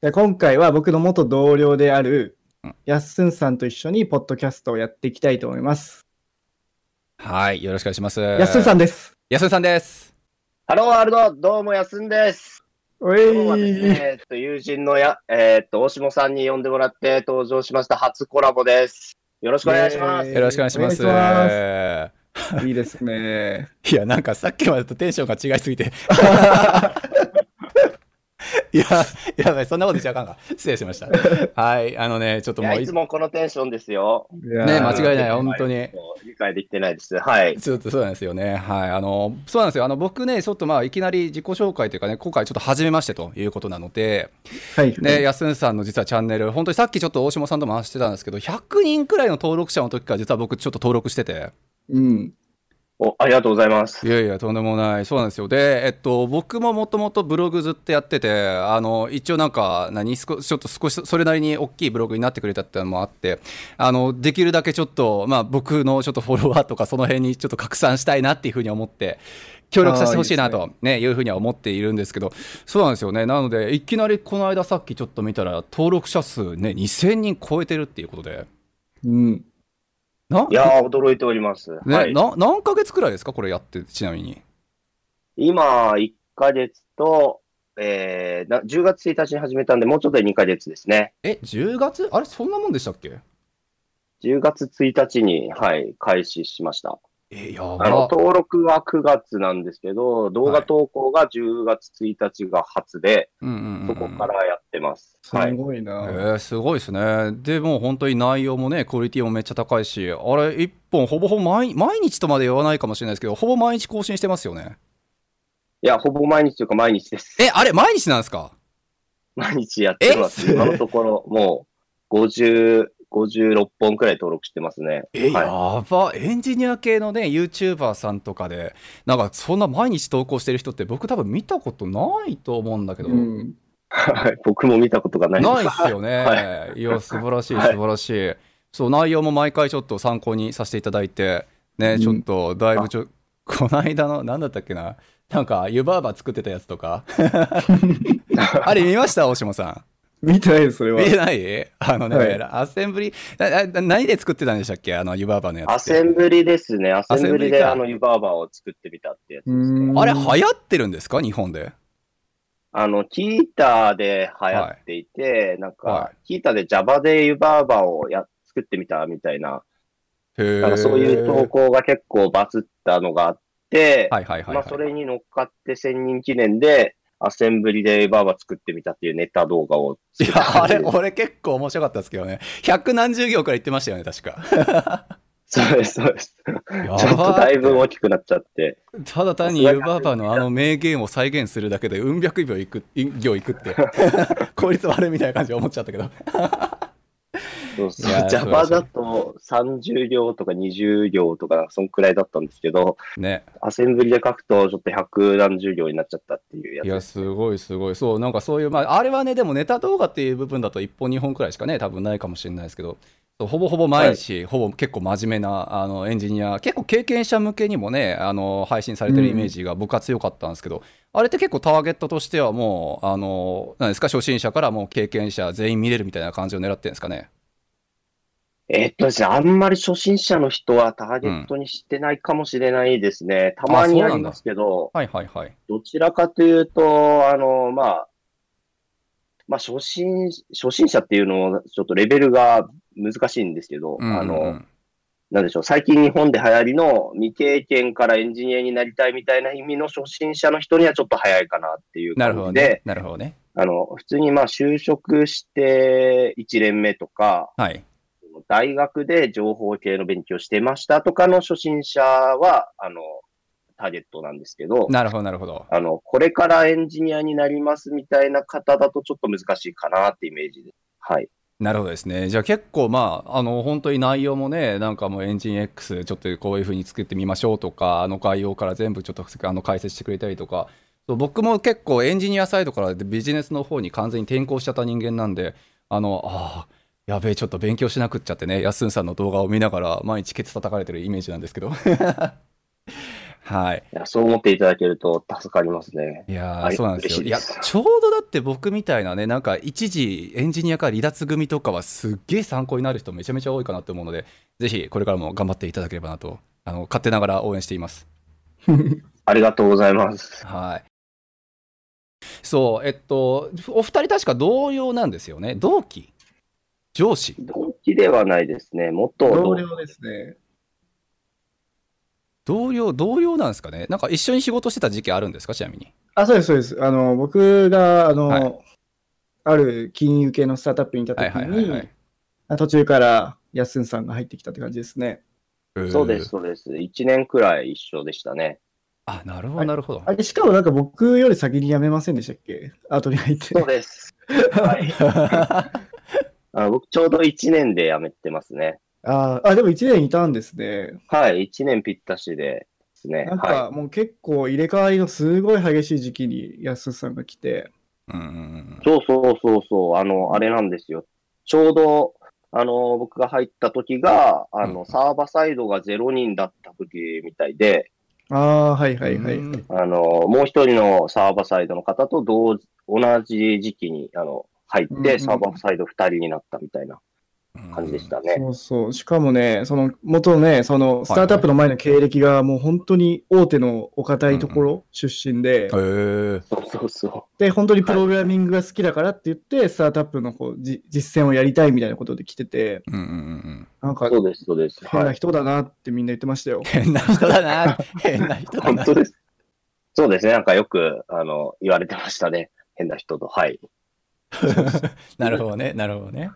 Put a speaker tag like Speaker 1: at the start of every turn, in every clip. Speaker 1: で今回は僕の元同僚である、やっすんさんと一緒にポッドキャストをやっていきたいと思います。
Speaker 2: はい、よろしくお願いします。
Speaker 1: や
Speaker 2: や
Speaker 1: っすんさんです。
Speaker 2: やすんさんです。
Speaker 3: ハローワールド、どうもやすんです。
Speaker 1: お
Speaker 3: 今日はです
Speaker 1: い、
Speaker 3: ね、えっと友人のや、えっと大下さんに呼んでもらって登場しました初コラボです。よろしくお願いしま
Speaker 1: イ
Speaker 3: す
Speaker 1: エ。
Speaker 2: よろしくお願いします。
Speaker 1: お願いしいいですね。
Speaker 2: いや、なんかさっきまでとテンションが違いす ぎて。いや、やばい、そんなことしちゃあかんか。失礼しました。はい、あのね、ちょっと
Speaker 3: い
Speaker 2: も
Speaker 3: や、
Speaker 2: うい、
Speaker 3: いつもこのテンションですよ。
Speaker 1: ね間
Speaker 2: ね、
Speaker 3: あー
Speaker 2: 間違いない、本当に。
Speaker 3: 理解できてないです。はい。
Speaker 2: ちょっとそうなんですよね。はい。あの、そうなんですよ。あの、僕ね、ちょっとまあ、いきなり自己紹介というかね、今回ちょっと初めましてということなので、
Speaker 1: はい。
Speaker 2: ね、やすんさんの実はチャンネル、本当にさっきちょっと大島さんとも話してたんですけど、100人くらいの登録者の時から実は僕ちょっと登録してて、
Speaker 1: うん。
Speaker 3: お、ありがとうございます。
Speaker 2: いやいや、とんでもない。そうなんですよ。で、えっと、僕ももともとブログずっとやってて、あの、一応なんか、何、少ちょっと少し、それなりに大きいブログになってくれたってのもあって、あの、できるだけちょっと、まあ、僕のちょっとフォロワーとか、その辺にちょっと拡散したいなっていうふうに思って、協力させてほしいな
Speaker 1: あー
Speaker 2: と、ね、いうふうには思っているんですけど、そうなんですよね。なので、いきなりこの間さっきちょっと見たら、登録者数ね、2000人超えてるっていうことで、
Speaker 1: うん。
Speaker 2: な、
Speaker 3: いやー、驚いております。
Speaker 2: ね
Speaker 3: はい。
Speaker 2: な何ヶ月くらいですかこれやって、ちなみに。
Speaker 3: 今、1ヶ月と、えー、な10月1日に始めたんで、もうちょっとで2ヶ月ですね。
Speaker 2: え、10月あれ、そんなもんでしたっけ
Speaker 3: 10月1日に、はい、開始しました。
Speaker 2: え、や
Speaker 3: あの
Speaker 2: ば。
Speaker 3: 登録は9月なんですけど、動画投稿が10月1日が初で、
Speaker 2: うんうんうん
Speaker 3: そこからやってます。
Speaker 1: す
Speaker 3: はい。
Speaker 1: ごいな。
Speaker 2: えーすごいですね。でもう本当に内容もね、クオリティもめっちゃ高いし、あれ、一本、ほぼほぼ毎毎日とまで言わないかもしれないですけど、ほぼ毎日更新してますよね。
Speaker 3: いや、ほぼ毎日というか毎日です。
Speaker 2: え、あれ、毎日なんですか
Speaker 3: 毎日やってます。
Speaker 2: え
Speaker 3: 今のところ、もう、50、56本くらい登録してますね。
Speaker 2: え、
Speaker 3: はい
Speaker 2: やば。エンジニア系のね、YouTuber さんとかで、なんかそんな毎日投稿してる人って、僕多分見たことないと思うんだけど。
Speaker 1: うん。
Speaker 3: はい。僕も見たことがないです
Speaker 2: ないっすよね。、
Speaker 3: はい
Speaker 2: や、素晴らしい、素
Speaker 3: はい
Speaker 2: 晴らしい。そう、内容も毎回ちょっと参考にさせていただいて、ね、
Speaker 1: うん
Speaker 2: ちょっと、だいぶちょ、この間の、なんだったっけな、なんか、湯婆婆作ってたやつと か。あれ見ました大島さ
Speaker 1: 見てないです、それ
Speaker 2: ん。
Speaker 1: は。
Speaker 2: 見えないあのね、
Speaker 1: はい
Speaker 2: アセンブリなな何で作ってたんでしたっけあの湯婆婆のや
Speaker 3: ア
Speaker 2: つって
Speaker 3: センブリですね。アセ
Speaker 2: アセ
Speaker 3: ンブリ
Speaker 2: ンブリ
Speaker 3: で
Speaker 2: か
Speaker 3: あの湯婆婆を作ってみたってやつです
Speaker 1: うー
Speaker 3: ね。
Speaker 1: ん
Speaker 2: あれ、流行ってるんですか日本で。
Speaker 3: あの、キータで流行っていて、なんか、
Speaker 2: は
Speaker 3: キータで Java で湯婆婆をや作ってみたみたいな
Speaker 2: へー
Speaker 3: なんかそういう投稿が結構バズったのがあって、
Speaker 2: はいはいはい、はい
Speaker 3: まあそれに乗っかって1000人記念で、アセンブリでバーバー作ってみたっていうネタ動画を
Speaker 2: い
Speaker 3: 作った
Speaker 2: や、あ
Speaker 3: 感じ
Speaker 2: れ、
Speaker 3: です。
Speaker 2: 俺結構面白かったですけどね。百何十行くらい言ってましたよね、確か。
Speaker 3: そうです、そうです。
Speaker 2: やば
Speaker 3: ちょっとだいぶ大きくなっちゃって。
Speaker 2: ただ単に湯婆婆のあの名言を再現するだけでうん百秒いく行いくって 効率悪いみたいな感じで思っちゃったけど
Speaker 3: そうそう
Speaker 2: いやー
Speaker 3: Java だと30行とか20行とか、そんくらいだったんですけど、
Speaker 2: ね
Speaker 3: アセンブリで書くとちょっと100何十行になっちゃったっていうやつ。
Speaker 2: いやすごいすごいそうなんかそういうまああれはねでもネタ動画っていう部分だと1本2本くらいしかね多分ないかもしれないですけどそうほぼほぼ毎日、ほぼ結構真面目なあのエンジニア結構経験者向けにもねあの配信されてるイメージが僕は強かったんですけど、あれって結構ターゲットとしてはもうあのなんですか初心者からもう経験者全員見れるみたいな感じを狙ってるんですかね
Speaker 3: えっとですね、あんまり初心者の人はターゲットにしてないかもしれないですね。たまにありますけど、
Speaker 2: はいはいはい
Speaker 3: どちらかというと、あの、まあ、まあ、初心、初心者っていうのも、ちょっとレベルが難しいんですけど、あ
Speaker 2: うんうんう
Speaker 3: の、
Speaker 2: ん
Speaker 3: なんでしょう、最近日本で流行りの未経験からエンジニアになりたいみたいな意味の初心者の人にはちょっと早いかなっていう
Speaker 2: なるほ
Speaker 3: 感
Speaker 2: ど
Speaker 3: じ
Speaker 2: ね
Speaker 3: で、。
Speaker 2: なるほどね。
Speaker 3: あの、普通にまあ、就職して1年目とか、
Speaker 2: はい。
Speaker 3: 大学で情報系の勉強してましたとかの初心者は、あの、ターゲットなんですけど、
Speaker 2: なるほど、なるほど。
Speaker 3: あの、これからエンジニアになりますみたいな方だとちょっと難しいかなってイメージです。はい。
Speaker 2: なるほどですね。じゃあ結構まあ、あの、本当に内容もね、なんかもうエンジン X、ちょっとこういう風に作ってみましょうとか、あの概要から全部ちょっとあの解説してくれたりとか、そう僕も結構エンジニアサイドからビジネスの方に完全に転向しちゃった人間なんで、あの、ああ、やべえ、ちょっと勉強しなくっちゃってね、やっすんさんの動画を見ながら毎日ケツ叩かれてるイメージなんですけど。 はい。
Speaker 3: いやそう思っていただけると助かりますね。
Speaker 2: いや
Speaker 3: あ
Speaker 2: ー
Speaker 3: れ
Speaker 2: そうなんですよ。い
Speaker 3: 嬉
Speaker 2: や、
Speaker 3: しいです
Speaker 2: ちょうどだって僕みたいなね、なんか一時エンジニアから離脱組とかはすっげえ参考になる人めちゃめちゃ多いかなと思うので、ぜひこれからも頑張っていただければなと、あの、勝手ながら応援しています。
Speaker 3: ありがとうございます。
Speaker 2: はい。そう、えっと、お二人確か同僚なんですよね。同期上司
Speaker 3: 同期ではないですね。元
Speaker 1: 同
Speaker 3: 同
Speaker 1: 僚ですね。
Speaker 2: 同僚同僚なんですかねなんか一緒に仕事してた時期あるんですかちなみに。
Speaker 1: あ、そうです、そうです。あの、僕が、あの、
Speaker 2: はい
Speaker 1: ある金融系のスタートアップにいたとき
Speaker 2: はい
Speaker 1: に、
Speaker 2: はいはいはい。
Speaker 1: 途中からやっすんさんが入ってきたって感じですね。
Speaker 3: そうです、
Speaker 2: ん。
Speaker 3: そうです。1年くらい一緒でしたね。
Speaker 2: あ、なるほど、なるほど。
Speaker 1: あれ、しかもなんか僕より先に辞めませんでしたっけ後に入って。
Speaker 3: そうです。はい。あの僕、ちょうど1年で辞めてますね。
Speaker 1: あーあ、でも1年いたんですね。
Speaker 3: はい、1年ぴったしでですね。
Speaker 1: なん
Speaker 3: は
Speaker 1: かもう結構入れ替わりのすごい激しい時期にやっすんさんが来て。
Speaker 2: うんうんうん
Speaker 3: い。そうそうそうそう、あの、あれなんですよ。ちょうど、あの、僕が入った時が、あの、
Speaker 2: うん
Speaker 3: サーバーサイドが0人だった時みたいで、
Speaker 1: ああー、はいはいはい。
Speaker 2: うん
Speaker 3: あの、もう一人のサーバーサイドの方と同時同じ時期に、あの、入
Speaker 1: う
Speaker 3: っ
Speaker 1: んう
Speaker 3: て、
Speaker 1: ん
Speaker 3: サーバーサイド2人になったみたいな感じでしたね。
Speaker 1: そうそう。しかもね、その元ね、そのスタートアップの前の経歴がもう本当に大手のお堅いとこ
Speaker 2: うん
Speaker 1: ろ出身で、
Speaker 2: へえ。
Speaker 3: そうそうそう。
Speaker 1: で、本当にプログラミングが好きだからって言って、スタートアップのこうじ実践をやりたいみたいなことで来てて、
Speaker 2: うんうんうん。
Speaker 1: なんか
Speaker 3: そうです、そうです。
Speaker 1: 変
Speaker 3: は。
Speaker 1: ない人だなってみんな言ってましたよ。
Speaker 2: 変な人だな。変な人だ
Speaker 3: 本
Speaker 2: な。
Speaker 3: 当です。そうですね。なんかよく、あの、言われてましたね。変な人と。はい。
Speaker 2: なるほどね。なるほどね。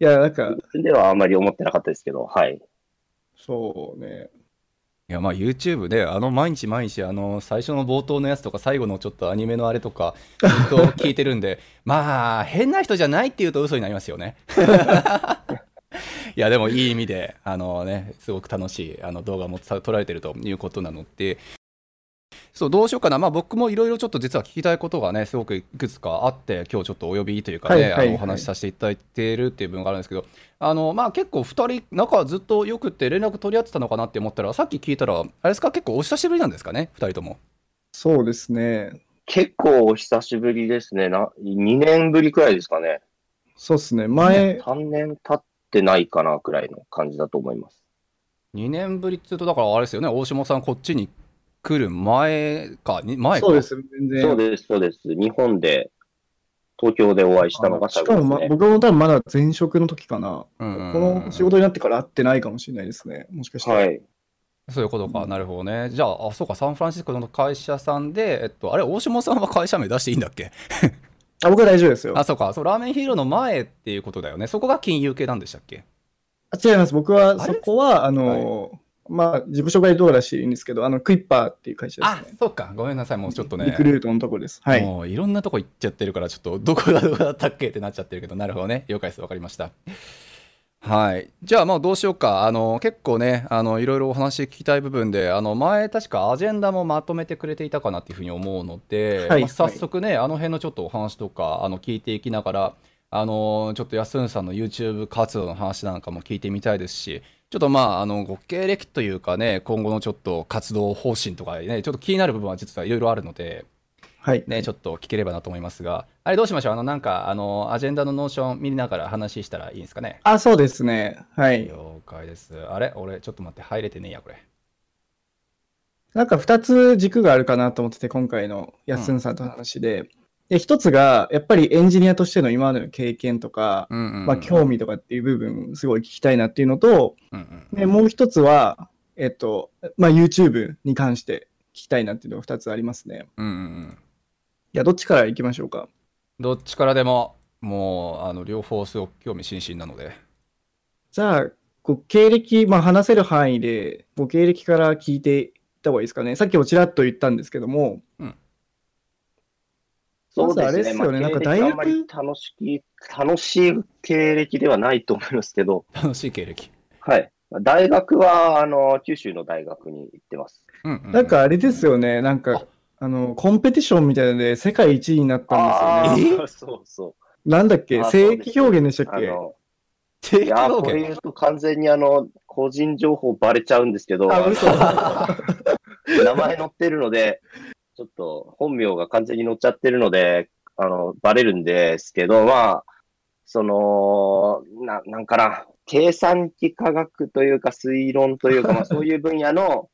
Speaker 1: いや、なんか、
Speaker 3: ではあんまり思ってなかったですけど、はい。
Speaker 1: そうね。
Speaker 2: いやまあ YouTube であの毎日毎日あの最初の冒頭のやつとか最後のちょっとアニメのあれとかずっと聞いてるんで まあ変な人じゃないっていうと嘘になりますよね。 いやでもいい意味であのねすごく楽しいあの動画も撮られてるということなのでそうどうしようかなまあ僕もいろいろちょっと実は聞きたいことがねすごくいくつかあって今日ちょっとお呼びというか
Speaker 1: は
Speaker 2: ね、
Speaker 1: いはいはい
Speaker 2: あのお話しさせていただいているっていう部分があるんですけどあのまあ結構2人仲ずっとよくって連絡取り合ってたのかなって思ったらさっき聞いたらあれですか結構お久しぶりなんですかね2人とも
Speaker 1: そうですね。
Speaker 3: 結構お久しぶりですね。な2年ぶりくらいですかね。
Speaker 1: そうっすね。前、
Speaker 3: 3年経ってないかなくらいの感じだと思います。
Speaker 2: 2年ぶりっていうとだからあれですよね大島さんこっちに来る前かに前か
Speaker 1: そうです、全然。
Speaker 3: そうです、そうです。日本で、東京でお会いしたのが
Speaker 1: し
Speaker 3: 最
Speaker 1: か
Speaker 3: 後で
Speaker 1: も、ま、
Speaker 3: すね。
Speaker 1: 僕も多分まだ前職の時かな。
Speaker 2: うんうんうん
Speaker 1: この仕事になってから会ってないかもしれないですね。もしかしたら。
Speaker 3: はい。
Speaker 2: そういうことか、
Speaker 1: うん
Speaker 2: なるほどねじゃああそうかサンフランシスコの会社さんでえっとあれ大島さんは会社名出していいんだっけ
Speaker 1: あ僕は大丈夫ですよ。
Speaker 2: あそうかそうラーメンヒーローの前っていうことだよねそこが金融系なんでしたっけ
Speaker 1: あ違います。僕は、
Speaker 2: あ
Speaker 1: そ
Speaker 2: れ
Speaker 1: こは、あの、まあ、自己紹介どうらしいんですけど、あの、クイッパーっていう会社です
Speaker 2: あ
Speaker 1: ね。
Speaker 2: そうかごめんなさいもうちょっとね
Speaker 1: リクルートのとこです。はい。
Speaker 2: もういろんなとこ行っちゃってるから、ちょっとどこがどこだったっけってなっちゃってるけど、なるほどね、了解です、分かりました。はい、じゃあ、まあどうしようか、あの結構ねあの、いろいろお話聞きたい部分で、あの前、確かアジェンダもまとめてくれていたかなっていうふうに思うので、
Speaker 1: はい
Speaker 2: まあ早速ね、あの辺のちょっとお話とかあの聞いていきながら、あのちょっとやすんさんの YouTube 活動の話なんかも聞いてみたいですし、ちょっとまあ、あの、ご経歴というかね、今後のちょっと活動方針とかね、ちょっと気になる部分は実はいろいろあるので、
Speaker 1: はい。
Speaker 2: ね、ちょっと聞ければなと思いますが、あれどうしましょうあの、なんか、あの、アジェンダのノーション見ながら話したらいいんですかね
Speaker 1: あ、そうですね。はい。
Speaker 2: 了解です。あれ俺、ちょっと待って、入れてねえや、これ。
Speaker 1: なんか2つ軸があるかなと思ってて、今回のやっすんさんとの話で。で、1つが、やっぱりエンジニアとしての今までの経験とか、
Speaker 2: うんうんうん、
Speaker 1: まあ、興味とかっていう部分、すごい聞きたいなっていうのと、
Speaker 2: うんうん
Speaker 1: で、もう1つは、えっと、まあ、YouTube に関して聞きたいなっていうのが2つありますね。
Speaker 2: うんうんうん
Speaker 1: いや、どっちから行きましょうか。
Speaker 2: どっちからでも、もう、あの、両方すごく興味津々なので。
Speaker 1: じゃあ、こう経歴、まあ、話せる範囲で、こう経歴から聞いていった方がいいですかね。さっきもちらっと言ったんですけども、
Speaker 3: そ
Speaker 1: ま
Speaker 3: うですね。
Speaker 1: ずあれですよね
Speaker 3: まあ
Speaker 1: なんか大学
Speaker 3: 経歴あんまり楽しき、楽しい経歴ではないと思いますけど、
Speaker 2: 楽しい経歴。
Speaker 3: はい。大学は、あの、九州の大学に行ってます。
Speaker 2: うんうんうん
Speaker 1: なんかあれですよね、なん
Speaker 2: あ
Speaker 1: か、あの、コンペティションみたいなので世界一位になったんですよね。
Speaker 2: よね
Speaker 3: あー そうそう。
Speaker 1: なんだっけ
Speaker 3: あ
Speaker 1: 正規表現でしたっ
Speaker 3: あ
Speaker 1: け
Speaker 3: の、
Speaker 2: 定
Speaker 3: いや
Speaker 2: 期
Speaker 3: ー、
Speaker 2: 表
Speaker 3: これ
Speaker 2: 現
Speaker 3: 言うと完全にあの、個人情報バレちゃうんですけど、
Speaker 1: あ、嘘。
Speaker 3: 名前載ってるので、ちょっと本名が完全に載っちゃってるので、あの、バレるんですけど、まあ、その、な、なんかな、計算機科学というか推論とい うか、まあそういう分野の、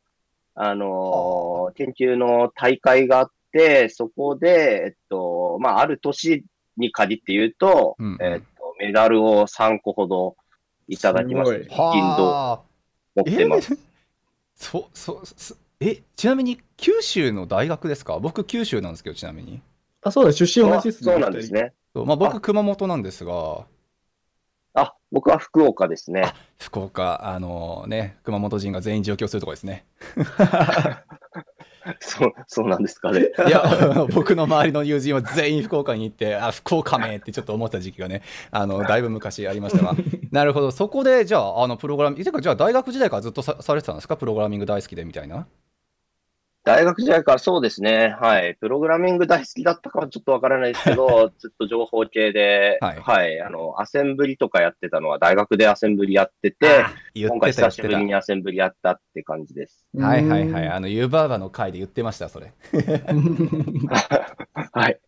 Speaker 3: あのー研究の大会があって、そこで、えっと、まあある年に限って言うと、
Speaker 2: うん
Speaker 3: えっと、メダルを3個ほどいただきまし
Speaker 1: す
Speaker 3: て、
Speaker 1: ごい
Speaker 3: 金土
Speaker 2: はあ
Speaker 3: 持ってます。
Speaker 2: えーそそそえちなみに九州の大学ですか僕九州なんですけどちなみに
Speaker 1: あ、そうだ、出身同じですね。
Speaker 3: そうなんですね。
Speaker 2: そうまあ、僕
Speaker 3: あ
Speaker 2: 熊本なんですが
Speaker 3: あ、僕は福岡ですね。
Speaker 2: 福岡あのね熊本人が全員上京するとこですね
Speaker 3: そう、そうなんですかね。
Speaker 2: いや僕の周りの友人は全員福岡に行ってあ福岡めってちょっと思った時期がねあのだいぶ昔ありまし たがなるほどそこでじゃああのプログラミングてかじゃあ大学時代からずっとさされてたんですかプログラミング大好きでみたいな
Speaker 3: 大学時代からそうですね。はい。プログラミング大好きだったかはちょっとわからないですけ ど、ずっと情報系で、
Speaker 2: はい
Speaker 3: あの、アセンブリとかやってたのは大学でアセンブリやってて、
Speaker 2: 言
Speaker 3: 今
Speaker 2: っ
Speaker 3: 回
Speaker 2: てた言
Speaker 3: 久
Speaker 2: っ
Speaker 3: してぶ
Speaker 2: た
Speaker 3: りにアセンブリやったって感じです。
Speaker 2: はいはいはい
Speaker 1: い。
Speaker 2: あのユーバーバの回で言ってましたそれ
Speaker 3: はい。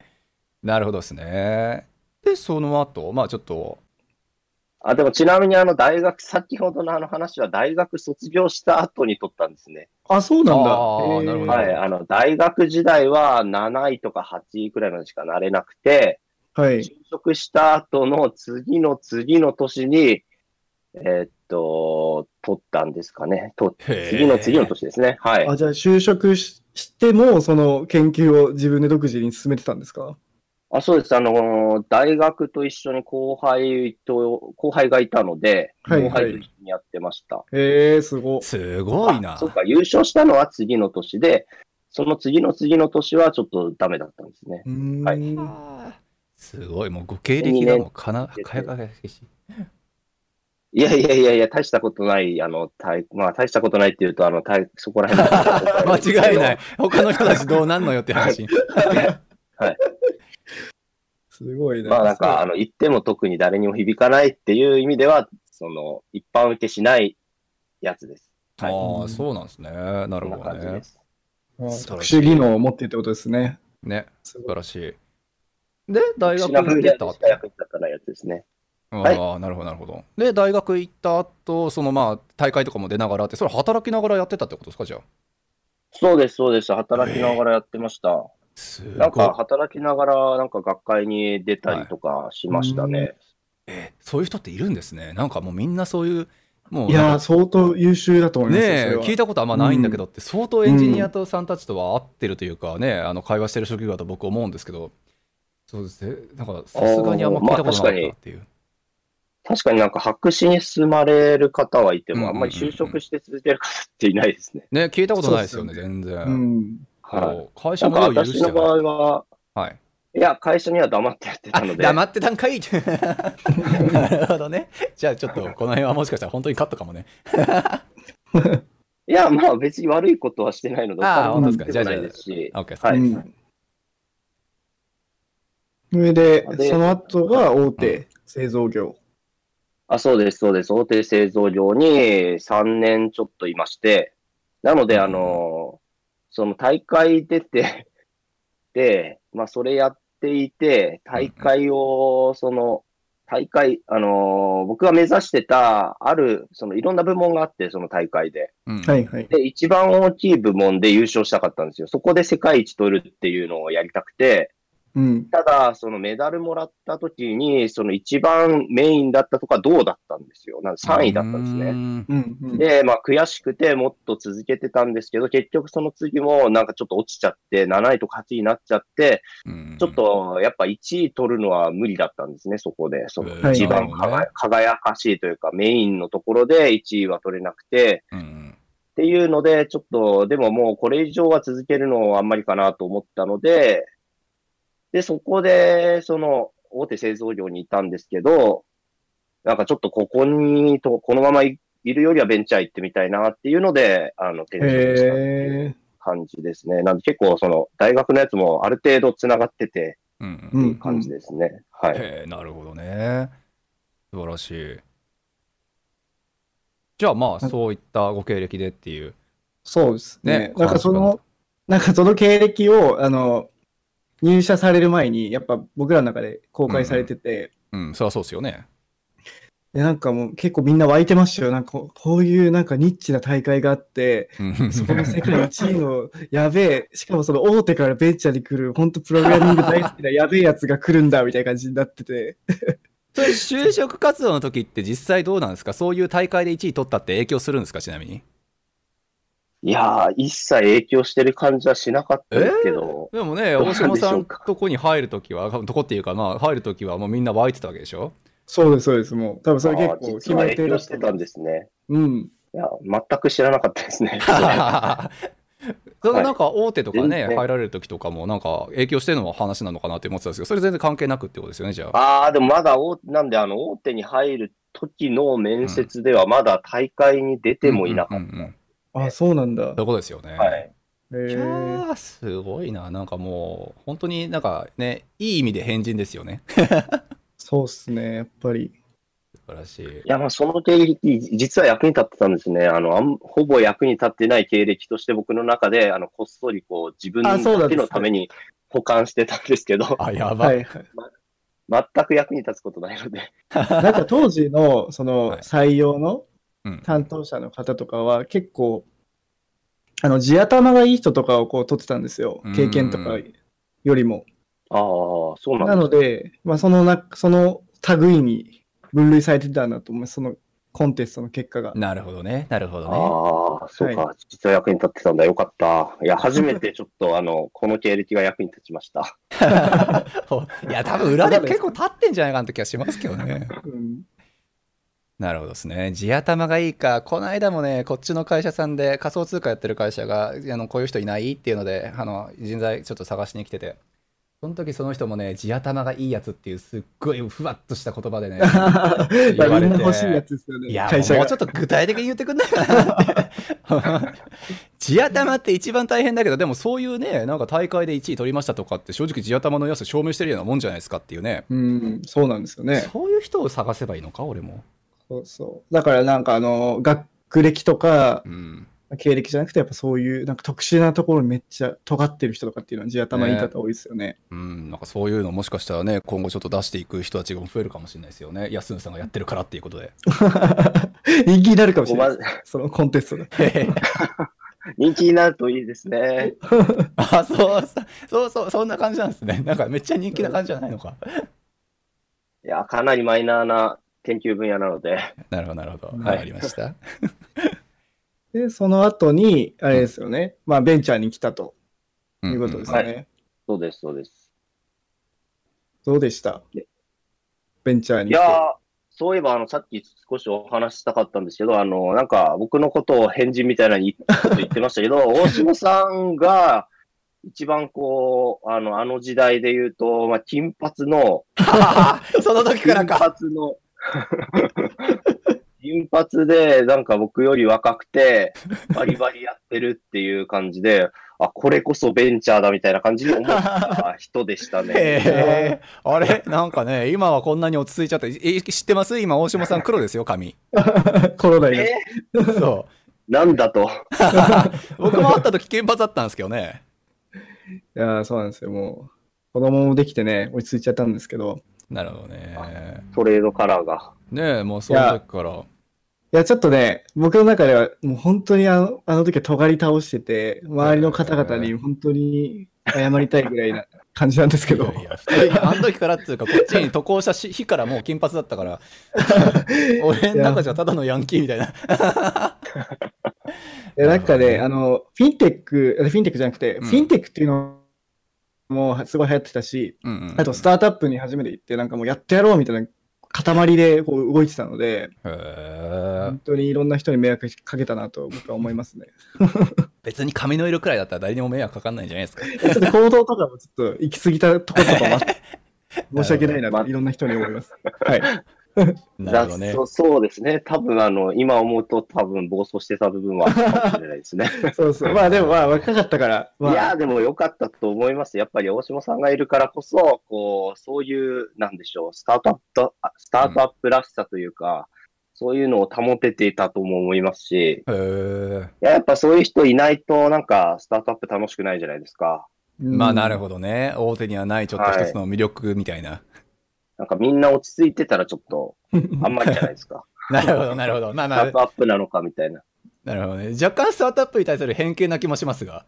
Speaker 2: なるほどですね。で、その後、まあちょっと、
Speaker 3: あ、でもちなみにあの大学、先ほどのあの話は大学卒業した後に取ったんですね。
Speaker 1: あ、そうなんだ。
Speaker 2: あーなるほど
Speaker 1: は。
Speaker 3: はいい。あの、大学時代は7位とか8位くらいまでしかなれなくて、
Speaker 1: はい。
Speaker 3: 就職した後の次の次の年に、えーっと、取ったんですかね。と
Speaker 2: へー
Speaker 3: 次の次の年ですね。はい。
Speaker 1: あ、じゃあ就職ししても、その研究を自分で独自に進めてたんですか
Speaker 3: あそうです。あの、大学と一緒に後輩と、後輩がいたので、
Speaker 1: はい
Speaker 3: 後
Speaker 1: は
Speaker 3: 輩と一
Speaker 1: い。
Speaker 3: 緒にやってました。
Speaker 1: へえ、すご。
Speaker 2: すごい
Speaker 3: あ
Speaker 2: な
Speaker 3: そ。うか、優勝したのは次の年で、その次の次の年はちょっとダメだったんですね。
Speaker 1: うーん。
Speaker 3: はい
Speaker 2: すごい、もうご経歴がもうかな、かやかやしい。
Speaker 3: いやいやいやいや、大したことない、あの、大まあ、大したことないっていうと、あの、大そこら辺 の
Speaker 2: 間違いない。。他の人たちどうなんのよって話。
Speaker 1: すごいな。
Speaker 3: まあなんか、あの、言っても特に誰にも響かないっていう意味では、その、一般受けしないやつです。はい。
Speaker 2: ああ、そうなんですね。な
Speaker 3: こ
Speaker 2: る
Speaker 3: んな
Speaker 2: ほど
Speaker 3: 感じ
Speaker 2: ね
Speaker 3: で。す。
Speaker 1: まあ
Speaker 2: 素晴ら
Speaker 1: 特
Speaker 2: しい
Speaker 1: 殊技能を持ってるってことですね。
Speaker 2: ね、
Speaker 1: す
Speaker 2: 素
Speaker 1: ご
Speaker 2: 晴
Speaker 1: い。
Speaker 2: らしい。で、大学
Speaker 3: シナフ
Speaker 2: 行
Speaker 3: ル
Speaker 2: っ
Speaker 3: で
Speaker 2: て
Speaker 3: や
Speaker 2: た
Speaker 3: つしか役に立たないやつですね。はい
Speaker 2: ああ、なるほど、なるほど。で、大学行った後、そのまあ、大会とかも出ながらって、それ働きながらやってたってことですか、じゃあ。
Speaker 3: そうです、そうです。働きながらやってました。
Speaker 2: す
Speaker 3: なん
Speaker 2: ごい
Speaker 3: か、。働きながら、なんか学会に出たりとかしましたね。
Speaker 1: は
Speaker 2: えそういう人っているんですね。なんかもうみんなそういう、もう
Speaker 1: い
Speaker 2: なんか
Speaker 1: やー、相当優秀だと思いますよ
Speaker 2: ねえ
Speaker 1: それは
Speaker 2: 聞いたことあんまないんだけどって、相当エンジニアとさんたちとは合ってるというかね、あの会話してる職業だと僕思うんですけど、そうですね、なんかさすがにあんま聞いたことなかったっていう。
Speaker 3: 確かになんか白紙に進まれる方はいて
Speaker 2: うん
Speaker 3: も、あんまり就職して続ける方っていないですね。
Speaker 2: ね、聞いたことないですよね、
Speaker 1: そう
Speaker 2: 全然。
Speaker 1: うん。
Speaker 2: こう
Speaker 3: はい。
Speaker 2: 会
Speaker 3: な
Speaker 2: 社
Speaker 3: んか
Speaker 2: もよう許し
Speaker 3: 私
Speaker 2: て
Speaker 3: の
Speaker 2: な
Speaker 3: 場
Speaker 2: い。
Speaker 3: 合は、
Speaker 2: はい、
Speaker 3: いや、会社には黙ってやってた
Speaker 2: あ
Speaker 3: ので。
Speaker 2: 黙ってたんかい なるほどね。じゃあちょっとこの辺はもしかしたら本当にカットかもね。
Speaker 3: いや、まあ別に悪いことはしてないので、
Speaker 2: ああ、
Speaker 3: お
Speaker 2: 本当
Speaker 3: 金
Speaker 2: ですか。
Speaker 3: も持
Speaker 2: じゃ
Speaker 3: っ
Speaker 2: あじ
Speaker 3: て
Speaker 2: ゃ
Speaker 3: もないですし、
Speaker 2: あ、OK です。
Speaker 3: は
Speaker 1: う
Speaker 3: い
Speaker 1: ん。それで、
Speaker 3: で
Speaker 1: その後が大手製造業。
Speaker 3: あ、そうです、そうです。大手製造業に3年ちょっといまして、なので、あの、その大会出て、で、まあそれやっていて、大会を、その、大会、あの僕が目指してた、ある、そのいろんな部門があって、その大会で。
Speaker 2: うん
Speaker 1: はいはい。
Speaker 3: で、一番大きい部門で優勝したかったんですよ。そこで世界一取るっていうのをやりたくて、
Speaker 1: うん。
Speaker 3: ただ、そのメダルもらった時に、その一番メインだったとか、銅だったんですよ。なん3位だったんですね。
Speaker 2: ね。
Speaker 1: うん、うん。
Speaker 3: で、まあ、悔しくて、もっと続けてたんですけど、結局その次も、なんかちょっと落ちちゃって、7位とか8位になっちゃって、
Speaker 2: うん
Speaker 3: ちょっ、とやっぱ1位取るのは無理だったんですね、そこで。その
Speaker 1: はい
Speaker 3: 一番輝,、輝かしいというか、メインのところで1位は取れなくて、
Speaker 2: うんうん
Speaker 3: っていうので、ちょっと、でももうこれ以上は続けるのはあんまりかなと思ったので、で、そこで、その、大手製造業にいたんですけど、なんかちょっとここにと、このままいいるよりはベンチャー行ってみたいなっていうので、あの、転職したっていう
Speaker 1: へえ。
Speaker 3: 感じですね。なんで結構その、大学のやつもある程度繋がってて、
Speaker 2: うんうん
Speaker 1: う
Speaker 3: いい
Speaker 1: ん。
Speaker 3: 感じですね。はい。
Speaker 2: へえ、なるほどね。素晴らしい。じゃあまあ、
Speaker 1: はい
Speaker 2: そういったご経歴でっていう。
Speaker 1: そうですね。
Speaker 2: ね
Speaker 1: なんかそ
Speaker 2: 感じ
Speaker 1: の、なんかその経歴を、あの、入社される前に、やっぱ僕らの中で公開されてて、
Speaker 2: うん、そりゃそうですよね。
Speaker 1: でなんかもう結構みんな湧いてましたよ。なんかこうこういうなんかニッチな大会があって、
Speaker 2: うん
Speaker 1: そこの世界一位のやべえ、しかもその大手からベンチャーに来る、本当プログラミング大好 きなやべえやつが来るんだみたいな感じになってて、
Speaker 2: それ就職活動の時って実際どうなんですかそういう大会で1位取ったって影響するんですかちなみに。
Speaker 3: いやー、一切影響してる感じはしなかったですけど、
Speaker 2: でもね、
Speaker 3: どう
Speaker 2: 大
Speaker 3: なんでしょう
Speaker 2: 島
Speaker 3: か
Speaker 2: さんとこに入るときは、 とこっていうか、まあ、入るときはもうみんな湧いてたわけでしょ
Speaker 1: そうです、そうです、もう、多分それ結
Speaker 3: あー
Speaker 1: 構
Speaker 3: 実は影響
Speaker 1: だ
Speaker 3: してたんですね。
Speaker 1: うん。
Speaker 3: いや、全く知らなかったで すね。
Speaker 2: そのなんか大手とかね、
Speaker 3: 全然
Speaker 2: 入られるときとかも、なんか影響してるのは話なのかなって思ってたんですけど、それ全然関係なくってことですよね、じゃあ。
Speaker 3: ああ、でもまだ大、なんで、あの、大手に入る時の面接では、まだ大会に出てもいなかっ
Speaker 2: うんうんうん
Speaker 1: あ、そうなんだ
Speaker 2: そうい。うことですよね。
Speaker 3: た。はい。
Speaker 1: へ
Speaker 2: いや
Speaker 1: ー
Speaker 2: ーすごいな、なんかもう、本当になんかね、いい意味で変人ですよね。
Speaker 1: そうっすね、やっぱり。
Speaker 2: 素晴らしい。
Speaker 3: いや、まあ、その経歴、実は役に立ってたんですね。あの、あんほぼ役に立ってない経歴として、僕の中で、あの、こっそり、こう、自分
Speaker 1: あそうなん
Speaker 3: だ
Speaker 1: で
Speaker 3: け
Speaker 1: す
Speaker 3: のために保管してたんですけど、
Speaker 2: あ、やば。
Speaker 1: はいいはい。
Speaker 3: 全く役に立つことないので。
Speaker 1: なんか当時のそ
Speaker 2: は
Speaker 1: の
Speaker 2: い
Speaker 1: 採用の
Speaker 2: うん
Speaker 1: 担当者の方とかは結構、あの地頭がいい人とかをこう取ってたんですよ
Speaker 2: うん、
Speaker 1: 経験とかよりも。
Speaker 3: ああ、そうな
Speaker 1: なん
Speaker 3: で
Speaker 1: の
Speaker 3: すね。
Speaker 1: で、まあ、そのなその類に分類されてたんだと思います、そのコンテストの結果が。
Speaker 2: なるほどね、なるほどね。
Speaker 3: ああ、そうか。実は役に立ってたんだ。よかった。いや、初めてちょっと、あの、この経歴が役に立ちま した。
Speaker 2: いや、多分裏で結構立ってんじゃないかなって気がしますけどね。
Speaker 1: うん、
Speaker 2: なるほどですね。地頭がいいか、この間もね、こっちの会社さんで仮想通貨やってる会社が、あのこういう人いないっていうので、あの人材ちょっと探しに来てて、その時その人もね、地頭がいいやつっていう、すっごいふわっとした言葉でね、
Speaker 1: みん
Speaker 2: 言われて
Speaker 1: な欲しいやつですよ
Speaker 2: い
Speaker 1: ね
Speaker 2: や、、
Speaker 1: 会社
Speaker 2: も
Speaker 1: が
Speaker 2: うちょっと具体的に言ってくんないかなって。 地頭って一番大変だけど、でもそういうね、なんか大会で1位取りましたとかって、正直地頭の良さ証明してるようなもんじゃないですかっていうね。
Speaker 1: うん、そうなんですよね。
Speaker 2: そういう人を探せばいいのか、俺も。
Speaker 1: そうそうだからなんかあの学歴とか
Speaker 2: うん。
Speaker 1: 経歴じゃなくて、やっぱそういうなんか特殊なところめっちゃ尖ってる人とかっていうのは地頭いい方多いですよね。
Speaker 2: うん、なんかそういうのもしかしたらね、今後ちょっと出していく人たちが増えるかもしれないですよね。安野さんがやってるからっていうことで。
Speaker 1: 人気になるかもし
Speaker 3: お
Speaker 1: れな
Speaker 3: ま
Speaker 1: い。そのコンテスト で。
Speaker 3: 人気になるといいですね。
Speaker 2: あ、そう、そう、そう、そんな感じなんですね。なんかめっちゃ人気な感じじゃないのか。
Speaker 3: いや、かなりマイナーな研究分野なので、
Speaker 2: なるほど、なるほど。
Speaker 1: はい
Speaker 2: わかりました。
Speaker 1: で、その後に、あれですよね、まあベンチャーに来たと
Speaker 2: ん
Speaker 1: いうことですね。
Speaker 3: うんそうです、そうです。
Speaker 1: どうでしたベンチャーに
Speaker 3: い
Speaker 1: 来て。
Speaker 3: やー、そういえば、あの、さっき少しお話ししたかったんですけど、あの、なんか、僕のことを変人みたいなにこと言ってました けど、大島さんが、一番こう、あの、あの時代で言うと、まあ、金髪の、
Speaker 2: その時から
Speaker 3: 金
Speaker 2: か。
Speaker 3: 髪の、 金髪で、なんか僕より若くて、バリバリやってるっていう感じで、あ、これこそベンチャーだみたいな感じに思 った人でしたね。
Speaker 2: へえあれ なんかね、今はこんなに落ち着いちゃって、いい知ってます今、大島さん黒ですよ、髪。
Speaker 1: コロナに。
Speaker 3: え
Speaker 2: そ
Speaker 3: なんだと。
Speaker 2: う。 僕も会った時、金髪だったんですけどね。
Speaker 1: いやーそうなんですよ。もう、子供もできてね、落ち着いちゃったんですけど。
Speaker 2: なるほどね。
Speaker 3: トレードカラーが。
Speaker 2: ねえ、もうその時から。
Speaker 1: いや、ちょっとね、僕の中では、もう本当にあのあの時は尖り倒してて、周りの方々に本当に謝りたいぐらいな感じなんですけど。
Speaker 2: いやいや二人あの時からっていうか、こっちに渡航したし日からもう金髪だった から、俺の中じゃただのヤンキーみたいな。
Speaker 1: いやなんかね、
Speaker 2: な
Speaker 1: あの、フィンテック、あフィンテックじゃなくて、
Speaker 2: うん
Speaker 1: フィンテックっていうのもすごい流行ってたし、
Speaker 2: うんうん
Speaker 1: あとスタートアップに初めて行って、なんかもうやってやろうみたいな塊でこう動いてたので、
Speaker 2: へえ
Speaker 1: 本当にいろんな人に迷惑かけたなと僕は思いますね。
Speaker 2: 別に髪の色くらいだったら誰にも迷惑かかんないんじゃないですか。
Speaker 1: ちょっと行動とかもちょっと行き過ぎたところとかもあって申し訳ないな
Speaker 3: な
Speaker 1: と
Speaker 3: るほど
Speaker 1: いろんな人に思います。はい。
Speaker 2: なるほどね
Speaker 3: だ。そそうですね。多分あの、今思うと多分暴走してた部分はあるかもしれないですね。
Speaker 1: そうそう。まあでもまあ若かったから、
Speaker 3: いや
Speaker 1: ま
Speaker 3: ーでも良かったと思います。やっぱり大島さんがいるからこそ、こう、そういう、なんでしょう、スタートアップと、あスタートアップらしさというか、そういうのを保てていたとも思いますし、
Speaker 2: へえ。
Speaker 3: いややっぱそういう人いないと、なんか、スタートアップ楽しくないじゃないですか。
Speaker 2: まあなる
Speaker 1: ほ
Speaker 2: ほどね。大手にはないちょっと一つの魅力みたいな。
Speaker 3: なんかみんな落ち着いてたらちょっ と、あんまりじゃないですか。
Speaker 2: なるほど、なるほど。まあ
Speaker 3: ス
Speaker 2: ま
Speaker 3: タ
Speaker 2: あ
Speaker 3: ー、トアップなのかみたいな。
Speaker 2: なるほどね。若干スタートアップに対する偏見な気もしますが。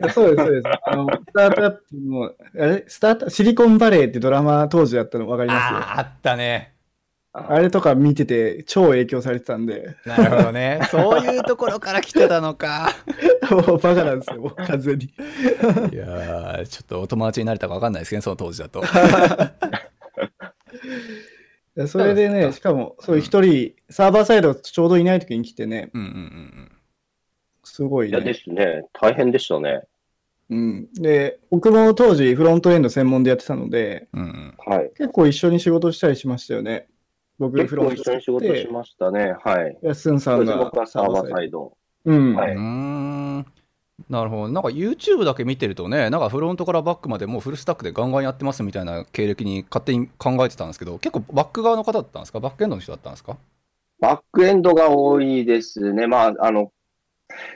Speaker 1: ど。そうです、そうです。あの、スタートアップの、あれスタート、シリコンバレーってドラマ当時やったの分かります
Speaker 2: ああ、あったね。
Speaker 1: あれとか見てて超影響されてたんで、
Speaker 2: なるほど ね。そういうところから来てたのか。
Speaker 1: もうバカなんですよ、 もう完全に。
Speaker 2: いやー、ちょっとお友達になれたか分かんないですけどね、その当時だ と。
Speaker 1: それで
Speaker 2: そうです
Speaker 1: ね、
Speaker 2: か
Speaker 1: しかも、そういう一人、サーバーサイドちょうどいない時に来てね、
Speaker 2: うんうんうんうん。
Speaker 1: すごい
Speaker 3: いやで
Speaker 1: ね。
Speaker 3: すね。大変でしたね。
Speaker 1: うん、で、僕も当時フロントエンド専門でやってたので、
Speaker 2: うんうん、
Speaker 3: はい。
Speaker 1: 結構一緒に仕事したりしましたよね。僕、
Speaker 3: 結
Speaker 1: フロ
Speaker 3: 構
Speaker 1: ント
Speaker 3: 一緒に仕事し
Speaker 1: し
Speaker 3: ましたね。はい。
Speaker 1: やすんさ
Speaker 3: そうんです
Speaker 1: が
Speaker 3: 僕はサーバーサイド。
Speaker 1: うん。
Speaker 3: はいう
Speaker 2: ーんなるほど。なんか YouTube だけ見てるとね、なんかフロントからバックまでもうフルスタックでガンガンやってますみたいな経歴に勝手に考えてたんですけど、結構バック側の方だったんですかバックエンドの人だったんですか
Speaker 3: バックエンドが多いですね。まあ、あの、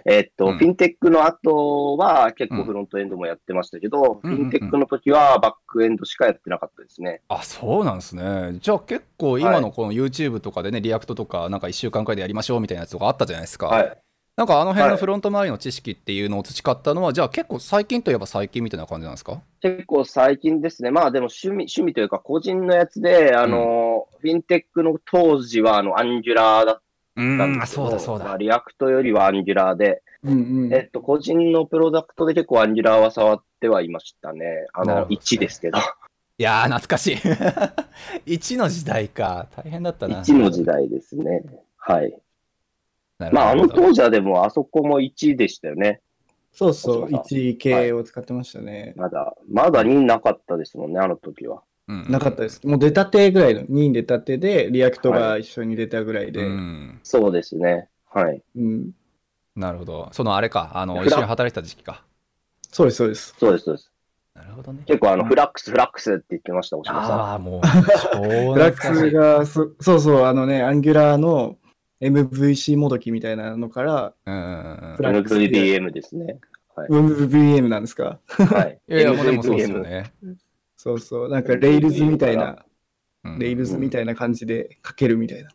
Speaker 3: えっと、
Speaker 2: うん
Speaker 3: フィンテックの後は結
Speaker 2: うん
Speaker 3: 構フロントエンドもやってましたけど、
Speaker 2: うんうんうん
Speaker 3: フィンテックの時はバックエンドしかやってなかったですね。
Speaker 2: あ、そうなんですね。じゃあ結構今のこの YouTube とかでね、リアクトとかなんか1週間くらいでやりましょうみたいなやつとかあったじゃないですか。
Speaker 3: はい。
Speaker 2: なんかあの辺の
Speaker 3: はい
Speaker 2: フロント周りの知識っていうのを培ったのは、じゃあ結構最近といえば最近みたいな感じなんですか
Speaker 3: 結構最近ですね。まあでも趣味、趣味というか個人のやつで、あの、フィンテックの当時はあの、アンギュラーだっ
Speaker 2: う
Speaker 3: たん
Speaker 2: ん、
Speaker 3: で
Speaker 2: あ
Speaker 3: すけど、
Speaker 2: そうだそうだ
Speaker 3: まあ。リアクトよりはアンギュラーで、
Speaker 1: うんうん
Speaker 3: えっと、個人のプロダクトで結構アンギュラーは触ってはいましたね。あ
Speaker 2: なる
Speaker 3: の、
Speaker 2: ほど
Speaker 3: 1ですけど、
Speaker 2: いやー、懐かしい。1の時代か。大変だったな。
Speaker 3: 1の時代ですね。はい。
Speaker 2: なる
Speaker 3: まあ、あ
Speaker 2: ほ
Speaker 3: の
Speaker 2: ど。
Speaker 3: 当時はでも、あそこも1でしたよね。
Speaker 1: そうそう、
Speaker 3: そうか
Speaker 1: 1系を使ってましたね。
Speaker 3: まだ、まだ2なかったですもんね、あの時は。
Speaker 2: うん
Speaker 1: なかったです。もう出たてぐらいの、2に出たてで、リアクトが一緒に出たぐらいで。
Speaker 2: うん
Speaker 3: そうですね。はい。
Speaker 1: うん
Speaker 2: なるほど。そのあれか、あの、
Speaker 3: フラ
Speaker 2: 一緒に働いてた時期か。
Speaker 1: そうです、そうです。
Speaker 3: そうです、そうです。
Speaker 2: なるほどね。
Speaker 3: 結構、あの、
Speaker 1: うん
Speaker 3: フラックス、フラックスって言ってました、おしまさん。
Speaker 2: ああ、もう、超
Speaker 1: ブラ
Speaker 2: 懐
Speaker 1: ッ
Speaker 2: かし
Speaker 1: ク
Speaker 2: い。
Speaker 1: がそ、そうそう、あのね、アンギュラーの MVC もどきみたいなのから、
Speaker 2: うんうんうん
Speaker 1: フラックス
Speaker 3: MVVM です ね。
Speaker 1: MVM なんなんですか。
Speaker 3: はい。
Speaker 2: いやいや、もうでもそうですよ
Speaker 3: MVVM
Speaker 2: ね。
Speaker 1: そうそう、なんかレイルズみたいな、
Speaker 2: うん
Speaker 1: レイルズみたいな感じで書けるみたいな。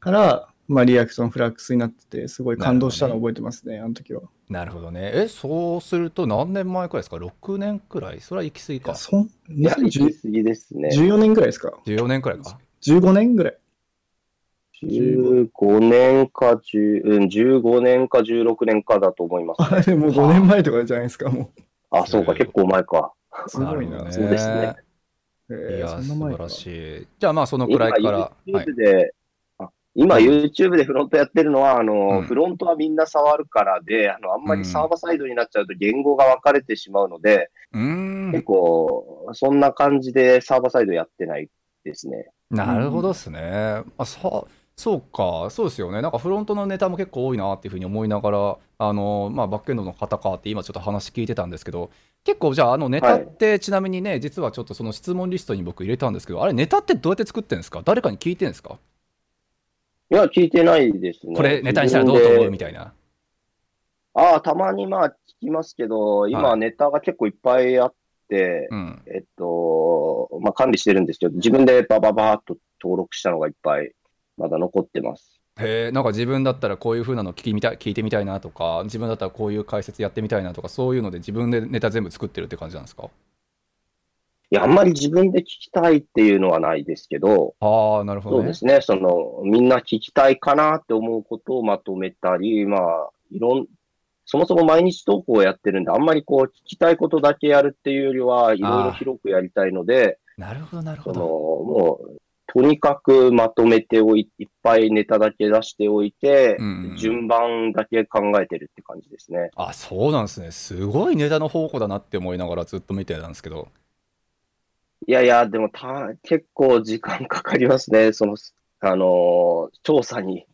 Speaker 1: から、まあ、リアクションフラックスになってて、すごい感動したの覚えてますね、あの時は。
Speaker 2: なるほどね。え、そうすると何年前くらいですか ?6 年くらいそれは行き過ぎか。
Speaker 1: そん
Speaker 3: いや、行き
Speaker 1: 2014
Speaker 3: 過ぎですね。
Speaker 1: 年ぐらいですか
Speaker 2: 14年くらいか。
Speaker 1: ?15 年ぐらい。
Speaker 3: 15年か10、うん、15年か16年かだと思います。
Speaker 1: あれ、もう5年前とかじゃないですか、も
Speaker 3: あ、そうか、結構前か。
Speaker 1: う。すごいな。
Speaker 2: なるほ
Speaker 3: そうですね
Speaker 1: え
Speaker 2: どね。
Speaker 1: ー
Speaker 2: いや、
Speaker 1: そ
Speaker 2: 素
Speaker 1: んな前
Speaker 2: 晴
Speaker 1: から
Speaker 2: しい。じゃあまあ、そのくらいから。
Speaker 3: 今
Speaker 2: はい
Speaker 3: YouTube で、あ今 YouTube でフロントやってるのは、あの、
Speaker 2: うん
Speaker 3: フロントはみんな触るからで、あの、あんまりサーバーサイドになっちゃうと言語が分かれてしまうので、
Speaker 2: うーん。
Speaker 3: 結構、そんな感じでサーバーサイドやってないですね。
Speaker 2: なるほどですね。あ、そそうか、そうですよね。なんかフロントのネタも結構多いなっていうふうに思いながら、あの、まあ、バックエンドの方かって今ちょっと話聞いてたんですけど、結構じゃあ、あのネタってちなみにね、実はちょっとその質問リストに僕入れたんですけど、あれネタってどうやって作ってるんですか誰かに聞いてるんですか
Speaker 3: いや、聞いてないですね。
Speaker 2: これネタにしたらどうと思うみ
Speaker 3: たい
Speaker 2: たいな。
Speaker 3: な。ああ、たまにまあ聞きますけど、
Speaker 2: は
Speaker 3: 今ネタが結構いっぱいあって、
Speaker 2: うん。
Speaker 3: えっと、まあ管理してるんですけど、自分でバババーっと登録したのがいっぱい、まだ残ってます。
Speaker 2: へえ、なんか自分だったらこういうふうなの聞きみたい聞いてみたいなとか、自分だったらこういう解説やってみたいなとか、そういうので自分でネタ全部作ってるって感じなんですか
Speaker 3: いや、あんまり自分で聞きたいっていうのはないですけど、
Speaker 2: ああ、なるほ
Speaker 3: そ
Speaker 2: ど
Speaker 3: う
Speaker 2: ね
Speaker 3: で。すね、その、みんな聞きたいかなって思うことをまとめたり、まあ、いろん、そもそも毎日投稿をやってるんで、あんまりこう、聞きたいことだけやるっていうよりは、いろいろ広くやりたいので、
Speaker 2: なるほど、なる
Speaker 3: そ
Speaker 2: ほ
Speaker 3: の、
Speaker 2: ど。
Speaker 3: もう、とにかくまとめておいいっぱいネタだけ出しておいて、
Speaker 2: うんうん
Speaker 3: 順番だけ考えてるって感じですね。
Speaker 2: あそうなんですねすごいネタの宝庫だなって思いながらずっと見てたんですけど
Speaker 3: いやいや、でもた、結構時間かかりますね、その、あのー調査に。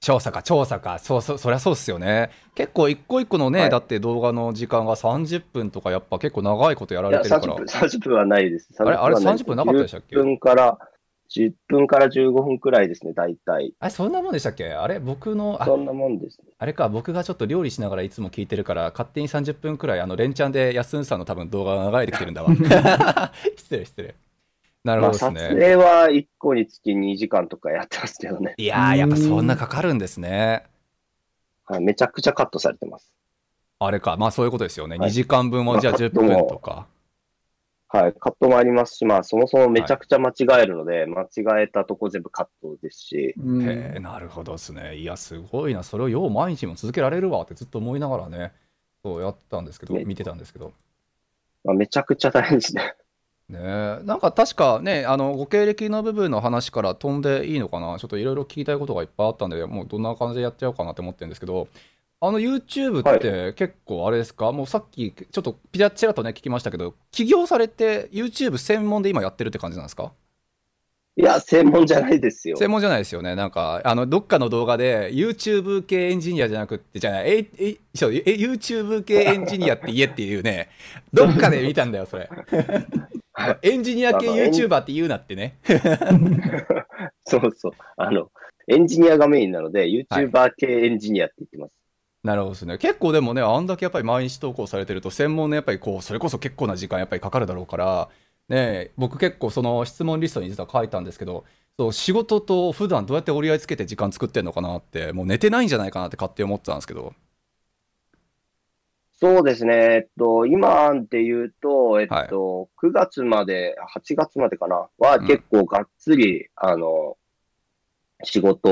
Speaker 2: 調査か調査かそうそうそりゃそうっすよね結構一個一個のね、
Speaker 3: はい
Speaker 2: だって動画の時間が30分とかやっぱ結構長いことやら
Speaker 3: い
Speaker 2: れ
Speaker 3: や、
Speaker 2: てるから
Speaker 3: 30分、30分はないです。
Speaker 2: あれあれ
Speaker 3: はないです
Speaker 2: 30分なかったでしたっけ
Speaker 3: 10分から10分から15分くらいですね、大体。
Speaker 2: あれ、そんなもんでしたっけあれ、僕の、あ
Speaker 3: そんなもんですね。
Speaker 2: あれか、僕がちょっと料理しながらいつも聞いてるから、勝手に30分くらい、あの、連チャンで安んさんの多分動画が流れてきてるんだわ。 失礼、失礼。なる
Speaker 3: ま
Speaker 2: ほ
Speaker 3: あ、
Speaker 2: どです
Speaker 3: 撮
Speaker 2: ね。
Speaker 3: 影は1個につき2時間とかやってますけどね。
Speaker 2: いやー、やっぱそんなかかるんですね。
Speaker 3: はい、めちゃくちゃカットされてます。
Speaker 2: あれか、まあそういうことですよね。
Speaker 3: はい
Speaker 2: 2時間分をじゃあ
Speaker 3: まあ
Speaker 2: 10分とか。
Speaker 3: はい、カットもありますし、まあ、そもそもめちゃくちゃ間違えるので、間違えたとこ全部カットですし、
Speaker 1: うん
Speaker 2: へえ、なるほどですね。いや、すごいな。それをよう毎日も続けられるわってずっと思いながらね、そうやったんですけど、
Speaker 3: ね
Speaker 2: 見てたんですけど。
Speaker 3: まあ、めちゃくちゃ大変 ですね。
Speaker 2: ねえ、なんか確かね、あの、ご経歴の部分の話から飛んでいいのかな。ちょっといろいろ聞きたいことがいっぱいあったんで、もうどんな感じでやっちゃおうかなって思ってるんですけど、あの YouTube って結構あれですか、もうさっきちょっとピラチラとね、聞きましたけど、起業されて YouTube 専門で今やってるって感じなんですか
Speaker 3: いや、専門じゃないですよ。
Speaker 2: 専門じゃないですよね。なんか、あの、どっかの動画で、YouTube 系エンジニアじゃなくって、じゃない、え、え、そう、え、YouTube 系エンジニアって言えっていうね、どっかで見たんだよ、それ。エンジニア系 YouTuber って言うなってね。
Speaker 3: そうそう。あの、エンジニアがメインなので、YouTuber 系エンジニアって言ってます。
Speaker 2: なるほどですね。結構でもね、あんだけやっぱり毎日投稿されてると、専門のやっぱりこう、それこそ結構な時間やっぱりかかるだろうから、ねえ、僕結構その質問リストに実は書いたんですけど、そう仕事と普段どうやって折り合いつけて時間作ってんのかなって、もう寝てないんじゃないかなって勝手に思ってたんですけど。
Speaker 3: そうですね。えっと、今で言うと、えっと、9月まで、8月までかな、は
Speaker 2: うん
Speaker 3: 結構がっつり、あの、仕事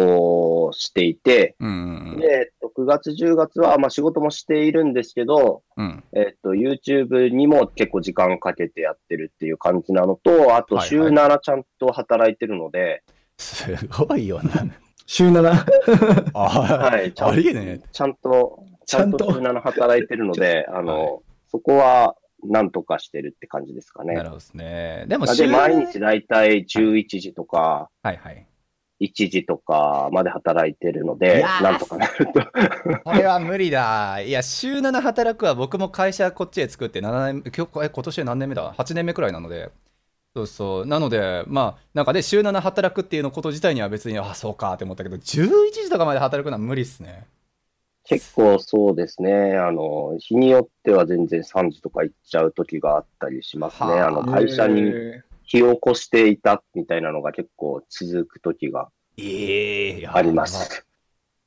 Speaker 3: をしていて、
Speaker 2: うんうん
Speaker 3: で、えっと、9月、10月は、まあ仕事もしているんですけど、
Speaker 2: うん。うん。
Speaker 3: えっと、YouTube にも結構時間かけてやってるっていう感じなのと、あと
Speaker 2: はいはい
Speaker 3: 週7ちゃんと働いてるので、
Speaker 2: すごいよ な。
Speaker 1: 週7。
Speaker 2: あ
Speaker 3: はい、ちゃ
Speaker 2: あ
Speaker 3: ん
Speaker 2: りえね
Speaker 3: ちゃんと、ちゃんと
Speaker 1: ちゃ
Speaker 3: 週7働いてるので、あの、そこはなんとかしてるって感じですか
Speaker 2: え。な
Speaker 3: ね
Speaker 2: る。ほどですね。でも
Speaker 3: で、毎日
Speaker 2: ね
Speaker 3: だいたい11時とか、
Speaker 2: はいはい。
Speaker 3: 1時とかまで働いてるの
Speaker 2: い
Speaker 3: で
Speaker 2: や、ー
Speaker 3: なんとかなると。
Speaker 2: これは無理だ。いや、週7働くは僕も会社こっちで作って7年、今日え今年で何年目だ ?8 年目くらいなので。そうそう。なので、まあ、なんかね、週7働くっていうのこと自体には別に、あ、そうかって思ったけど、11時とかまで働くのは無理っすね。
Speaker 3: 結構そうですね。あの、日によっては全然3時とか行っちゃう時があったりしますね。
Speaker 2: はあ
Speaker 3: あの、会社に
Speaker 1: へ
Speaker 3: 火を起こしていたみたいなのが結構続く時が
Speaker 2: ええいや
Speaker 3: ありま。す。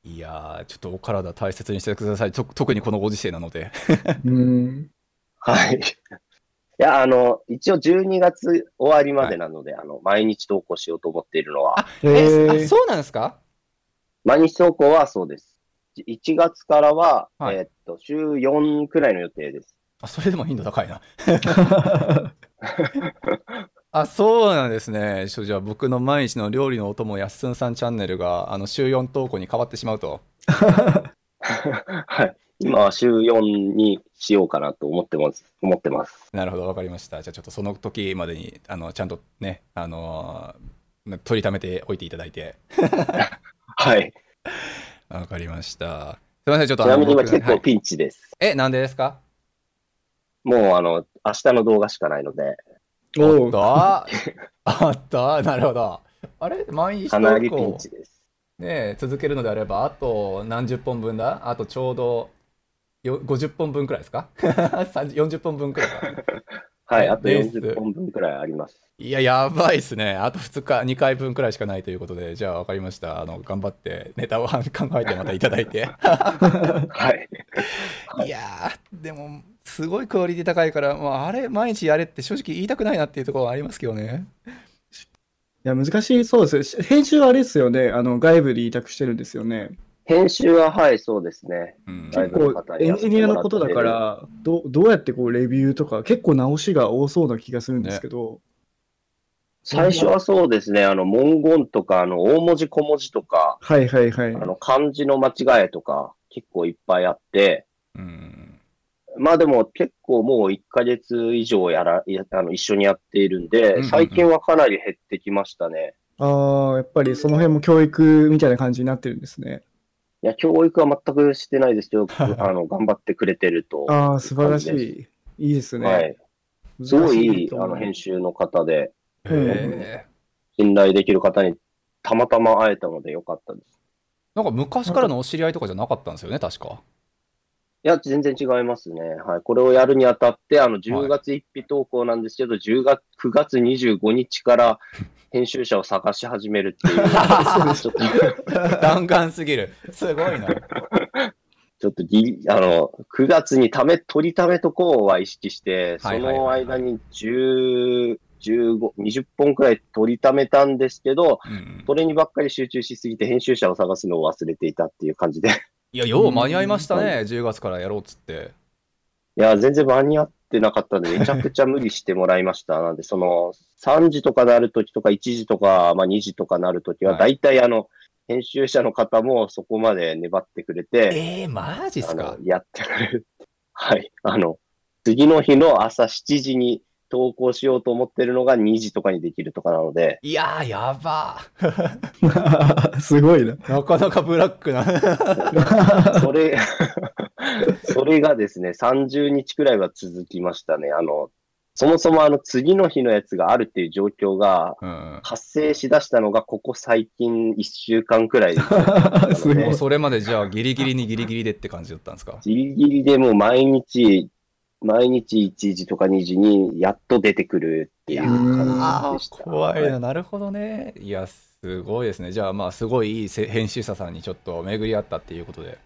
Speaker 2: いやー、ちょっとお体大切にしてください。と特にこのご時世なので。
Speaker 1: ーうん。
Speaker 3: はい。いや、あの、一応12月終わりまでなので、あの、毎日投稿しようと思っているのは、
Speaker 1: え
Speaker 2: えあ
Speaker 1: ー、
Speaker 2: そうなんですか
Speaker 3: 毎日投稿はそうです。1月からは、
Speaker 2: はい
Speaker 3: えーっと、週4くらいの予定 です。
Speaker 2: あ、それでも頻度高いな。あ、そうなんですね。ちょじゃあ僕の毎日の料理のお供やっすんさんチャンネルがあの週4投稿に変わってしまうと。
Speaker 3: はい。今は週4にしようかなと思ってます。思ってます。
Speaker 2: なるほど、わかりました。じゃあちょっとその時までにあのちゃんとね、あのー取りためておいていただいて。
Speaker 3: はい。
Speaker 2: わかりました。すみません、ちょっと
Speaker 3: ちなみに今
Speaker 2: 僕
Speaker 3: 結
Speaker 2: は
Speaker 3: 構
Speaker 2: い
Speaker 3: ピンチです。
Speaker 2: え、なんでですか
Speaker 3: もうあの、明日の動画しかないので、
Speaker 2: お
Speaker 1: お
Speaker 2: っ
Speaker 1: う
Speaker 2: とあった なるほど。あれ毎日
Speaker 3: かなり
Speaker 2: 投
Speaker 3: ピン
Speaker 2: 稿、
Speaker 3: チです。
Speaker 2: ね、続けるのであれば、あと何十本分だあとちょうどよ50本分くらいですか 30 ?40 本分くらいか。
Speaker 3: はい、あと
Speaker 2: レース
Speaker 3: 40本分くらいあります。
Speaker 2: いや、やばいですね。あと2日、2回分くらいしかないということで、じゃあ分かりました。あの、頑張って、ネタを考えてまたいただいて。
Speaker 3: はい。
Speaker 2: いやー、でも、すごいクオリティ高いから、まあ、あれ、毎日やれって正直言いたくないなっていうところはありますけどね。
Speaker 1: いや、難しいそうです。編集はあれですよね。あの、外部で委託してるんですよね。
Speaker 3: 編集は、はい、そうですね。
Speaker 2: うん
Speaker 1: 結
Speaker 3: はい
Speaker 1: 構、エンジニアのことだから、どうどうやってこう、レビューとか、結構直しが多そうな気がするんですけど。
Speaker 3: 最初はそうですね、あの、文言とか、あの、大文字小文字とか、
Speaker 1: はいはいはい
Speaker 3: あ。の、漢字の間違えとか、結構いっぱいあって、
Speaker 2: うん。
Speaker 3: まあでも結構もう1ヶ月以上やら、やあの一緒にやっているん
Speaker 2: うんう
Speaker 3: で
Speaker 2: ん、
Speaker 3: 最近はかなり減ってきましたね。
Speaker 1: ああ、やっぱりその辺も教育みたいな感じになってるんですね。
Speaker 3: いや、教育は全くしてないですけ ど、あの、頑張ってくれてると。
Speaker 1: ああ、素晴らし
Speaker 3: 感じ
Speaker 1: い。いいですね。
Speaker 3: はい。すごいいい、
Speaker 1: 難しと
Speaker 3: あ
Speaker 1: 思う
Speaker 3: の、編集の方で、
Speaker 2: へえ。
Speaker 3: 信頼できる方にたまたま会えたのでよかったです。
Speaker 2: なんか昔からのお知り合いとかじゃなかったんですよね、確 か。
Speaker 3: いや、全然違いますね。はい。これをやるにあたって、あの、
Speaker 2: はい
Speaker 3: 10月1日投稿なんですけど、10月、9月25日から編集者を探し始めるっ ていう、ちょっと、
Speaker 2: 弾丸すぎる。すごいな。
Speaker 3: ちょっとぎ、あの、9月にため、取りためとこうは意識して、そ
Speaker 2: はいはい
Speaker 3: の
Speaker 2: はいは
Speaker 3: 間
Speaker 2: い
Speaker 3: に10、15、20本くらい取りためたんですけど、
Speaker 2: うんうん
Speaker 3: それにばっかり集中しすぎて編集者を探すのを忘れていたっていう感じで。
Speaker 2: いや、よう間に合いましたね、10月からやろうっつって。
Speaker 3: いや、全然間に合ってなかったんで、めちゃくちゃ無理してもらいました。なんで、その、3時とかなるときとか、1時とか、まあ2時とかなるときは、
Speaker 2: は
Speaker 3: 大体あの、編集者の方もそこまで粘ってくれて、
Speaker 2: えー、マジっ
Speaker 3: あ
Speaker 2: すか
Speaker 3: の、。やってくれる。はい。あの、次の日の朝7時に投稿しようと思ってるのが2時とかにできるとかなの で、
Speaker 2: いやー、やば
Speaker 1: すごいな。
Speaker 2: ー。なかなかブラックな。
Speaker 3: それ、 それがですね、30日くらいは続きましたね。あの、そもそもあの、次の日のやつがあるっていう状況が、
Speaker 2: うん
Speaker 3: 発生しだしたのが、ここ最近1週間くら いで
Speaker 1: す
Speaker 3: すね
Speaker 2: も
Speaker 1: ご
Speaker 2: う
Speaker 1: い。
Speaker 2: それまでじゃあギリギリにギリギリでって感じだったんですか
Speaker 3: ギリギリでもう毎日、毎日1時とか2時にやっと出てくるっていう感じでした。
Speaker 2: 怖い
Speaker 3: は
Speaker 2: な、なるほどね。いや、すごいですね。じゃあ、まあ、すごいいいせ編集者さんにちょっと巡り合ったっていうことで、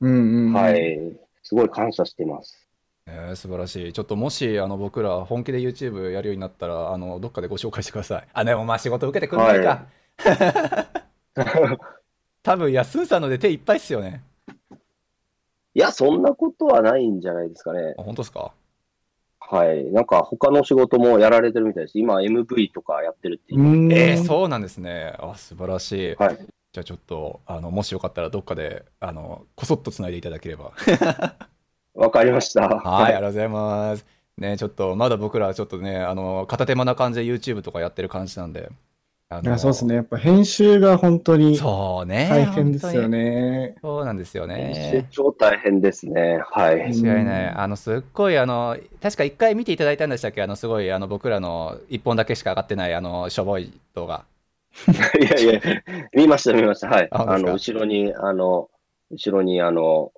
Speaker 1: うんうん。
Speaker 3: は。い。すごい感謝してます。
Speaker 2: えー素晴らしい。ちょっともし、あの、僕ら本気で YouTube やるようになったら、あの、どっかでご紹介してください。あ、でもまあ、仕事受けてくんないか。多分、安さんので手いっぱいっすよね。
Speaker 3: いや、そんなことはないんじゃないですかね。
Speaker 2: あ本当ですか
Speaker 3: はい。なんか他の仕事もやられてるみたいです。今 MV とかやってるっていう。
Speaker 1: ん
Speaker 2: えー、そうなんですね。あ、素晴らしい。
Speaker 3: はい。
Speaker 2: じゃあちょっと、あの、もしよかったらどっかで、あの、こそっとつないでいただけ れば。
Speaker 3: わかりました。
Speaker 2: はい、ありがと
Speaker 3: い。
Speaker 2: うございます。ね、ちょっと、まだ僕らはちょっとね、あの、片手間な感じで YouTube とかやってる感じなんで。あの
Speaker 1: あそうですね。やっぱ編集が本当に
Speaker 2: そうね。
Speaker 1: 大変ですよ
Speaker 2: 本当に。
Speaker 1: ね。
Speaker 2: そうなんですよ
Speaker 3: 編集
Speaker 2: ね。
Speaker 3: 超大変ですね。はい。
Speaker 2: 間違いない。あの、すっごい、あの、確か一回見ていただいたんでしたっけあの、すごい、あの、僕らの一本だけしか上がってない、あの、しょぼい動画。
Speaker 3: いやいや、見ました、見ました。はい。
Speaker 2: あ
Speaker 3: あの、
Speaker 2: 本当です
Speaker 3: 後ろに、あの、後ろに、あの、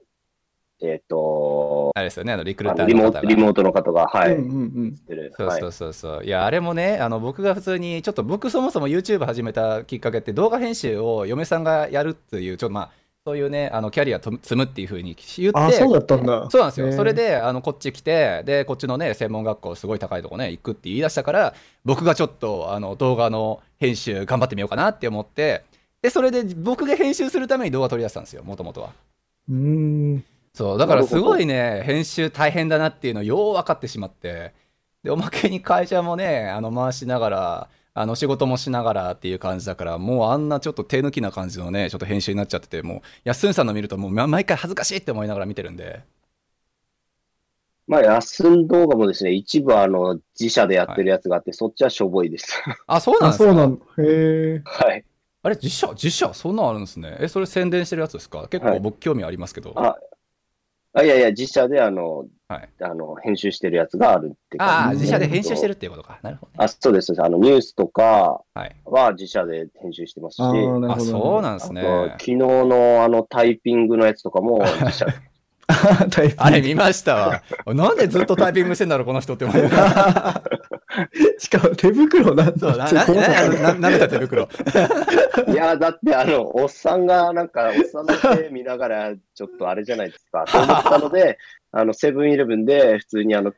Speaker 3: えっ、と、
Speaker 2: あれですよね、あの、リクル
Speaker 3: あ
Speaker 2: ータ
Speaker 3: の
Speaker 2: ー
Speaker 3: リ
Speaker 2: の方
Speaker 3: モー
Speaker 2: が
Speaker 3: ト、リモートの方が、はい。
Speaker 1: うんうんうん。
Speaker 3: してる
Speaker 2: そう
Speaker 3: はい
Speaker 2: そうそうそう、い、やあれもねあの僕が普通にちょっと僕そもそも YouTube 始めたきっかけって動画編集を嫁さんがやるっていうちょっとまあそういうねあのキャリアと積むっていうふうに言って
Speaker 1: あ、そうだったんだ。
Speaker 2: そうなんですよ、
Speaker 1: へー
Speaker 2: それであのこっち来てでこっちのね専門学校すごい高いとこね行くって言い出したから僕がちょっとあの動画の編集頑張ってみようかなって思ってでそれで僕が編集するために動画取り出したんですよもともとは
Speaker 1: うーん。
Speaker 2: そうだからすごいね編集大変だなっていうのをよう分かってしまってでおまけに会社もねあの回しながらあの仕事もしながらっていう感じだからもうあんなちょっと手抜きな感じのねちょっと編集になっちゃっててもうやっすんさんの見るともうま毎回恥ずかしいって思いながら見てるんで
Speaker 3: まあ、休ん動画もですね、一部、あの、自社でやってるやつがあって、そっちはしょぼいです。
Speaker 2: あそうなん
Speaker 1: あ、
Speaker 2: です
Speaker 1: そう
Speaker 2: か
Speaker 1: なんだ。へえ。
Speaker 3: はい。
Speaker 2: あれ自社自社そんなんあるんですねえそれ宣伝してるやつですか結
Speaker 3: は
Speaker 2: 構
Speaker 3: い
Speaker 2: 僕興味ありますけど、
Speaker 3: ああ、いやいや、自社で、あの、
Speaker 2: はい
Speaker 3: あの、編集してるやつがあるって
Speaker 2: ああ
Speaker 3: 感じ
Speaker 2: 自社で編集してる
Speaker 3: る。
Speaker 2: っていうことかなるほどね
Speaker 3: あ、そうです。そうですあの、ニュースとか
Speaker 2: はい
Speaker 3: は自社で編集してますし、
Speaker 1: あーなるほど。
Speaker 2: あそうなん
Speaker 3: あ
Speaker 2: で
Speaker 3: と
Speaker 2: すね
Speaker 3: 昨日のあのタイピングのやつとかも 自社で
Speaker 1: だ。 タイプ
Speaker 2: あれ見ましたわなんでずっとタイピングしてんだろうこの人って思いながら
Speaker 1: しかも手袋なん
Speaker 2: そう、
Speaker 1: だ。
Speaker 2: な、
Speaker 1: ちょ
Speaker 2: な、
Speaker 1: っと怖かった
Speaker 2: な、なめた手袋。
Speaker 3: いや、だってあの、おっさんが、なんか、おっさんの手見ながら、ちょっとあれじゃないですか、と思ったので、あの、セブンイレブンで、普通にあの、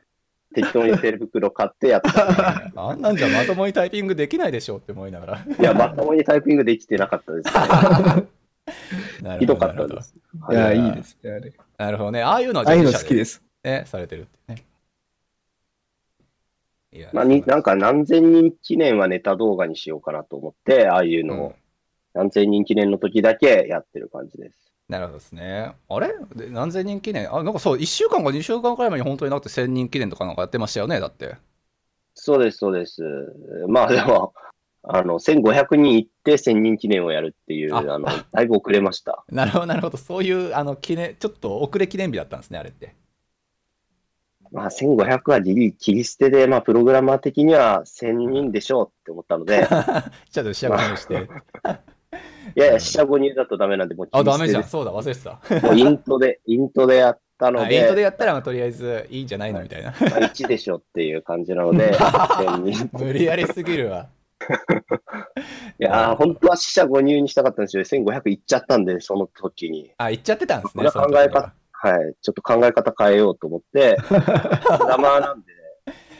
Speaker 3: 適当に手袋買ってやった。
Speaker 2: あんなんじゃまともにタイピングできないでしょうって思いながら。
Speaker 3: いや、まともにタイピングできてなかった ですね。
Speaker 2: な
Speaker 3: ひ
Speaker 2: る
Speaker 3: ど
Speaker 2: ほど
Speaker 3: かった
Speaker 2: なるほど
Speaker 3: です。
Speaker 1: いや、
Speaker 2: はい
Speaker 1: いですね、あれ。
Speaker 2: なるほどね。ああいうのは
Speaker 1: ああいうの
Speaker 2: 自
Speaker 1: 好
Speaker 2: 社
Speaker 1: きです。
Speaker 2: ね、されてるってね。いや
Speaker 3: まあ、になんか、何千人記念はネタ動画にしようかなと思って、ああいうのを、何千人記念の時だけやってる感じです。
Speaker 2: なるほどですね。あれで何千人記念あ、なんかそう、1週間か2週間くらい前に本当になって1000人記念とかなんかやってましたよね、だって。
Speaker 3: そうです、そうです。まあ、でも、あの、1500人行って1000人記念をやるっていう、
Speaker 2: あ
Speaker 3: あの、だいぶ遅れました。
Speaker 2: なるほど、なるほど。そういう、あの、記念、ちょっと遅れ記念日だったんですね、あれって。
Speaker 3: まあ、1500はギリ切り捨てで、まあ、プログラマー的には1000人でしょうって思った ので、
Speaker 2: ちょっと試着 して。
Speaker 3: いやいや、四捨五入だとダメなんで、もう切
Speaker 2: あ、
Speaker 3: り
Speaker 2: ダ
Speaker 3: 捨
Speaker 2: メ
Speaker 3: て
Speaker 2: じゃ
Speaker 3: で
Speaker 2: ん。そうだ、忘れてた。
Speaker 3: もうイントで、イントでやったの
Speaker 2: あイントで
Speaker 3: で、
Speaker 2: やったら、まあとりあえずいいんじゃないのみたい な。
Speaker 3: まあ1でしょっていう感じなので、1000人。
Speaker 2: 無理やりすぎるわ。
Speaker 3: いやー、本当は四捨五入にしたかったんですよ。1500いっちゃったんで、その時に。
Speaker 2: あ、言っちゃってたんです
Speaker 3: これ
Speaker 2: ね。
Speaker 3: は考え方はい。ちょっと考え方変えようと 思って、ダマーなんで、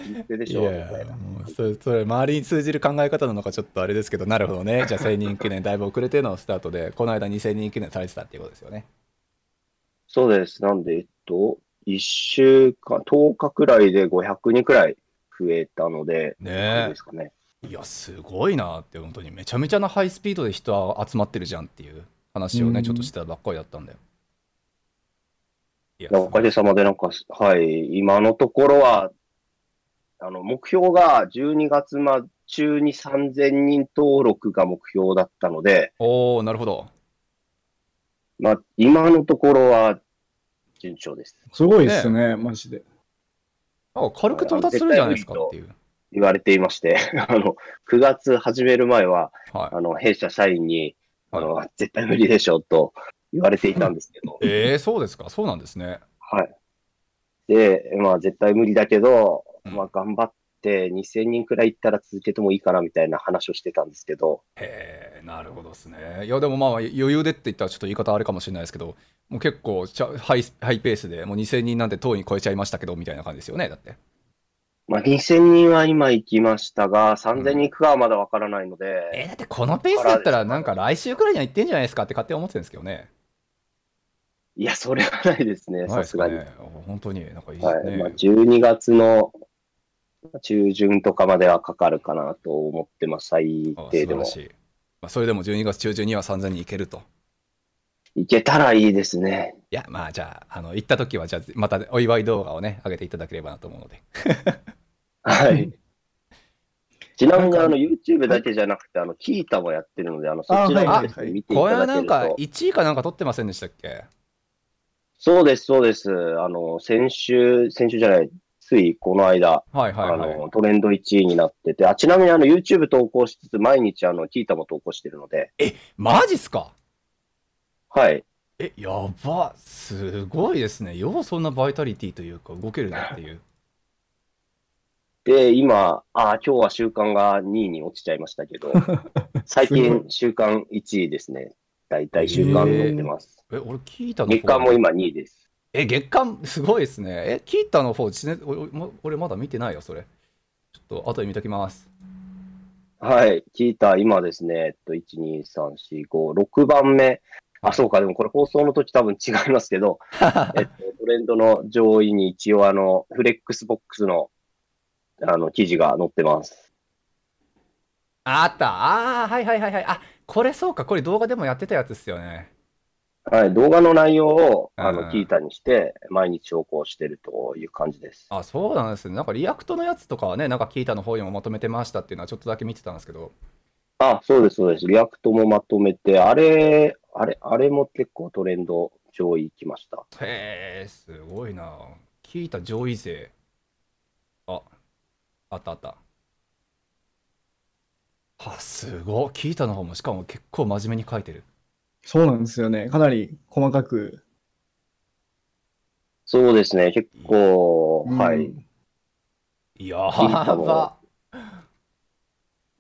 Speaker 3: 切り捨てで
Speaker 2: い
Speaker 3: しょみ
Speaker 2: や
Speaker 3: た
Speaker 2: い
Speaker 3: い
Speaker 2: や
Speaker 3: な。
Speaker 2: もうそれそれ周りに通じる考え方なのかちょっとあれですけどなるほど ねじゃあ1000人記念だいぶ遅れてのスタートでこの間2000人記念されてたっていうことですよね
Speaker 3: そうです。なんで、えっと、1週間、10日くらいで500人くらい増えたので、
Speaker 2: ね
Speaker 3: どう
Speaker 2: え
Speaker 3: ですかね。
Speaker 2: いやすごいなって本当にめちゃめちゃなハイスピードで人集まってるじゃんっていう話をね
Speaker 1: うん
Speaker 2: ちょっとしてたばっかりだったんだよいや
Speaker 3: いやおかげさまでなんか、はい、今のところは、あの、目標が12月ま中に3000人登録が目標だったので、
Speaker 2: おおなるほど
Speaker 3: まあ、今のところは順調です。
Speaker 1: すごいっすね、マジで。
Speaker 2: なんか軽く到達するじゃないですかっていう
Speaker 3: 言われていまして、 あの、9月始める前は、
Speaker 2: はい
Speaker 3: あの、弊社社員に、あの、
Speaker 2: は
Speaker 3: 絶対無理でしょうと言われていたんですけど、
Speaker 2: えー、そうですかそうなんですね
Speaker 3: はい。で、まあ、絶対無理だけど、
Speaker 2: うん
Speaker 3: まあ、頑張って2000人くらい行ったら続けてもいいかなみたいな話をしてたんですけど、
Speaker 2: へえ、なるほどですね。いや、でもまあ、余裕でって言ったらちょっと言い方あれかもしれないですけど、もう結構ちゃハイ、ハイペースで、もう2000人なんてとうに超えちゃいましたけど、みたいな感じですよね、だって。
Speaker 3: まあ、2000人は今行きましたが、3000人行くかはまだわからないの
Speaker 2: えー
Speaker 3: で、
Speaker 2: だってこのペースだったら、なんか来週くらいには行ってんじゃないですかって勝手に思ってるんですけどね。
Speaker 3: いや、それはないですね、
Speaker 2: ない
Speaker 3: さ
Speaker 2: ですす
Speaker 3: が
Speaker 2: か
Speaker 3: に。
Speaker 2: ね。本当に、なんかいいで
Speaker 3: は
Speaker 2: す
Speaker 3: い。
Speaker 2: ね。
Speaker 3: まあ、12月の中旬とかまではかかるかなと思ってます、最
Speaker 2: あ
Speaker 3: 低
Speaker 2: 素
Speaker 3: で
Speaker 2: 晴
Speaker 3: も
Speaker 2: ら。しい。まあ、それでも12月中旬には3000人行けると。
Speaker 3: 行けたらいいですね。
Speaker 2: いや、まあ、じゃあ、あの行った時は、じゃあ、またお祝い動画をね、上げていただければなと思うので。
Speaker 3: はい。ちなみ
Speaker 1: な
Speaker 3: に、
Speaker 1: んか
Speaker 3: あの、YouTube だけじゃなくて、あの、キータもやってるので、あの、そ
Speaker 1: あ
Speaker 3: ちらも
Speaker 1: はい
Speaker 3: ですね見てい
Speaker 2: これ
Speaker 3: た
Speaker 2: は
Speaker 3: だけ
Speaker 2: なん
Speaker 3: る
Speaker 2: か
Speaker 3: と。
Speaker 2: 1位かなんか取ってませんでしたっけ
Speaker 3: そうです、そうです。あの、先週、先週じゃない、ついこの間、
Speaker 2: はいはい
Speaker 3: あ
Speaker 2: はい。
Speaker 3: の、トレンド1位になってて、あ、ちなみに、あの、YouTube 投稿しつつ、毎日、あの、キータも投稿してるので、
Speaker 2: マジっすか
Speaker 3: はい。
Speaker 2: え、やば、すごいですね。ようそんなバイタリティというか、動けるなっていう。
Speaker 3: で、今、あ、今日は週間が2位に落ちちゃいましたけど、最近、週間1位ですね。だいたい週間乗ってます。
Speaker 2: え、俺、キータの方
Speaker 3: 月間も今2位です。
Speaker 2: え、月間、すごいですね。え、キータの方、ちね、俺俺俺まだ見てないよ、それ。ちょっと、後で見とき ます。
Speaker 3: はい、聞いた、今ですね、えっと、1、2、3、4、5、6番目。あ、そうか、でもこれ放送の時多分違いますけど、えっと、トレンドの上位に一応、あの、フレックスボックスの、あの、記事が載ってます。
Speaker 2: ああった。ああ、はいはいはいはい。あ、これそうか、これ動画でもやってたやつですよね。
Speaker 3: はい、動画の内容を、あ
Speaker 2: うん
Speaker 3: の、聞いたにして、毎日投稿してるという感じです。
Speaker 2: あ、そうなんですね。なんかリアクトのやつとかはね、なんかキータの方にもまとめてましたっていうのはちょっとだけ見てたんですけど。
Speaker 3: あ、そうです、そうです。リアクトもまとめて、あれ、あれ、あれも結構トレンド上位来ました。
Speaker 2: へえ、すごいな。聞いた上位勢。あ、あったあった。あ、すごい。聞いたの方も、しかも結構真面目に書いてる。
Speaker 1: そうなんですよね。かなり細かく。
Speaker 3: そうですね、結構、は
Speaker 1: う
Speaker 3: い
Speaker 1: ん。
Speaker 2: や
Speaker 3: いた
Speaker 2: ば
Speaker 3: も。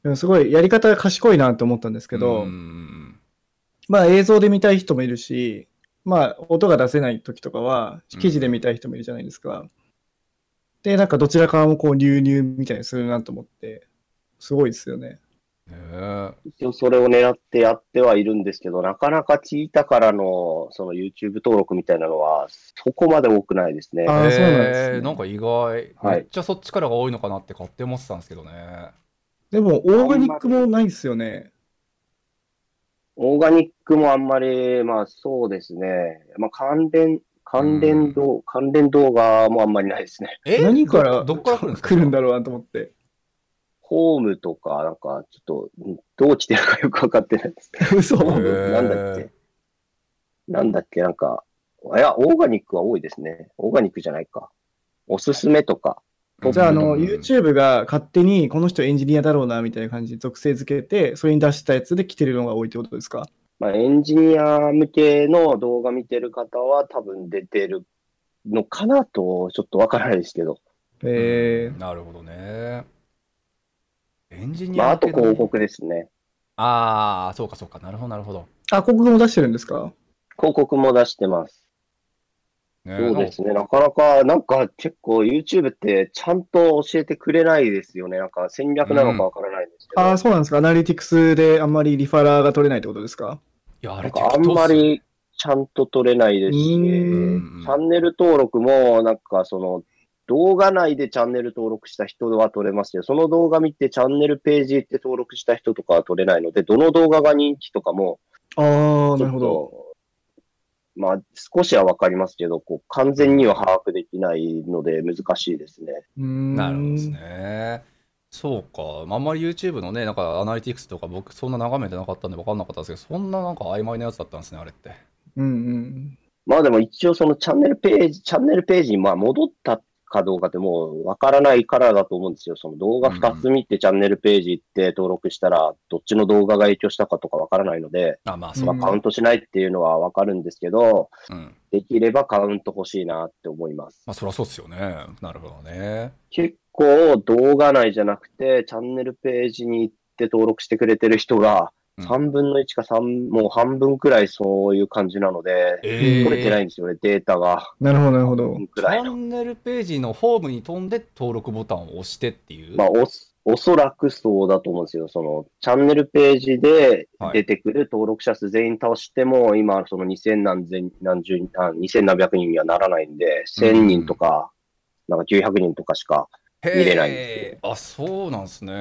Speaker 1: でもすごいやり方が賢いなと思ったんですけど、
Speaker 2: うん
Speaker 1: まあ映像で見たい人もいるし、まあ音が出せない時とかは
Speaker 2: うん
Speaker 1: 記事で見たい人もいるじゃないですか。で、なんかどちらからもこう流入みたいにするなと思って、すごいですよね。
Speaker 2: ねえ
Speaker 3: 一応それを狙ってやってはいるんですけど、なかなか聞いたからの、その YouTube 登録みたいなのは、そこまで多くないですね。
Speaker 1: あーそうなんですね
Speaker 2: えーなんか意外、
Speaker 3: はい
Speaker 2: めっちゃそっちからが多いのかなって勝手に思ってたんですけどね。
Speaker 1: でもオーガニックもないですよね。
Speaker 3: オーガニックもあんまり、まあそうですね。まあ関連、関連動、関連動画もあんまりないですね。
Speaker 2: え
Speaker 1: 何から
Speaker 2: どどっから来るんですか
Speaker 1: 来るんだろうなと思って。
Speaker 3: ホームとか、なんか、ちょっと、うんどう来てるかよくわかってないです。
Speaker 1: 嘘。
Speaker 2: へー
Speaker 3: なんだっけなんだっけなんか、いや、オーガニックは多いですね。オーガニックじゃないか。おすすめとか。
Speaker 1: じゃあ、あの、
Speaker 2: うん
Speaker 1: YouTube が勝手にこの人エンジニアだろうな、みたいな感じで属性付けて、それに出したやつで来てるのが多いってことですか
Speaker 3: まあ、エンジニア向けの動画見てる方は多分出てるのかなと、ちょっとわからないですけど。
Speaker 1: えー、
Speaker 2: なるほどね。エンジニ
Speaker 3: まあ、
Speaker 2: ア
Speaker 3: あと
Speaker 2: 系だね
Speaker 3: 広告ですね。
Speaker 2: ああ、そうかそうか。なるほど、なるほど。
Speaker 1: あ、広告も出してるんですか
Speaker 3: 広告も出してます。
Speaker 2: ね
Speaker 3: そうですね。なかなか、なんか結構 YouTube ってちゃんと教えてくれないですよね。なんか戦略なのかわからないんですけど。
Speaker 1: あー、そうなんですか。アナリティクスであんまりリファラーが取れないってことですか
Speaker 2: いや、あ
Speaker 3: な
Speaker 2: れ
Speaker 3: んかあん
Speaker 2: 適当
Speaker 3: ま
Speaker 2: っすよね
Speaker 3: りちゃんと取れないですし、
Speaker 1: う
Speaker 3: チ
Speaker 1: ー
Speaker 2: ん
Speaker 3: ャンネル登録も、なんかその、動画内でチャンネル登録した人は取れますけど、その動画見てチャンネルページ行って登録した人とかは取れないので、どの動画が人気とかも、
Speaker 1: あー、
Speaker 3: ち
Speaker 1: なる
Speaker 3: ょっ
Speaker 1: ほど。
Speaker 3: と、まあ少しはわかりますけど、こう完全には把握できないので難しいですね。
Speaker 1: うーん
Speaker 2: なるほどです。ね。そうか、まああんまり YouTube のね、なんかアナリティクスとか、僕、そんな眺めてなかったんで分かんなかったんですけど、そんななんか曖昧なやつだったんですね、あれって。
Speaker 1: うんうん。
Speaker 3: まあでも一応そのチャンネルページ、チャンネルページにまあ戻ったかどうかってもうわからないからだと思うんですよ。その動画2つ見てチャンネルページ行って登録したら、どっちの動画が影響したかとかわからないので、
Speaker 2: あ、まあ、そううか。
Speaker 1: ん
Speaker 3: カウントしないっていうのはわかるんですけど、
Speaker 2: うん。
Speaker 3: できればカウント欲しいなって思います
Speaker 2: ま。あ、そりゃそうっすよね。なるほどね。
Speaker 3: 結構動画内じゃなくて、チャンネルページに行って登録してくれてる人が、
Speaker 2: うん
Speaker 3: 3分の1か3、もう半分くらいそういう感じなので、
Speaker 2: え。
Speaker 3: 取れてないいんですよね、データが。
Speaker 1: なるほど、なるほど。
Speaker 3: く
Speaker 2: チ
Speaker 3: らい
Speaker 2: ャ
Speaker 3: の
Speaker 2: ンネルページのホームに飛んで登録ボタンを押してっていう。
Speaker 3: まあ、おそおそらくそうだと思うんですよ。その、チャンネルページで出てくる登録者数全員倒しても、今、その2000何千、何十人、あ2000何百人にはならないんで、1000人とか、なんか900人とかしか、見れないん
Speaker 2: へ
Speaker 3: です
Speaker 2: ーあそうなんですね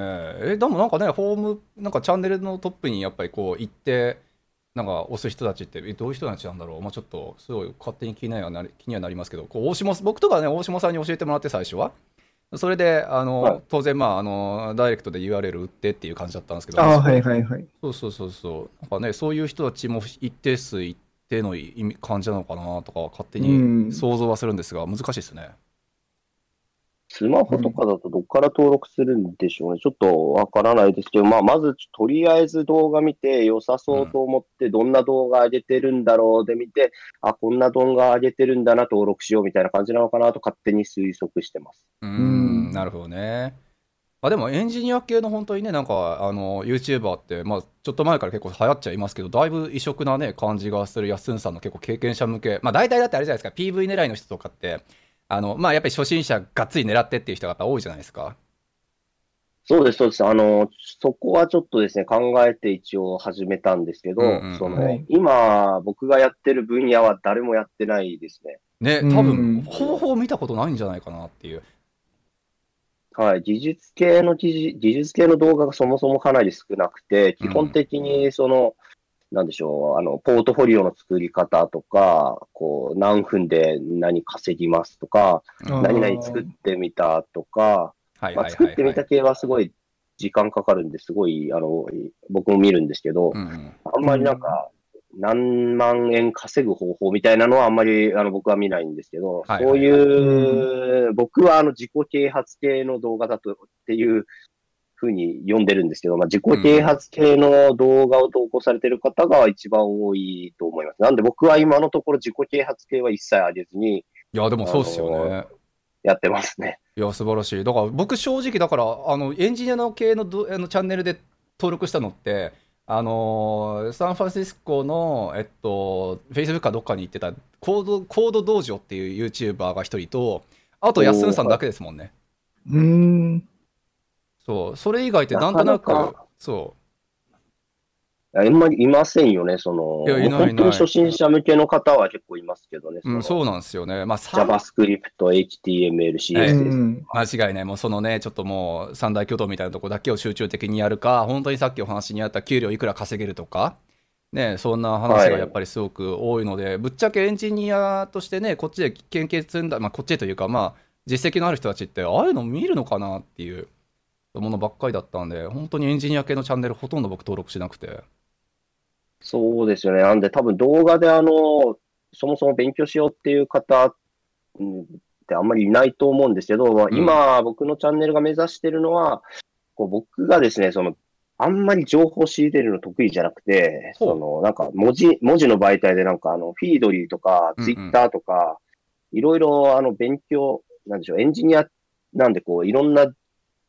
Speaker 2: えでもなんかねホームなんかチャンネルのトップにやっぱりこう行ってなんか押す人たちってえどういう人たちなんだろう、まあ、ちょっとすごい勝手に気にはなり気にはなりますけどこう大島僕とかね大島さんに教えてもらって最初はそれであの、
Speaker 3: はい
Speaker 2: 当然まああのダイレクトで URL 売ってっていう感じだったんですけど
Speaker 1: あー、
Speaker 2: そ
Speaker 1: は
Speaker 2: う
Speaker 1: いはいはい。
Speaker 2: そうそうそうそうなんかねそういう人たちも一定数一定の意味感じなのかなとか勝手
Speaker 1: う
Speaker 2: に
Speaker 1: ん
Speaker 2: 想像はするんですが難しいですね
Speaker 3: スマホとかだとどっから登録するんでしょうね。ちょっとわからないですけど、まあ、まずとりあえず動画見て良さそうと思って、どんな動画上げてるんだろうで見て、あ、こんな動画上げてるんだな、登録しようみたいな感じなのかなと勝手に推測してます。
Speaker 2: うー
Speaker 1: うん
Speaker 2: ん、なるほどね。あでもエンジニア系の本当にね、なんかあの YouTuber って、まあ、ちょっと前から結構流行っちゃいますけど、だいぶ異色な、ね、感じがするやっすんさんの結構経験者向け、まあ、大体だってあれじゃないですか、PV 狙いの人とかって、あのまあ、やっぱり初心者がっつり狙ってっていう人がやっぱ多いじゃないですか。
Speaker 3: そうです、そうです。あの、そこはちょっとですね、考えて一応始めたんですけど、
Speaker 2: うんうん
Speaker 3: その、
Speaker 1: はい
Speaker 3: 今、僕がやってる分野は誰もやってないですね。
Speaker 2: ね、多
Speaker 1: うん
Speaker 2: 分方法見たことないんじゃないかなっていう。
Speaker 3: はい、技術系の記事、技術系の動画がそもそもかなり少なくて、基本的にその、なんでしょう、あの、ポートフォリオの作り方とか、こう、何分で何稼ぎますとか、
Speaker 1: あー
Speaker 3: 何々作ってみたとか、
Speaker 2: はい
Speaker 3: ま
Speaker 2: は
Speaker 3: あ、
Speaker 2: い
Speaker 3: 作って
Speaker 2: は
Speaker 3: み
Speaker 2: いは
Speaker 3: た
Speaker 2: い。
Speaker 3: 系はすごい時間かかるんですごい、あの、僕も見るんですけど、
Speaker 2: うんうん
Speaker 3: あんまりなんか、何万円稼ぐ方法みたいなのはあんまりあの僕は見ないんですけど、
Speaker 2: はい
Speaker 3: そういう、僕はあの自己啓発系の動画だとっていうふうに読んでるんですけど、まあ、自己啓発系の動画を投稿されてる方が一番多いと思います。なんで僕は今のところ自己啓発系は一切上げずに
Speaker 2: いや、でもそうですよ
Speaker 3: あ
Speaker 2: ね。
Speaker 3: やってますね。
Speaker 2: いや、素晴らしい。だから僕、正直、だから、あの、エンジニアの系のどあのチャンネルで登録したのって、あのーサンフランシスコの、えっと、Facebook かどっかに行ってた、コード、コード道場っていう YouTuber が一人と、あと、やっすんさんだけですもんね。
Speaker 1: うーん。
Speaker 2: そう、それ以外ってなんとなく、
Speaker 3: なかなか
Speaker 2: そ
Speaker 3: あんまりいませんよね、その、
Speaker 2: いやいない
Speaker 3: もう本当
Speaker 2: い
Speaker 3: に
Speaker 2: ない
Speaker 3: 初心者向けの方は結構いますけどね、
Speaker 2: う、うん、
Speaker 3: その
Speaker 2: そうなんですよね。まあ、さん
Speaker 3: JavaScript、HTML、
Speaker 1: う
Speaker 3: CSS
Speaker 1: ん
Speaker 2: 間違いない、もうそのね、ちょっともう三大巨頭みたいなとこだけを集中的にやるか、本当にさっきお話にあった給料いくら稼げるとか、ね、そんな話がやっぱりすごく多いので、ぶっちゃけエンジニアとしてね、こっちで研究積んだ、まあ、こっちでというか、まあ、実績のある人たちって、ああいうの見るのかなっていうものばっかりだったんで、本当にエンジニア系のチャンネル、ほとんど僕、登録しなくて。
Speaker 3: そうですよね。なんで、多分動画であの、そもそも勉強しようっていう方うんってあんまりいないと思うんですけど、まあ
Speaker 2: うん
Speaker 3: 今、僕のチャンネルが目指してるのは、こう僕がですね、その、あんまり情報仕入れるの得意じゃなくて、
Speaker 2: ほう
Speaker 3: その、なんか文字、文字の媒体でなんかあの、フィードリーとか
Speaker 2: う、んうん
Speaker 3: ツイッターとか、いろいろあの、勉強、なんでしょう、エンジニアなんでこう、いろんな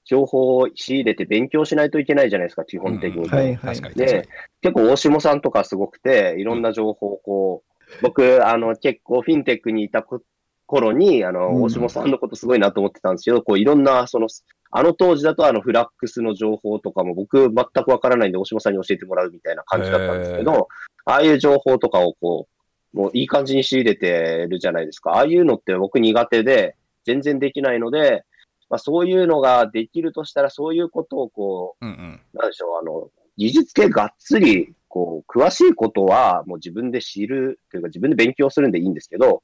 Speaker 3: 情報を仕入れて勉強しないといけないじゃないですか、基本的に。
Speaker 1: うんはい
Speaker 2: 確かに確かに
Speaker 3: で。、結構大下さんとかすごくて、いろんな情報をこう、僕、あの、結構フィンテックにいたこ頃に、あ
Speaker 1: うん
Speaker 3: の、大下さんのことすごいなと思ってたんですけど、こう、いろんな、その、あの当時だとあのフラックスの情報とかも僕全くわからないんで、大下さんに教えてもらうみたいな感じだったんですけ
Speaker 2: へ
Speaker 3: ど、ああいう情報とかをこう、もういい感じに仕入れてるじゃないですか。ああいうのって僕苦手で、全然できないので、まあそういうのができるとしたら、そういうことをこう、
Speaker 2: うんうん。
Speaker 3: なんでしょう、あの、技術系がっつり、こう、詳しいことは、もう自分で知るというか、自分で勉強するんでいいんですけど、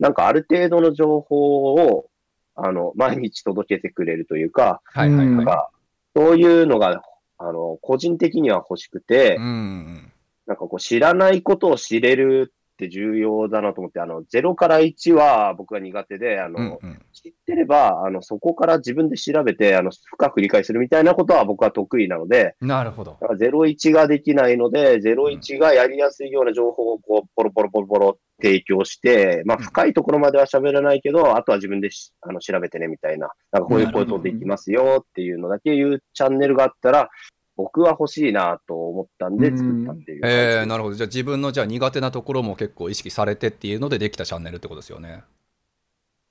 Speaker 3: なんかある程度の情報を、あの、毎日届けてくれるというか、
Speaker 2: はいは
Speaker 1: う
Speaker 2: い
Speaker 1: ん
Speaker 2: は
Speaker 3: ないん。か、そういうのが、あの、個人的には欲しくて、
Speaker 2: うんうん
Speaker 3: なんかこう、知らないことを知れるって重要だなと思って、あの、0から1は僕は苦手で、あの、
Speaker 2: うんうん
Speaker 3: 知ってれば、あの、そこから自分で調べて、あの、深く理解するみたいなことは僕は得意なので、
Speaker 2: なるほど。
Speaker 3: だから01ができないので、01がやりやすいような情報をこうポロポロポロポロ提供して、まあ、
Speaker 2: うん
Speaker 3: 深いところまでは喋らないけど、あとは自分でしあの調べてねみたいな、なんかこういうことできますよっていうのだけ言うチャンネルがあったら、僕は欲しいなと思ったんで
Speaker 1: うん
Speaker 3: 作ったっていう感じです。
Speaker 2: えー、なるほど。じゃあ自分のじゃあ苦手なところも結構意識されてっていうのでできたチャンネルってことですよね。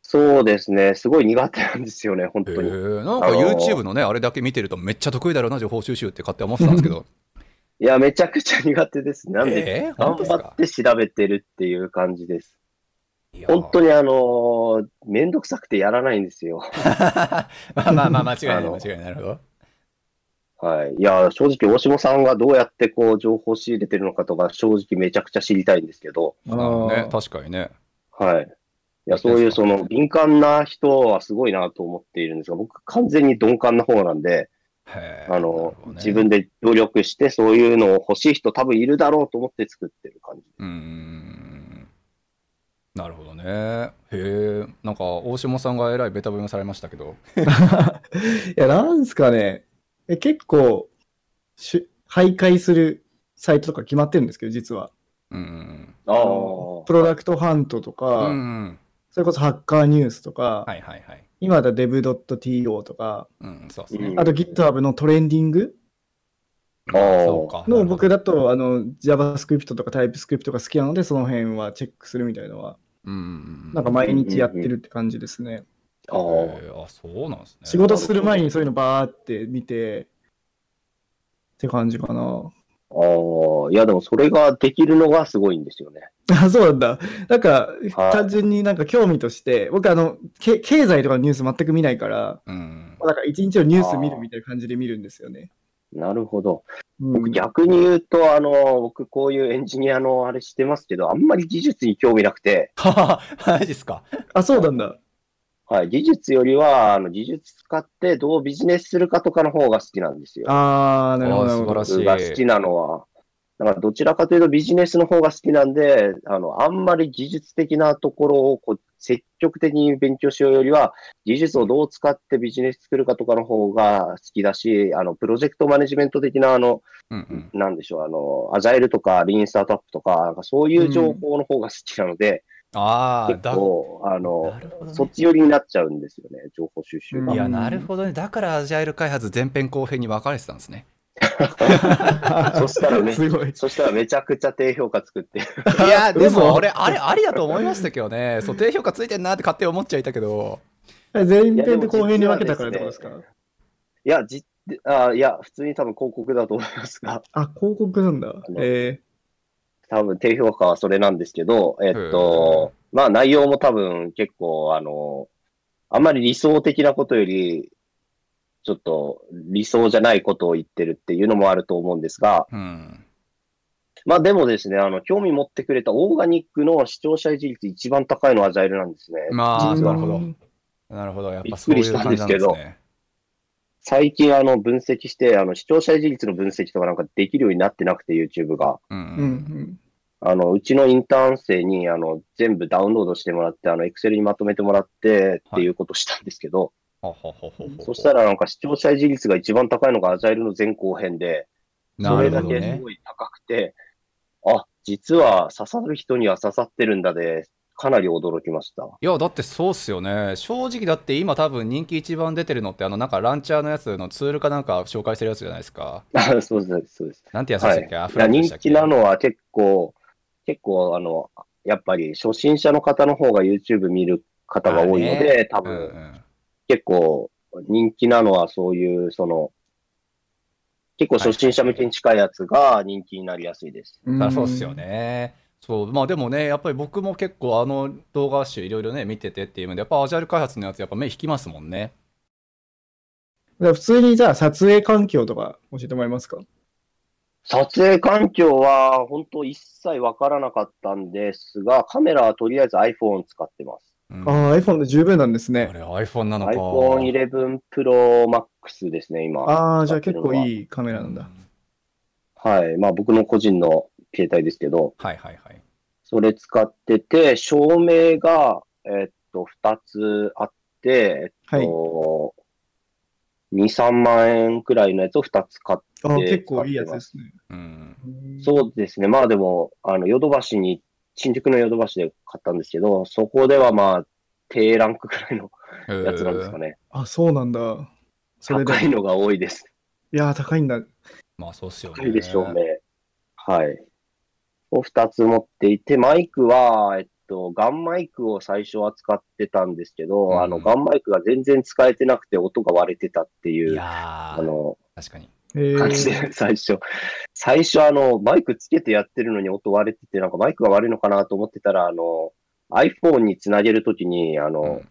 Speaker 3: そうですね。すごい苦手なんですよね、本
Speaker 2: え
Speaker 3: 当に。
Speaker 2: ー、なんか YouTube のね、あれだけ見てるとめっちゃ得意だろうな、情報収集って勝手に思ってたんですけど。
Speaker 3: いや、めちゃくちゃ苦手です。なんで、
Speaker 2: えー、
Speaker 3: 頑
Speaker 2: 本当です
Speaker 3: 張
Speaker 2: か
Speaker 3: って調べてるっていう感じです。
Speaker 2: いやー
Speaker 3: 本当にあのーめんどくさくてやらないんですよ。
Speaker 2: まあまあまあ、間違いな
Speaker 3: あ
Speaker 2: い、
Speaker 3: の
Speaker 2: 間違いない。なるほど。
Speaker 3: はい。いや、正直、大下さんがどうやってこう、情報を仕入れてるのかとか、正直めちゃくちゃ知りたいんですけど、
Speaker 1: あ
Speaker 2: なるほどね
Speaker 1: ー、
Speaker 2: 確かにね。
Speaker 3: はい。いや、そういうその、敏感な人はすごいなと思っているんですが、僕、完全に鈍感な方なんで、
Speaker 2: へー
Speaker 3: あ
Speaker 2: な
Speaker 3: の
Speaker 2: る、ほどね
Speaker 3: 自分で努力して、そういうのを欲しい人多分いるだろうと思って作ってる感じ。
Speaker 2: うーんなるほどね。へえ、なんか大下さんがえらいベタ踏みされましたけど。
Speaker 1: いや、なんですかね。え結構しゅ、徘徊するサイトとか決まってるんですけど、実は。
Speaker 2: うん
Speaker 3: あ
Speaker 1: あのプロダクトハントと
Speaker 2: うんう
Speaker 1: か、
Speaker 2: ん。うんうん。
Speaker 1: それこそハッカーニュースとか、
Speaker 2: はいはいはい。
Speaker 1: 今だ dev.to とか、
Speaker 2: うん、そうですね。
Speaker 3: うん
Speaker 1: あと GitHub のトレンディング
Speaker 3: あー
Speaker 2: そうか。な
Speaker 1: の
Speaker 2: るほ
Speaker 1: 僕
Speaker 2: ど
Speaker 1: だとあの JavaScript とか TypeScript が好きなので、その辺はチェックするみたいのは、
Speaker 2: うんうん
Speaker 1: なんか毎日やってるって感じですね。
Speaker 3: あ
Speaker 2: う
Speaker 3: ー
Speaker 2: ん。へーあ、そうなんですね。
Speaker 1: 仕事する前にそういうのバーって見て、って感じかな。
Speaker 3: あー。いや、でもそれができるのがすごいんですよね。
Speaker 1: あ、そうなんだ。なんか、
Speaker 3: はい
Speaker 1: 単純になんか興味として、僕あの、け経済とかのニュース全く見ないから、
Speaker 2: うん。
Speaker 1: なんか一日のニュース見るみたいな感じで見るんですよね。
Speaker 3: なるほど。
Speaker 1: うん
Speaker 3: 僕逆に言うと、あの、僕こういうエンジニアのあれしてますけど、あんまり技術に興味なくて、
Speaker 2: はは、マジですか。
Speaker 1: あ、そうなんだ。
Speaker 3: はい、技術よりは、あの、技術使ってどうビジネスするかとかの方が好きなんですよ。
Speaker 1: あー、なるほど。
Speaker 2: あー素晴らしい
Speaker 3: 僕が好きなのは。だからどちらかというとビジネスの方が好きなんで、あの、あんまり技術的なところをこう積極的に勉強しようよりは、技術をどう使ってビジネス作るかとかの方が好きだし、あの、プロジェクトマネジメント的なあの、
Speaker 2: うん
Speaker 3: なんでしょう、あの、アジャイルとか、リーンスタートアップとか、なんかそういう情報の方が好きなので、
Speaker 2: うん。ああ、
Speaker 3: 結構、あの、
Speaker 2: なるほどね
Speaker 3: そっち寄りになっちゃうんですよね、情報収集が。
Speaker 2: いや、なるほどね。だからアジャイル開発前編後編に分かれてたんですね。
Speaker 3: そしたら ね
Speaker 1: すごい。
Speaker 3: そしたらめちゃくちゃ低評価作ってる。
Speaker 2: いや、でも
Speaker 1: 嘘
Speaker 2: 俺、あれ、ありだと思いましたけどね。そう、低評価ついてんなって勝手に思っちゃいたけど。
Speaker 1: 前編と後編に分けたからってことですか
Speaker 3: いやでいや、じあいや、普通に多分広告だと思いますが、
Speaker 1: あ、広告なんだ。
Speaker 3: の
Speaker 1: え
Speaker 3: 多分低評価はそれなんですけど、えっと、まあ内容も多分結構、あの、あんまり理想的なことより、ちょっと理想じゃないことを言ってるっていうのもあると思うんですが、
Speaker 2: うん。
Speaker 3: まあでもですね、あの、興味持ってくれたオーガニックの視聴者維持率一番高いのはアジャイルなんですね。
Speaker 1: ー
Speaker 2: まあ、
Speaker 1: うん
Speaker 2: なるほど。なるほど。やっぱそう
Speaker 3: び
Speaker 2: い
Speaker 3: っくり
Speaker 2: う
Speaker 3: したん
Speaker 2: 感
Speaker 3: で
Speaker 2: じなん
Speaker 3: す
Speaker 2: で
Speaker 3: け
Speaker 2: す
Speaker 3: ど
Speaker 2: ね。
Speaker 3: 最近あの、分析して、あの、視聴者維持率の分析とかなんかできるようになってなくて、YouTube が。
Speaker 2: うん
Speaker 1: うん
Speaker 3: あの、うちのインターン生に、あの、全部ダウンロードしてもらって、あの、エクセルにまとめてもらって、っていうことをしたんですけど、
Speaker 2: ほほほほほ
Speaker 3: そしたらなんか視聴者維持率が一番高いのがアジャイルの前後編で、そ
Speaker 2: な
Speaker 3: れ
Speaker 2: る
Speaker 3: だ
Speaker 2: ほど
Speaker 3: けす
Speaker 2: ね。
Speaker 3: ごい高くて、あ、実は刺さる人には刺さってるんだで、かなり驚きました。
Speaker 2: いやだってそうっすよね、正直だって今、多分人気一番出てるのって、あのなんかランチャーのやつのツールかなんか紹介してるやつじゃないですか。
Speaker 3: あそうです、そうです。
Speaker 2: なんてやつで
Speaker 3: は
Speaker 2: した
Speaker 3: い
Speaker 2: っけ、ア。
Speaker 3: い
Speaker 2: フ
Speaker 3: や
Speaker 2: ランクでし
Speaker 3: 人
Speaker 2: たっけ
Speaker 3: 気なのは結構、結構あの、やっぱり初心者の方の方が YouTube 見る方が多いの
Speaker 2: まあ
Speaker 3: で、多
Speaker 2: うんう
Speaker 3: 分
Speaker 2: ん
Speaker 3: 結構人気なのはそういう、その、結構初心者向けに近いやつが人気になりやすいです。
Speaker 2: だからそうっすよ。ね。そうまあ、でもね、やっぱり僕も結構あの動画集いろいろね、見ててっていうので、やっぱアジャイル開発のやつ、やっぱ目引きますもんね。
Speaker 1: だから普通にじゃあ撮影環境とか教えてもらえますか
Speaker 3: 撮影環境は本当一切わからなかったんですが、カメラはとりあえず iPhone 使ってます。
Speaker 2: うん、あ
Speaker 1: ああ、iPhone で十分なんですね。
Speaker 2: れ iPhone なのか。
Speaker 3: iPhone11 Pro Max ですね、今。
Speaker 1: ああ、じゃあ結構いいカメラなんだ。
Speaker 3: はい。まあ僕の個人の携帯ですけど、
Speaker 2: はいはいはい。
Speaker 3: それ使ってて、照明が、えっと、2つあって、えっ
Speaker 1: はい。
Speaker 3: と、2、3万円くらいのやつを2つ買っ
Speaker 1: ああ、
Speaker 3: で
Speaker 1: 結構いいやつですね。
Speaker 2: うん、
Speaker 3: そうですね。まあでも、あの、ヨドバシに、新宿のヨドバシで買ったんですけど、そこではまあ、低ランクくらいのやつなんですかね。
Speaker 1: あ、そうなんだ。それで。
Speaker 3: 高い
Speaker 1: い
Speaker 3: のが多いです。
Speaker 1: やー、高いんだ。
Speaker 2: まあそうっすよね。
Speaker 3: 高いでしょうね。はい。を2つ持っていて、マイクは、えっと、ガンマイクを最初は使ってたんですけど、
Speaker 2: うん
Speaker 3: あの、ガンマイクが全然使えてなくて音が割れてたって
Speaker 2: い
Speaker 3: いう、
Speaker 2: や
Speaker 3: あ
Speaker 2: ー、
Speaker 3: の、
Speaker 2: 確かに。
Speaker 1: え
Speaker 3: 感じ
Speaker 1: ー、
Speaker 3: で、最初。最初、あの、マイクつけてやってるのに音割れてて、なんかマイクが悪いのかなと思ってたら、あの、iPhone につなげるときに、あ
Speaker 2: う
Speaker 3: の、
Speaker 2: ん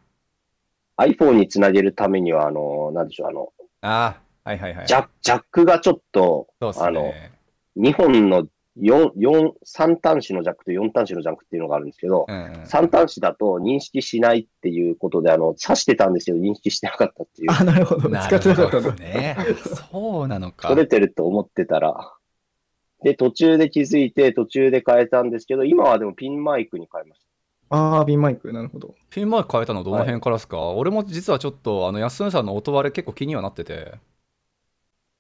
Speaker 3: iPhone につなげるためには、あの、なんでしょう、あの、
Speaker 2: ああ、はいはいはい。
Speaker 3: ジャックジャックがちょっと、
Speaker 2: そうっす
Speaker 3: あの
Speaker 2: ね。
Speaker 3: 2本の4、4、3端子のジャックと4端子のジャックっていうのがあるんですけど、
Speaker 2: うんうん
Speaker 3: 3端子だと認識しないっていうことで、あの、刺してたんですよ、認識してなかったっていう。
Speaker 1: あ、なるほど。 使ってなかったん
Speaker 2: なる
Speaker 1: だ
Speaker 2: ほ。どね。 そうなのか
Speaker 3: 取。れてると思ってたら。で、途中で気づいて、途中で変えたんですけど、今はでもピンマイクに変えまし
Speaker 1: ああ、ピンマイク、なるほど。
Speaker 2: ピンマイク変えたのどの辺からですか、俺も実はちょっと、あの、安野さんの音割れ結構気にはなって て。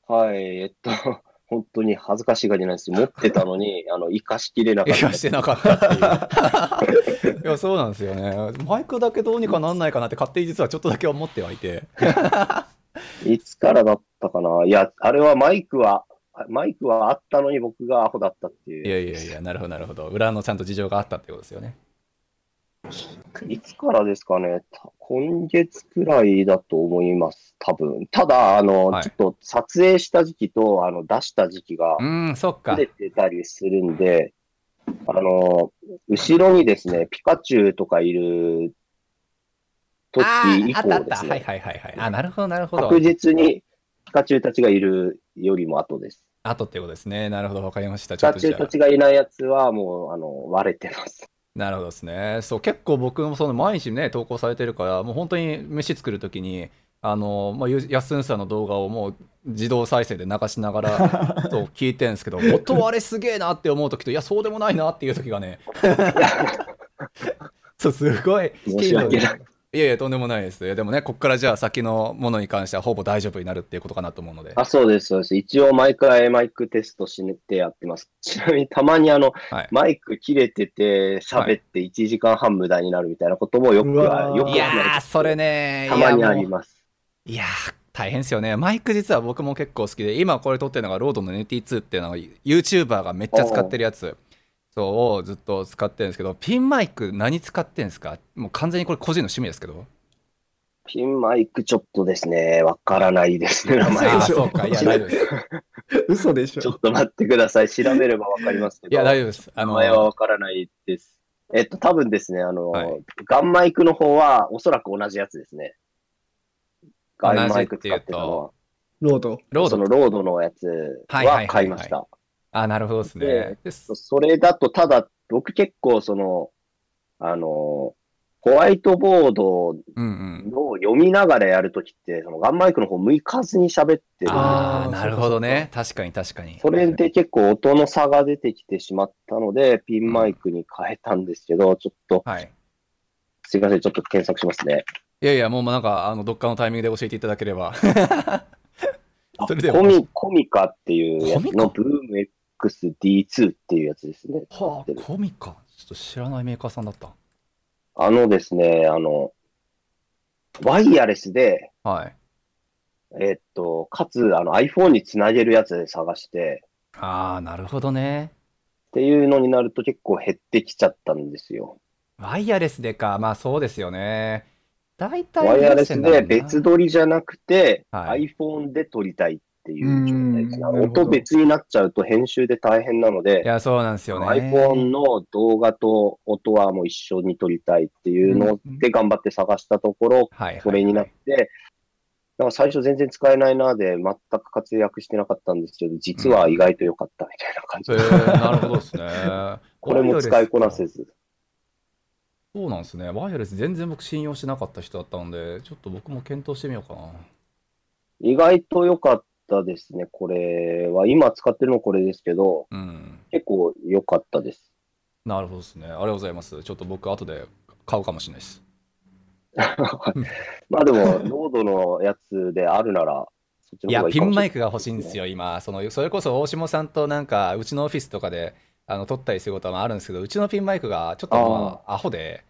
Speaker 3: た。はい、えっと、 本当に恥ずかしがりなんです。持ってた のに、あの、活かしきれなかっ
Speaker 2: い
Speaker 3: た。
Speaker 2: や、してなかったっていう。い や、そうなんですよね。マイクだけどうにかなんないかなって勝手に実はちょっとだけ思ってはいて。
Speaker 3: いつからだったかな。いや、あれはマイクは、マイクはあったのに僕がアホだったっていう。
Speaker 2: いやいやいや、なるほどなるほど。裏のちゃんと事情があったってことですよね。
Speaker 3: いつからですかね、た今月くらいだと思います、多分ただ、あの、
Speaker 2: はい
Speaker 3: ちょっと撮影した時期とあの出した時期が
Speaker 2: うーん、そっか
Speaker 3: ず。れてたりするんで、あの、後ろにですね、ピカチュウとかいる時
Speaker 2: あー
Speaker 3: 以
Speaker 2: あったあ
Speaker 3: 降
Speaker 2: っ
Speaker 3: で
Speaker 2: た。
Speaker 3: す
Speaker 2: はい
Speaker 3: ね、
Speaker 2: はいはいはい。あ、なるほどなるほど。
Speaker 3: 確実にピカチュウたちがいるよりも後です。
Speaker 2: あとってことですね。なるほど、わかりました。
Speaker 3: ピ
Speaker 2: ちょっ
Speaker 3: カ
Speaker 2: と
Speaker 3: チ
Speaker 2: じ
Speaker 3: ュウ
Speaker 2: ゃあ
Speaker 3: たちがいないやつはもう、あの、割れてます。
Speaker 2: なるほどですね。そう、結構僕もその毎日ね、投稿されてるから、もう本当に飯作るときに、あの、まあ、ゆやすんさんの動画をもう自動再生で流しなが ら、そう聞いてるんですけど、音割れすげえなって思うときと、いや、そうでもないなっていうときがね、 そう、すごい、
Speaker 3: 申し訳ない
Speaker 2: い。やいや、とんでもないです。いやでもね、こっからじゃあ先のものに関しては、ほぼ大丈夫になるっていうことかなと思うので。
Speaker 3: あ、そうです、そうです。一応毎回マイクテストしてやってます。 ちなみにたまにあの、
Speaker 2: はい
Speaker 3: マイク切れてて喋って1時間半無駄になるみたいなこともよく
Speaker 1: う
Speaker 3: は、
Speaker 1: わー
Speaker 3: よくはない
Speaker 2: いやー、それね、
Speaker 3: たまに
Speaker 2: いやも
Speaker 3: あ
Speaker 2: う
Speaker 3: ります。
Speaker 2: いやー大変ですよねマイク実は僕も結構好きで今これ撮ってるのがロードの NT2 っていうのが YouTuber がめっちゃ使ってるやつそうをずっと使ってるんですけどピンマイク何使ってんですかもう完全にこれ個人の趣味ですけど
Speaker 3: ピンマイクちょっとですね、わからないですね、名
Speaker 2: あ
Speaker 1: そう
Speaker 3: 前
Speaker 1: で
Speaker 2: ー
Speaker 3: は。
Speaker 1: しょ
Speaker 2: そうかいや大丈夫です
Speaker 1: 嘘でし
Speaker 3: ちょ
Speaker 1: ょ
Speaker 3: っ。と待ってください。調べればわかりますけど。
Speaker 2: いや大丈夫ですあ
Speaker 3: 名
Speaker 2: の
Speaker 3: 前はわからないです。えっと、多分ですね、あの、
Speaker 2: はい
Speaker 3: ガンマイクの方はおそらく同じやつですね。ガンマイク使ってたのは。
Speaker 1: ロード。
Speaker 2: ロー
Speaker 3: そ
Speaker 2: ド
Speaker 3: のロードのやつ
Speaker 2: はいはいはいは
Speaker 3: はい買いました。
Speaker 2: あーなるほどですね
Speaker 3: で
Speaker 2: です
Speaker 3: それだと、ただ、僕結構その、あの、ホワイトボード
Speaker 2: うんうん。
Speaker 3: を読みながらやるときって、そのガンマイクの方向かずに喋ってる。
Speaker 2: あ
Speaker 1: あ
Speaker 2: あ、
Speaker 1: ー
Speaker 2: なるほどね。確かに確かに。
Speaker 3: それで結構音の差が出てきてしまったので、ピンマイクに変えたんですけど、ちょっと、
Speaker 2: はい。
Speaker 3: すいません、ちょっと検索しますね。
Speaker 2: いやいや、もうなんか、あの、どっかのタイミングで教えていただければ。
Speaker 3: あ
Speaker 2: それでは
Speaker 3: コミコミカっていうや
Speaker 2: コ
Speaker 3: つ
Speaker 2: ミカ
Speaker 3: のブーム XD2 っていうやつですね。
Speaker 2: はあ、コミカ。ちょっと知らないメーカーさんだった。
Speaker 3: あのですね、あの、ワイヤレスで、
Speaker 2: はい。
Speaker 3: えっと、かつあの iPhone につなげるやつで探して、
Speaker 2: ああ、なるほどね。
Speaker 3: っていうのになると結構減ってきちゃったんですよ。
Speaker 2: ワイヤレスでか。まあそうですよね。大体
Speaker 3: ワイヤレスで
Speaker 2: 有線
Speaker 3: 別
Speaker 2: だ
Speaker 3: 撮りじゃなくて、
Speaker 2: はい
Speaker 3: iPhone で撮りたいっていう状態ですね
Speaker 1: うーんなるほど
Speaker 3: 音別になっちゃうと編集で大変なの
Speaker 2: もんな。い
Speaker 3: で、
Speaker 2: や、そうなんですよね。
Speaker 3: iPhone の動画と音はもう一緒に撮りたいっていうので頑張って探したところ、
Speaker 2: はいはい。
Speaker 3: これになって、なんか最初全然使えないなで、全く活躍してなかったんですけど、実は意外と良かったみたいな感じ
Speaker 2: え
Speaker 3: で、
Speaker 2: ーなるほどですね。
Speaker 3: これも使いこな
Speaker 2: ワイヤレ
Speaker 3: せ
Speaker 2: スか
Speaker 3: ず。
Speaker 2: そうなんですね。ワイヤレス全然僕信用しなかった人だったんで、ちょっと僕も検討してみようかな。
Speaker 3: 意外と良かったですね、これは。今使ってるのこれですけど、
Speaker 2: うん。
Speaker 3: 結構良かったです。
Speaker 2: なるほどですね。ありがとうございます。ちょっと僕、後で買うかもしれないです。
Speaker 3: まあでも、ロードのやつであるなら、そっち
Speaker 2: い
Speaker 3: の方
Speaker 2: や、
Speaker 3: がいい
Speaker 2: ピ
Speaker 3: か
Speaker 2: ン
Speaker 3: もしれ
Speaker 2: マ
Speaker 3: な
Speaker 2: イクが欲しいんです
Speaker 3: よ。
Speaker 2: よ、今。そのそれこそ大下さんとなんか、うちのオフィスとかであの撮ったりすることもあるんですけど、うちのピンマイクがちょっとまあアホで、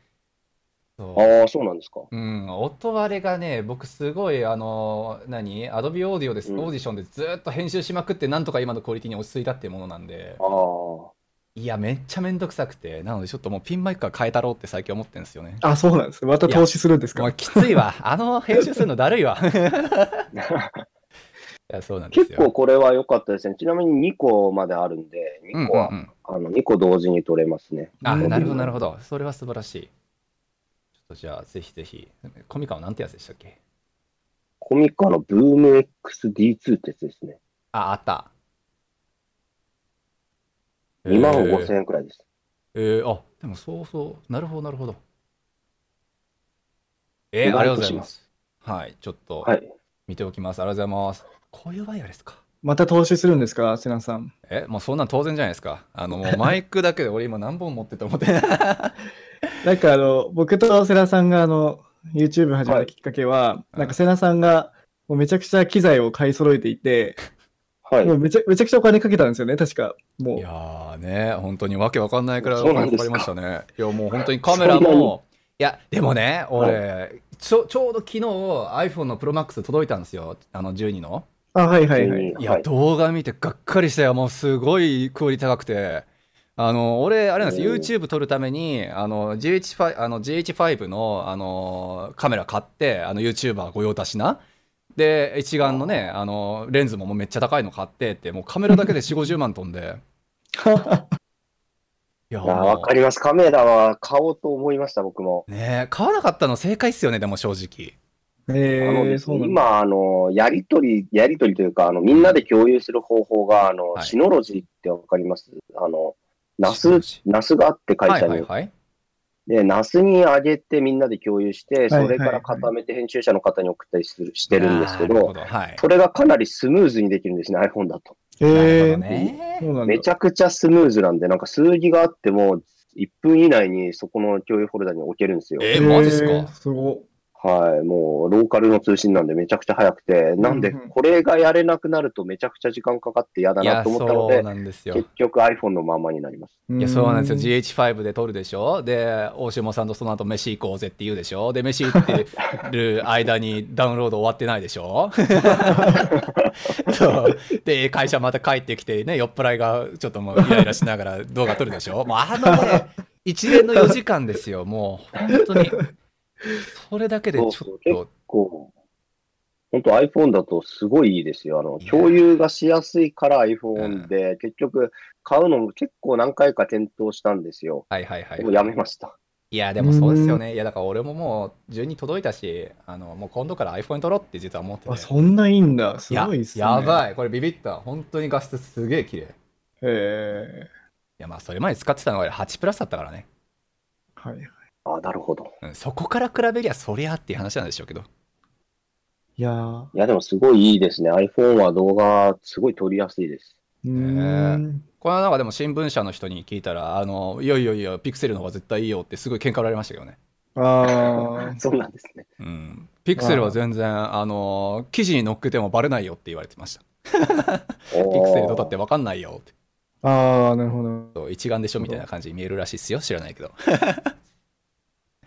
Speaker 2: そう
Speaker 3: ああ、そうなんですか。
Speaker 2: うん、音割れがね、僕、すごい、あの、何、アドビオーディオです、
Speaker 3: うん
Speaker 2: オーディションでずっと編集しまくって、なんとか今のクオリティに落ち着いたっていうものなんで、
Speaker 3: ああ。
Speaker 2: いや、めっちゃめんどくさくて、なので、ちょっともうピンマイクは変えたろうって最近思ってるんですよね。
Speaker 1: あ、そうなんです。また投資するんです
Speaker 2: もう
Speaker 1: か
Speaker 2: きついわ。あの編集するのだるい わ。いや、そうなんです
Speaker 3: 結
Speaker 2: よ。
Speaker 3: 構これは良かったですね。ちなみに2個まであるんで、2個は、
Speaker 2: うんうんうん
Speaker 3: あの2個同時に取れますね。
Speaker 2: あ、
Speaker 1: うん
Speaker 2: なるほど、なるほど。それは素晴らしい。ちょっとじゃあ、ぜひぜひ。コミカはなんてやつでしたっけ
Speaker 3: コミカのブーム XD2 ってやつですね。
Speaker 2: あ、あった。
Speaker 3: 2万5
Speaker 2: 円。
Speaker 3: 千円くらいです。
Speaker 2: えーあ、でもそうそう。なるほど、なるほど。えー
Speaker 3: 意外と
Speaker 2: ありがとうございます。はい、ちょっと
Speaker 3: はい。
Speaker 2: 見ておきます。ありがとうございます。こういうワイヤレスか。
Speaker 1: また投資するんですか瀬名さん。
Speaker 2: え、もうそんなん当然じゃないですか。あの、もうマイクだけで俺今何本持ってた思って。
Speaker 1: なんかあの、僕と瀬名さんがあの、YouTube 始めたきっかけは、
Speaker 2: い
Speaker 1: なんか瀬名さんが、もうめちゃくちゃ機材を買い揃えていて、
Speaker 3: はい
Speaker 1: も。うめちゃめちゃくちゃお金かけたんですよね、確か。もう
Speaker 2: い。やーね、本当にわけわかんないくらいお
Speaker 3: そうな
Speaker 2: 金
Speaker 3: ん
Speaker 2: か
Speaker 3: で
Speaker 2: かり
Speaker 3: す
Speaker 2: ま
Speaker 3: か
Speaker 2: したね。いや、もう本当にカメラ
Speaker 3: そんなに
Speaker 2: も、いや、でもね、俺、ちょちょうど昨日 iPhone の ProMax 届いたんですよ、あの12の。
Speaker 1: あ、はいはいはい。
Speaker 2: いや、動画見てがっかりしたよ、もうすごいクオリティ高くて。あの俺、あれなんですよ、
Speaker 3: おー
Speaker 2: YouTube 撮るために、あの GH5, あの GH5 のあのカメラ買って、あの YouTuber 御用達な。で、一眼のね、あのレンズももうめっちゃ高いの買ってって、もうカメラだけで4、50万飛んで。いや、
Speaker 3: ああわかります。カメラは買おうと思いました、僕も。
Speaker 2: ねえ、買わなかったの正解っすよね、でも正直。
Speaker 1: え
Speaker 3: あの
Speaker 1: ー、
Speaker 3: です
Speaker 1: そう
Speaker 3: ね
Speaker 1: なんだ。
Speaker 3: 今、あの、やりとり、やりとりというか、あの、みんなで共有する方法が、あの、
Speaker 2: はい
Speaker 3: シノロジーってわかりますあの、ナ
Speaker 2: シノロ
Speaker 3: ス
Speaker 2: ジ、
Speaker 3: ナスがあって会
Speaker 2: はい
Speaker 3: 社
Speaker 2: はい
Speaker 3: に。
Speaker 2: はい。
Speaker 3: で、ナスに上げてみんなで共有して、
Speaker 1: はい
Speaker 3: それから固めて編集者の方に送ったりするしてるんですけ
Speaker 2: なる
Speaker 3: ど
Speaker 2: ほ、ど。はい。
Speaker 3: それがかなりスムーズにできるんですね、iPhone だと。
Speaker 2: なる
Speaker 1: え
Speaker 2: ほど
Speaker 1: ー、
Speaker 2: ね。
Speaker 1: そうなんだ。
Speaker 3: めちゃくちゃスムーズなんで、なんか数ギがあっても、1分以内にそこの共有フォルダに置けるんですよ。
Speaker 2: えー、マジっす
Speaker 1: えー
Speaker 2: か。
Speaker 1: すご
Speaker 3: はい、もうローカルの通信なんでめちゃくちゃ早くて、なんで
Speaker 1: うんうん
Speaker 3: これがやれなくなるとめちゃくちゃ時間かかって嫌だ
Speaker 2: い
Speaker 3: な
Speaker 2: や、
Speaker 3: と思ったの
Speaker 2: そう
Speaker 3: で、
Speaker 2: なんですよ
Speaker 3: 結。局 iPhone のままになります。
Speaker 2: いや、そうなんですよ。
Speaker 1: よ。
Speaker 2: GH5 で撮るでしょ。で、大島さんとその後飯行こうぜって言うでしょ。で、飯行ってる間に ダウンロード終わってないでしょ。 そう。で、会社また帰ってきてね、酔っ払いがちょっともうイライラしながら動画撮るでしょ。 もうあのね、一連の4時間ですよ。もう、本当に。それだけでちょっ
Speaker 3: そう
Speaker 2: と。
Speaker 3: そうこう、本当 iPhone だとすごいいいですよ。あの、
Speaker 2: いや
Speaker 3: 共有がしやすいから iPhone で、結局買うのも結構何回か検討したんですよ。
Speaker 2: はいはいは
Speaker 3: でも
Speaker 2: い。
Speaker 3: やめました。
Speaker 2: いや、でもそうですよね。いや、だから俺ももう、順に届いたし、あの、もう今度から iPhone に撮ろうって実は思ってて。
Speaker 1: あ、そんないいんだ。す
Speaker 2: や
Speaker 1: ごいっすね。
Speaker 2: や
Speaker 1: い。
Speaker 2: ばいこれビビった本当に画質すげえ綺麗い
Speaker 1: え
Speaker 2: やまあそれまで使ってたのが8プラスだったからね
Speaker 1: ー、はい。
Speaker 3: あああ、なるほど。
Speaker 2: うんそこから比べりゃそりゃっていう話なんでしょうけど
Speaker 1: いやー
Speaker 3: いや、でもすごいいいですね。iPhone は動画、すごい撮りやす いです。
Speaker 1: うーん。
Speaker 2: この中でも新聞社の人に聞いたらあのいやいやいやピクセルの方が絶対いいよってすごい喧嘩売られましたけどね、
Speaker 1: あ
Speaker 3: そうなんですね。
Speaker 2: うん、ピクセルは全然あの記事に載っけてもバレないよって言われてました
Speaker 3: おー
Speaker 2: ピクセルとだって分かんないよって
Speaker 1: あ、ああ、なるほど。
Speaker 2: そう一眼でしょみたいな感じに見えるらしいっすよ知らないけど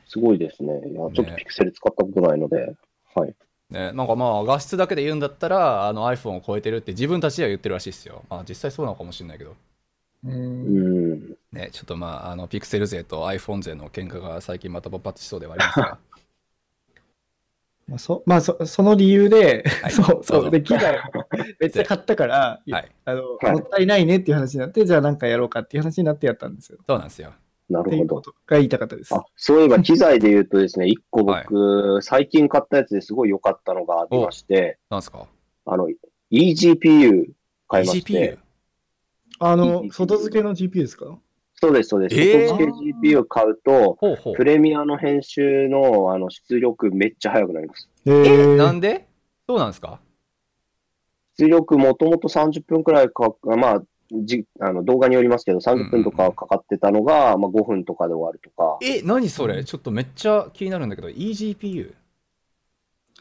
Speaker 3: すごいですね。いや、ちょっと
Speaker 2: ね
Speaker 3: ピクセル使ったことないので、はい。
Speaker 2: ね、なんかまあ画質だけで言うんだったらあの iPhone を超えてるって自分たちでは言ってるらしいですよ。まあ実際そうなのかもしれないけど、
Speaker 1: う。
Speaker 3: うんん。
Speaker 2: ね、ちょっとまああのピクセル勢と iPhone 勢の喧嘩が最近また勃発しそうではありますが、
Speaker 1: まあ、そまあそ、その理由で、
Speaker 2: はい
Speaker 1: そう
Speaker 2: どう
Speaker 1: そ
Speaker 2: ぞ
Speaker 1: う。で、機材をめっちゃ買ったから、
Speaker 2: はい、
Speaker 1: あの
Speaker 3: はい
Speaker 1: もったいないねっていう話になって、じゃあなんかやろうかっていう話になってやったんですよ。
Speaker 2: そうなんですよ。
Speaker 3: な
Speaker 1: って
Speaker 3: る
Speaker 1: い
Speaker 3: ほ
Speaker 1: う
Speaker 3: ど
Speaker 1: こ。とが言いたかったです。
Speaker 3: あ、そういえば機材で言うとですね、一個僕、最近買ったやつですごい良かったのがありまして、
Speaker 2: なんですか
Speaker 3: あの、eGPU 買いまして、
Speaker 2: ?GPU?
Speaker 1: あ
Speaker 3: いい
Speaker 1: の
Speaker 3: い、い
Speaker 1: 外付けの GPU ですか
Speaker 3: そうです、そうです。
Speaker 2: えー
Speaker 3: 外付け GPU を買うと、
Speaker 2: ほうほう
Speaker 3: プ。レミアの編集のあの出力めっちゃ速くなります。
Speaker 1: え
Speaker 2: えな
Speaker 1: ー、
Speaker 2: んでそうなんですか
Speaker 3: 出力もともと30分くらいかか、まあ、じあの動画によりますけど、30分とかかかってたのが、まあ、5分とかで終わるとか。
Speaker 2: え、何それちょっとめっちゃ気になるんだけど EGPU?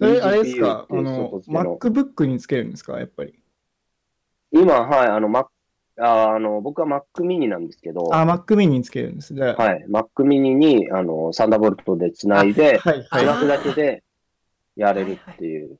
Speaker 1: えあれですかあ
Speaker 3: eGPU
Speaker 1: の、
Speaker 3: っていう外付け
Speaker 1: MacBook につけるんですかやっぱり。
Speaker 3: 今、はい、あの、Mac、ああの、僕は Mac mini なんですけど、
Speaker 1: あ、
Speaker 3: は
Speaker 1: Mac mini につけるんです。じゃあ、
Speaker 3: い、Mac mini に、あの、サンダーボルトでつないで、
Speaker 1: はい、
Speaker 2: あ
Speaker 1: は
Speaker 3: つ
Speaker 1: い。
Speaker 3: なぐだけでやれるっていう。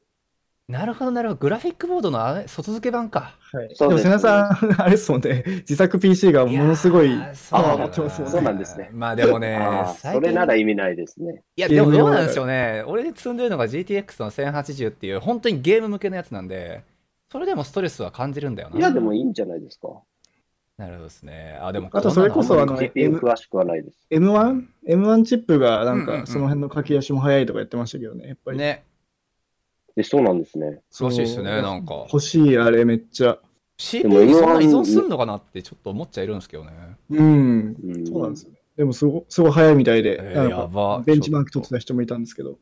Speaker 2: なるほどなるほど。グラフィックボードのあれ外付け版か。
Speaker 1: はい、で
Speaker 3: そう
Speaker 1: も
Speaker 3: です
Speaker 1: 瀬名さん、あれですもんね、自作 PC がものすごい
Speaker 2: やー
Speaker 1: パワー
Speaker 2: な
Speaker 1: 持
Speaker 2: んだ
Speaker 1: ってますよ
Speaker 3: そう
Speaker 1: ね。
Speaker 3: なんですね
Speaker 2: まあでもね
Speaker 3: あ、あ、
Speaker 2: 最
Speaker 3: そ
Speaker 2: 近
Speaker 3: れなら意味ないですね。
Speaker 2: いや、
Speaker 1: ゲ
Speaker 2: で
Speaker 1: ー
Speaker 2: も
Speaker 1: ム
Speaker 2: ど
Speaker 1: 用
Speaker 2: う
Speaker 1: だ
Speaker 2: なんですよね。俺で積んでるのが GTX の1080っていう、本当にゲーム向けのやつなんで、それでもストレスは感じるんだよな。
Speaker 3: いや、でもいいんじゃないですか。
Speaker 2: なるほどですね。あ、でも
Speaker 1: あと
Speaker 2: んなの
Speaker 1: それこそ
Speaker 2: あ
Speaker 1: あ
Speaker 2: んま
Speaker 1: の
Speaker 2: り
Speaker 3: GPU 詳しくはないです。
Speaker 1: M1?M1 チップがなん
Speaker 2: うんうんうん
Speaker 1: かその辺の書き出しも早いとかやってましたけどね、やっぱり。
Speaker 2: ね、
Speaker 3: で、そうなんですね。
Speaker 1: そ
Speaker 2: 詳
Speaker 1: う
Speaker 2: しいっすね、なんか。
Speaker 1: 欲しい、あれめっちゃ。
Speaker 2: CPU
Speaker 3: でも
Speaker 2: に
Speaker 3: M1
Speaker 2: そんな依存するのかなってちょっと思っちゃいるんですけどね。
Speaker 1: うん。
Speaker 3: うん、
Speaker 1: そうなんですよね。でもすご、すごい早いみたいで、
Speaker 2: えー
Speaker 1: なん
Speaker 2: や
Speaker 1: か
Speaker 2: ば。
Speaker 1: ベンチマーク取って
Speaker 2: ちょ
Speaker 1: た人もいたんですけど。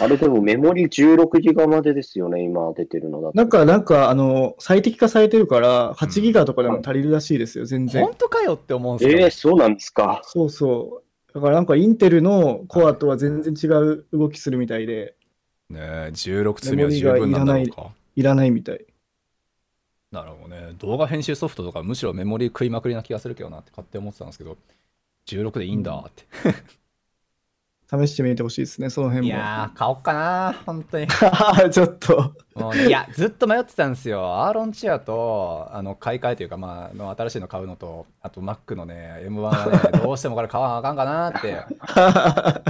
Speaker 3: あれでもメモリ 16GB までですよね、今出てるのだと。
Speaker 1: なんか、なんか、あの、最適化されてるから、8ギガとかでも足りるらしいですよ、全
Speaker 2: っと
Speaker 1: 然
Speaker 2: 本。当かよって思うん
Speaker 3: え
Speaker 2: ですけど、
Speaker 3: えそうなんですか。
Speaker 1: そうそう。だからなんか、インテルのコアとは全然違う動きするみたいで、
Speaker 2: ねえ、16積みは十分なんだろうか。
Speaker 1: いらないみたい。
Speaker 2: なるほどね。動画編集ソフトとかむしろメモリ食いまくりな気がするけどなって勝手に思ってたんですけど、16でいいんだって。
Speaker 1: 試してみてほしいですね、その
Speaker 2: い
Speaker 1: 辺も。
Speaker 2: やー、買おっかなー、本当に。
Speaker 1: ちょっと。
Speaker 2: もうねいや、ずっと迷ってたんですよ。アーロンチェアと、あの、買い替えというか、まああの、新しいの買うのと、あと、Mac のね、M1 は ね、どうしてもこれ買わなあかんかなーって。あ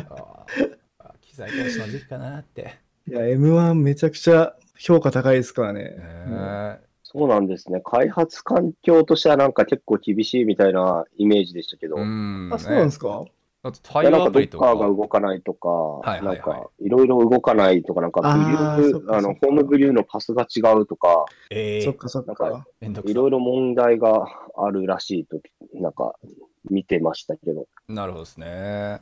Speaker 2: ー機材投資の時期かなーって。
Speaker 1: いや、M1 めちゃくちゃ評価高いですからね。
Speaker 2: ね
Speaker 3: そうなんですね。開発環境としてはなんか結構厳しいみたいなイメージでしたけど、
Speaker 2: う
Speaker 3: い
Speaker 2: ん。
Speaker 1: あ、そうなんですすか
Speaker 2: あと、対
Speaker 3: やなん
Speaker 2: 応ア
Speaker 3: かド
Speaker 2: プ
Speaker 3: ッ
Speaker 2: リと
Speaker 3: カ
Speaker 2: か
Speaker 3: ーが。動かないとか、
Speaker 2: いはいはい
Speaker 3: なんかいろいろ動かないとか、なんかビ
Speaker 1: あー
Speaker 3: ュ
Speaker 1: そっ
Speaker 3: ー
Speaker 1: か
Speaker 3: あ
Speaker 1: そ
Speaker 3: の
Speaker 1: っか
Speaker 3: ホームビューのパスが違うとか、
Speaker 2: え
Speaker 1: そっ
Speaker 2: ー、
Speaker 1: かそっ
Speaker 3: なん
Speaker 1: か。
Speaker 2: めんどく
Speaker 3: い
Speaker 2: さ
Speaker 3: ろいろ問題があるらしいと、なんか見てましたけど。
Speaker 2: なるほどですね。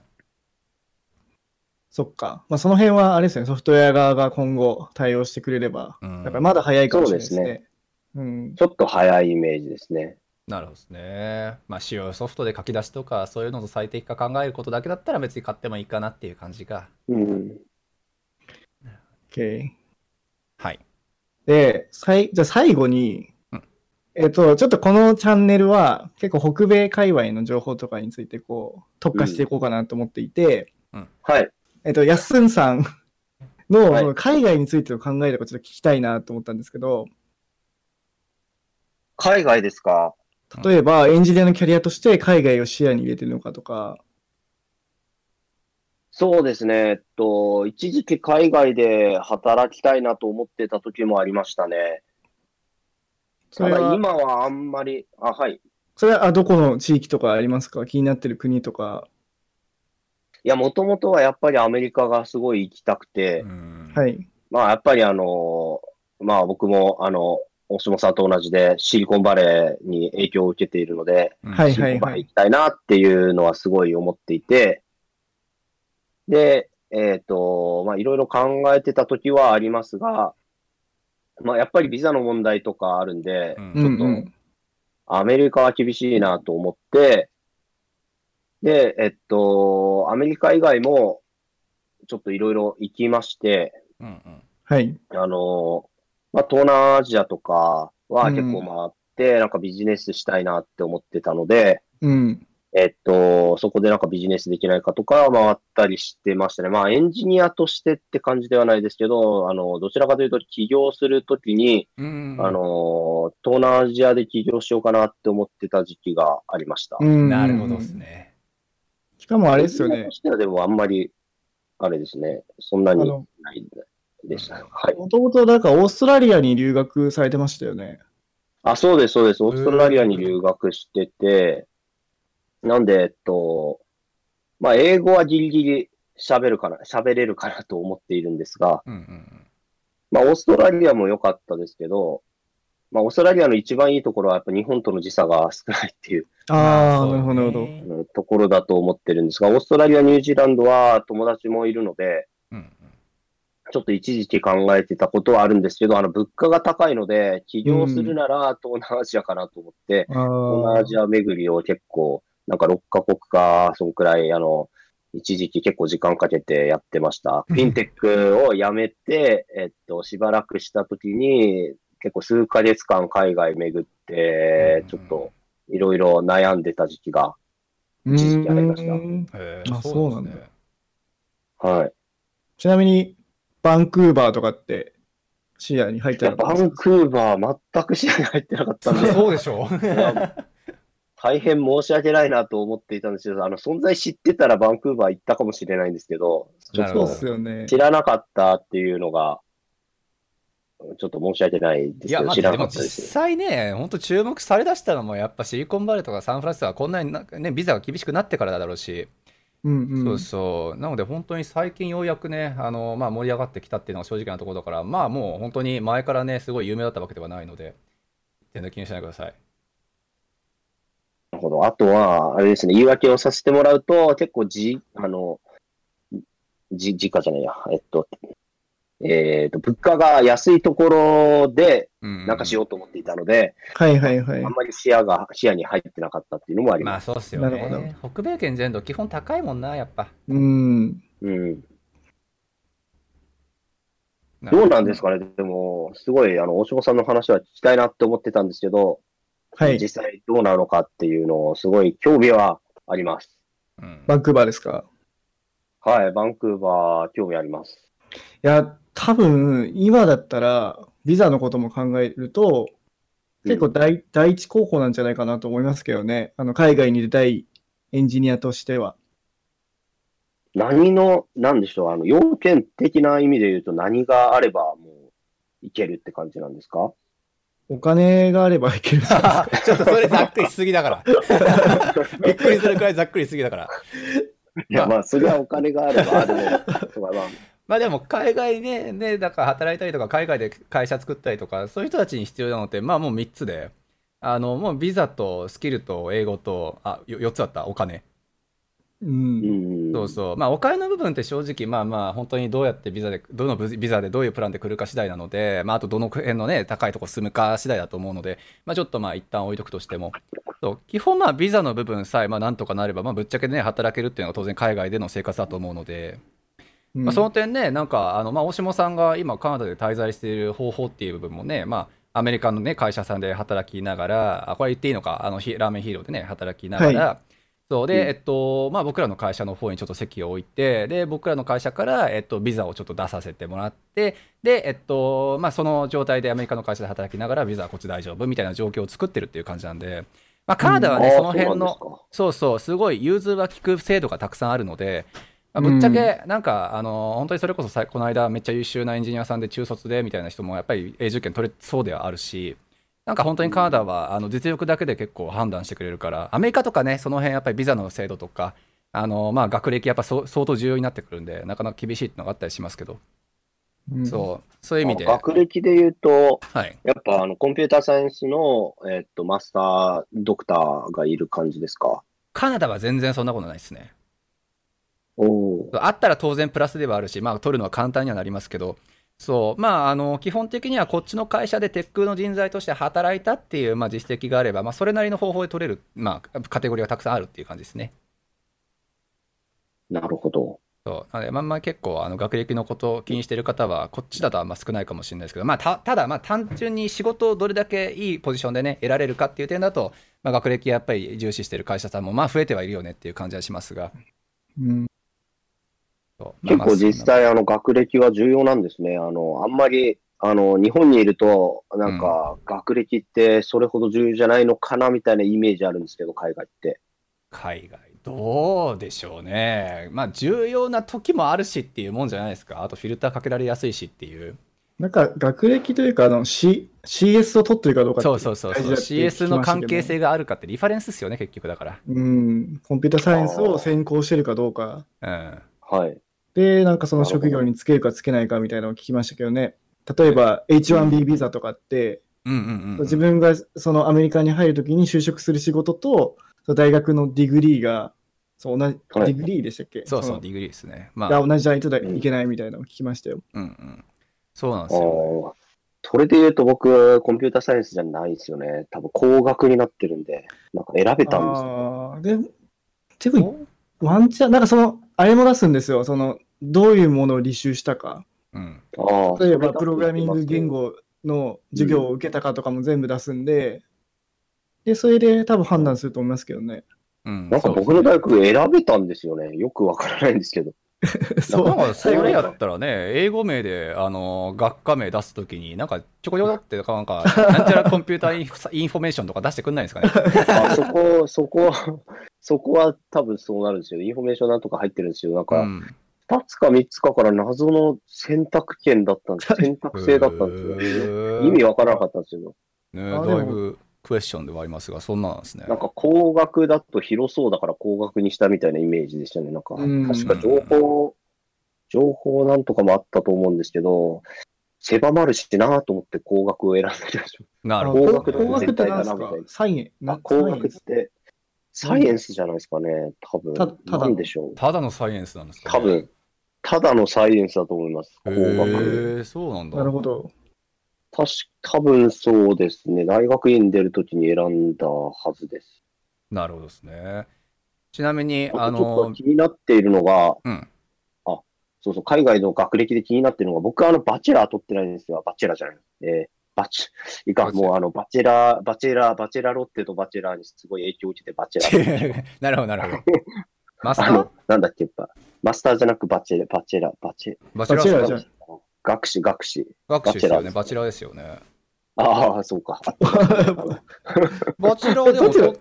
Speaker 1: そっか。まあ、その辺はあれですよね、ソフトウェア側が今後対応してくれれば、
Speaker 2: うん
Speaker 1: だからまだ早いかもしれないです
Speaker 3: そうで
Speaker 1: ね。うん。
Speaker 3: ちょっと早いイメージですね。
Speaker 2: なるほどですね。まあ、使用ソフトで書き出しとか、そういうのの最適化考えることだけだったら別に買ってもいいかなっていう感じか。
Speaker 3: うん。
Speaker 1: OK。
Speaker 2: はい。
Speaker 1: で、さいじゃあ最後に
Speaker 2: うん、
Speaker 1: えっと、ちょっとこのチャンネルは結構北米界隈の情報とかについてこう特化していこうかなと思っていて、
Speaker 3: はい。
Speaker 1: えっと、やっすんさんの
Speaker 3: はい
Speaker 1: その海外についての考えとかちょっと聞きたいなと思ったんですけど、
Speaker 3: 海外ですか
Speaker 1: 例えばエンジニアのキャリアとして海外を視野に入れてるのかとか、
Speaker 3: そうですね。えっと、一時期海外で働きたいなと思ってた時もありましたね。
Speaker 1: そ
Speaker 3: た
Speaker 1: れ
Speaker 3: だ
Speaker 1: は
Speaker 3: 今はあんまり、あ、はい。
Speaker 1: それはあどこの地域とかありますか気になってる国とか。
Speaker 3: いや、もともとはやっぱりアメリカがすごい行きたくて、
Speaker 2: うん
Speaker 1: はい。
Speaker 3: まあやっぱりあの、まあ僕もあの、大下さんと同じでシリコンバレーに影響を受けているので、
Speaker 2: うん
Speaker 1: はい
Speaker 3: シリ
Speaker 1: は
Speaker 3: コ
Speaker 1: い
Speaker 3: ンバレ
Speaker 1: は
Speaker 3: ー
Speaker 1: い。
Speaker 3: 行きたいなっていうのはすごい思っていて、で、えっ、と、まあ、いろいろ考えてた時はありますが、まあ、やっぱりビザの問題とかあるんで、
Speaker 2: うん
Speaker 1: うん
Speaker 3: ち
Speaker 1: う
Speaker 3: ょっ
Speaker 1: ん。
Speaker 3: アメリカは厳しいなと思って、で、えっと、アメリカ以外も、ちょっといろいろ行きまして、
Speaker 2: うんうん
Speaker 1: はい。
Speaker 3: あの、まあ、東南アジアとかは結構回って、なんかビジネスしたいなって思ってたので、
Speaker 1: うん。
Speaker 3: えっと、そこでなんかビジネスできないかとか回ったりしてましたね。まあ、エンジニアとしてって感じではないですけど、あの、どちらかというと起業するときに、
Speaker 2: うん
Speaker 3: あの、東南アジアで起業しようかなって思ってた時期がありました。
Speaker 1: うん
Speaker 2: なるほどです。ね。
Speaker 1: しかもあれですよ
Speaker 3: エンジニ
Speaker 1: ね
Speaker 3: アと。してはでもあんまり、あれですね、そんな
Speaker 1: あ
Speaker 3: に
Speaker 1: の、
Speaker 3: ないでした。はい。
Speaker 1: もともと、だから、オーストラリアに留学されてましたよね。
Speaker 3: あ、そうです、そうです。オーストラリアに留学してて、なんで、えっと、まあ、英語はギリギリ喋るかな、喋れるかなと思っているんですが、
Speaker 2: うんうん
Speaker 3: まあ、オーストラリアも良かったですけど、まあ、オーストラリアの一番いいところはやっぱ日本との時差が少ないっていう
Speaker 2: うん
Speaker 1: ああ、
Speaker 2: ま
Speaker 1: なるほど、なるほ
Speaker 2: そ
Speaker 1: ど。
Speaker 2: うね
Speaker 3: うんところだと思ってるんですが、オーストラリア、ニュージーランドは友達もいるので、
Speaker 2: うんうん
Speaker 3: ちょっと一時期考えてたことはあるんですけど、あの物価が高いので、起業するなら東南アジアかなと思って、東
Speaker 1: あ
Speaker 3: 南
Speaker 1: あ
Speaker 3: アジア巡りを結構、なんか6カ国か、そんくらい、あの、一時期結構時間かけてやってました。フィンテックをやめて、えっと、しばらくした時に、結構数ヶ月間海外巡って、ちょっといろいろ悩んでた時期が、
Speaker 1: うん
Speaker 3: 一時期ありました
Speaker 2: へ
Speaker 1: あ
Speaker 2: ー
Speaker 1: そうなんだ
Speaker 2: ですね
Speaker 3: はい。
Speaker 1: ちなみに、バンクーバーとかって、視野に入っ
Speaker 3: い
Speaker 1: て
Speaker 3: や
Speaker 1: なか
Speaker 3: バ
Speaker 1: ったん
Speaker 3: ン
Speaker 1: ですか
Speaker 3: クーバー全く視野に入ってなかったん で、
Speaker 2: そうでしょう。
Speaker 3: 大変申し訳ないなと思っていたんですけど、あの、存在知ってたらバンクーバー行ったかもしれないんですけど、ちょ
Speaker 2: な
Speaker 3: っ
Speaker 2: る
Speaker 1: そう
Speaker 2: ほど
Speaker 1: っ
Speaker 3: と
Speaker 1: すよね。
Speaker 3: 知らなかったっていうのが、ちょっと申し訳ないです
Speaker 2: い
Speaker 3: け
Speaker 2: や、
Speaker 3: ど、
Speaker 2: まあ、
Speaker 3: 知
Speaker 2: で
Speaker 3: らなか
Speaker 2: も
Speaker 3: ったです
Speaker 2: 実。際ね、本当注目されだしたのも、やっぱシリコンバレーとかサンフランシスコはこんなにな、ね、ビザが厳しくなってからだろうし、
Speaker 1: うん。
Speaker 2: そううんそう、なので本当に最近ようやくね、あのまあ、盛り上がってきたっていうのが正直なところだから、まあもう本当に前からね、すごい有名だったわけではないので、全然気にしないでください。
Speaker 3: なるほど。あとは、あれですね、言い訳をさせてもらうと、結構じ、あの、じ、時価じゃないや、えっと、えっと、物価が安いところで、
Speaker 2: な
Speaker 3: なんかしようと思っていたので、
Speaker 1: はいはいはい
Speaker 3: あん。まり視野が、視野に入ってなかったっていうのもあり
Speaker 2: まあ
Speaker 3: ます。
Speaker 2: そうっすよ
Speaker 1: なるほど
Speaker 2: ね。北米圏全土、基本高いもんな、やっぱ。
Speaker 1: うん。
Speaker 3: うん。
Speaker 2: な
Speaker 3: どうなんですかねでも、すごい、あの、大島さんの話は聞きたいなって思ってたんですけど、
Speaker 1: はい。
Speaker 3: 実際どうなのかっていうのを、すごい興味はあります。
Speaker 2: うん
Speaker 1: バンクーバーですか
Speaker 3: はい、バンクーバー、興味あります。
Speaker 1: いや、多分、今だったら、ビザのことも考えると、結構第,、第一候補なんじゃないかなと思いますけどね。あの、海外に出たいエンジニアとしては。
Speaker 3: 何の、なんでしょう、あの、要件的な意味で言うと何があればもういけるって感じなんですか
Speaker 1: お金があればいけるんじゃないですか
Speaker 2: ちょっとそれざっくりしすぎだから。 びっくりするくらいざっくりしすぎだから。
Speaker 3: いや、まあ、それはお金があれば、で も、とかまあ、
Speaker 2: まあでも海外でね、だから働いたりとか、海外で会社作ったりとか、そういう人たちに必要なのって、まあもう3つで、あの、もうビザとスキルと英語と、あ、よ4つあった、お金。
Speaker 1: う。
Speaker 3: うんん。
Speaker 2: そうそう。まあお金の部分って正直、まあまあ本当にどうやってビザで、どのビザでどういうプランで来るか次第なので、まああとどの辺のね、高いとこ住むか次第だと思うので、まあちょっとまあ一旦置いとくとしても、そう基本まあビザの部分さえ、まあなんとかなれば、まあぶっちゃけね、働けるっていうのが当然海外での生活だと思うので、
Speaker 1: うん
Speaker 2: まあ、その点ね、なんかあの、まあ、大下さんが今、カナダで滞在している方法っていう部分もね、まあ、アメリカの、ね、会社さんで働きながら、あこれ言っていいのか、あのひラーメンヒーローでね、働きながら、そう
Speaker 3: うん
Speaker 2: で、えっとまあ、僕らの会社の方にちょっと席を置いて、で僕らの会社から、えっと、ビザをちょっと出させてもらって、で、えっとまあ、その状態でアメリカの会社で働きながら、ビザはこっち大丈夫みたいな状況を作ってるっていう感じなんで、まあ、カナダはね、
Speaker 3: あー
Speaker 2: その辺の。
Speaker 3: そうなんですか
Speaker 2: そうそう、すごい融通は利く制度がたくさんあるので、まあ、ぶっちゃけ、なんか、あの本当にそれこそさこの間、めっちゃ優秀なエンジニアさんで中卒でみたいな人も、やっぱり永住権取れそうではあるし、なんか本当にカナダはあの実力だけで結構判断してくれるから、アメリカとかね、その辺やっぱりビザの制度とか、あのまあ、学歴、やっぱそ相当重要になってくるんで、なかなか厳しいっていうのがあったりしますけど、
Speaker 1: うん
Speaker 2: そうそういう意味で、
Speaker 3: あ学歴で言うと、
Speaker 2: はい、
Speaker 3: やっぱあのコンピューターサイエンスの、えっと、マスター、ドクターがいる感じですか
Speaker 2: カナダは全然そんなことないですね。
Speaker 3: おー
Speaker 2: あったら当然プラスではあるし、まあ、取るのは簡単にはなりますけど、そう、まあ、あの、基本的にはこっちの会社でテックの人材として働いたっていう、まあ、実績があれば、まあ、それなりの方法で取れる、まあ、カテゴリーがたくさんあるっていう感じですね。
Speaker 3: なるほど。
Speaker 2: そう。なので、まあ、まあ、結構、あの、学歴のことを気にしてる方は、こっちだとあんま少ないかもしれないですけど、まあ、た、ただ、まあ、単純に仕事をどれだけいいポジションでね、得られるかっていう点だと、まあ、学歴やっぱり重視してる会社さんも、まあ、増えてはいるよねっていう感じはしますが。
Speaker 1: うん。
Speaker 2: そうまあ
Speaker 3: 結
Speaker 2: まあ
Speaker 3: 構実際、あの、学歴は重要なんですね。あの、あんまり、あの、日本にいると、なんか、学歴ってそれほど重要じゃないのかなみたいなイメージあるんですけど、海外って。
Speaker 2: 海外どうでしょうねまあ重要な時もあるしっていうもんじゃないですかあとフィルターかけられやすいしっていう
Speaker 1: なんか、学歴というか、あの、C、CS を取ってるかどうかって
Speaker 2: そうそうそうそ
Speaker 1: 大
Speaker 2: う
Speaker 1: 事だって聞
Speaker 2: CS
Speaker 1: きま
Speaker 2: の
Speaker 1: したけど
Speaker 2: 関係性があるかってリファレンスですよね結局だか
Speaker 1: うん。コンピュータサイエンスを専攻してるかどうか。
Speaker 2: らうん
Speaker 3: はい。
Speaker 1: で、なんかその
Speaker 3: なるほど
Speaker 1: 職業につけるかつけないかみたいなのを聞きましたけどね。例えば H1B ビザとかって、
Speaker 2: うんうんうんうん
Speaker 1: 自分がそのアメリカに入るときに就職する仕事と、その大学のディグリーが、そう同じ、
Speaker 3: はい
Speaker 1: ディグリーでしたっけ
Speaker 2: そうそう
Speaker 1: の
Speaker 2: ディグリーですねまあ
Speaker 1: が同じじゃないとだいけないみたいなのを聞きましたよ。
Speaker 2: うんうんそうなん
Speaker 3: あ
Speaker 2: ですよ
Speaker 3: ーそれで言うと僕、コンピュータサイエンスじゃないですよね。多分、工学になってるんで、なんか選べたんですよ。
Speaker 1: ああー、で、てか、ワンチャン、なんかその、あれも出すんですよ。その、どういうものを履修したか。
Speaker 2: うん
Speaker 3: ああ
Speaker 1: 例えば、プログラミング言。語の授業を受けたかとかも全部出すんで、で、それで多分判断すると思いますけどね。
Speaker 2: うん
Speaker 3: なんか僕の大学選べたんですよね。よくわからないんですけど。
Speaker 2: そ
Speaker 1: そう
Speaker 2: なんかそ
Speaker 1: 最後
Speaker 2: れ
Speaker 1: に
Speaker 2: やったらね、英語名であの学科名出すときに、なんかちょこちょこって、なんか、なんちゃらコンピューターインフォインフォメーションとか出してくんないんで すかね。
Speaker 3: あそこ、そこは、そこは多分そうなるんですよ。インフォメーションなんとか入ってるんですよ。なん
Speaker 2: う
Speaker 3: か、
Speaker 2: ん
Speaker 3: 2つか3つかから謎の選択権だったん です。選択制だったんですよ。意味わからなかったんですよ。
Speaker 2: ね
Speaker 1: あ
Speaker 2: だいぶクエスチョンではありますが、そんなんですね。
Speaker 3: なんか工学だと広そうだから工学にしたみたいなイメージでしたね。なんか、
Speaker 1: うん
Speaker 3: 確か情報、情報なんとかもあったと思うんですけど、狭まるしなぁと思って工学を選んだりし
Speaker 2: なる
Speaker 1: あ
Speaker 2: ほ
Speaker 1: 工
Speaker 2: ど。
Speaker 1: 学工学って何ですかサイエン
Speaker 3: ま
Speaker 1: な
Speaker 3: す。工
Speaker 1: サイエン
Speaker 3: 学っ
Speaker 1: ス
Speaker 3: て、サイエンスじゃないですかね。多分。
Speaker 1: たただの
Speaker 3: なんでしょう。
Speaker 2: ただのサイエンスなんですか、ね、
Speaker 3: 多分、ただのサイエンスだと思います。工学。
Speaker 2: へえ、そうなんだ。
Speaker 1: なるほど。
Speaker 3: 確か、多分そうですね。大学院出るときに選んだはずです。
Speaker 2: なるほどですね。ちなみに、あ
Speaker 3: あとちょっ
Speaker 2: の
Speaker 3: と、気になっているのが、
Speaker 2: うん。
Speaker 3: そうそう、海外の学歴で気になってるのが、僕はあの、バチェラー取ってないんですよ。バチェラーじゃない。えーバチ、いか
Speaker 2: バ
Speaker 3: ん、
Speaker 2: チェラー
Speaker 3: もうあの、バチェラー、バチェラー、バチェラロッテとバチェラーにすごい影響を受けて、バチェラー。
Speaker 2: なるほど、なるほど。マスタ
Speaker 3: あ
Speaker 2: ー
Speaker 3: の、なんだっけ、やっぱ、マスターじゃなくバチェラー、バチェラー、バチェ
Speaker 2: バチェラ
Speaker 1: バ
Speaker 2: ー
Speaker 1: チェ
Speaker 2: で
Speaker 1: ラー
Speaker 2: す
Speaker 1: じゃ
Speaker 2: か
Speaker 1: ん
Speaker 3: 学士、学士。
Speaker 2: 学士ですよね。バ
Speaker 3: バ
Speaker 2: チ
Speaker 3: チ
Speaker 2: ェラーですよね。
Speaker 3: ああ、そうか。
Speaker 2: バチェラーでも
Speaker 1: 取って
Speaker 2: と
Speaker 1: る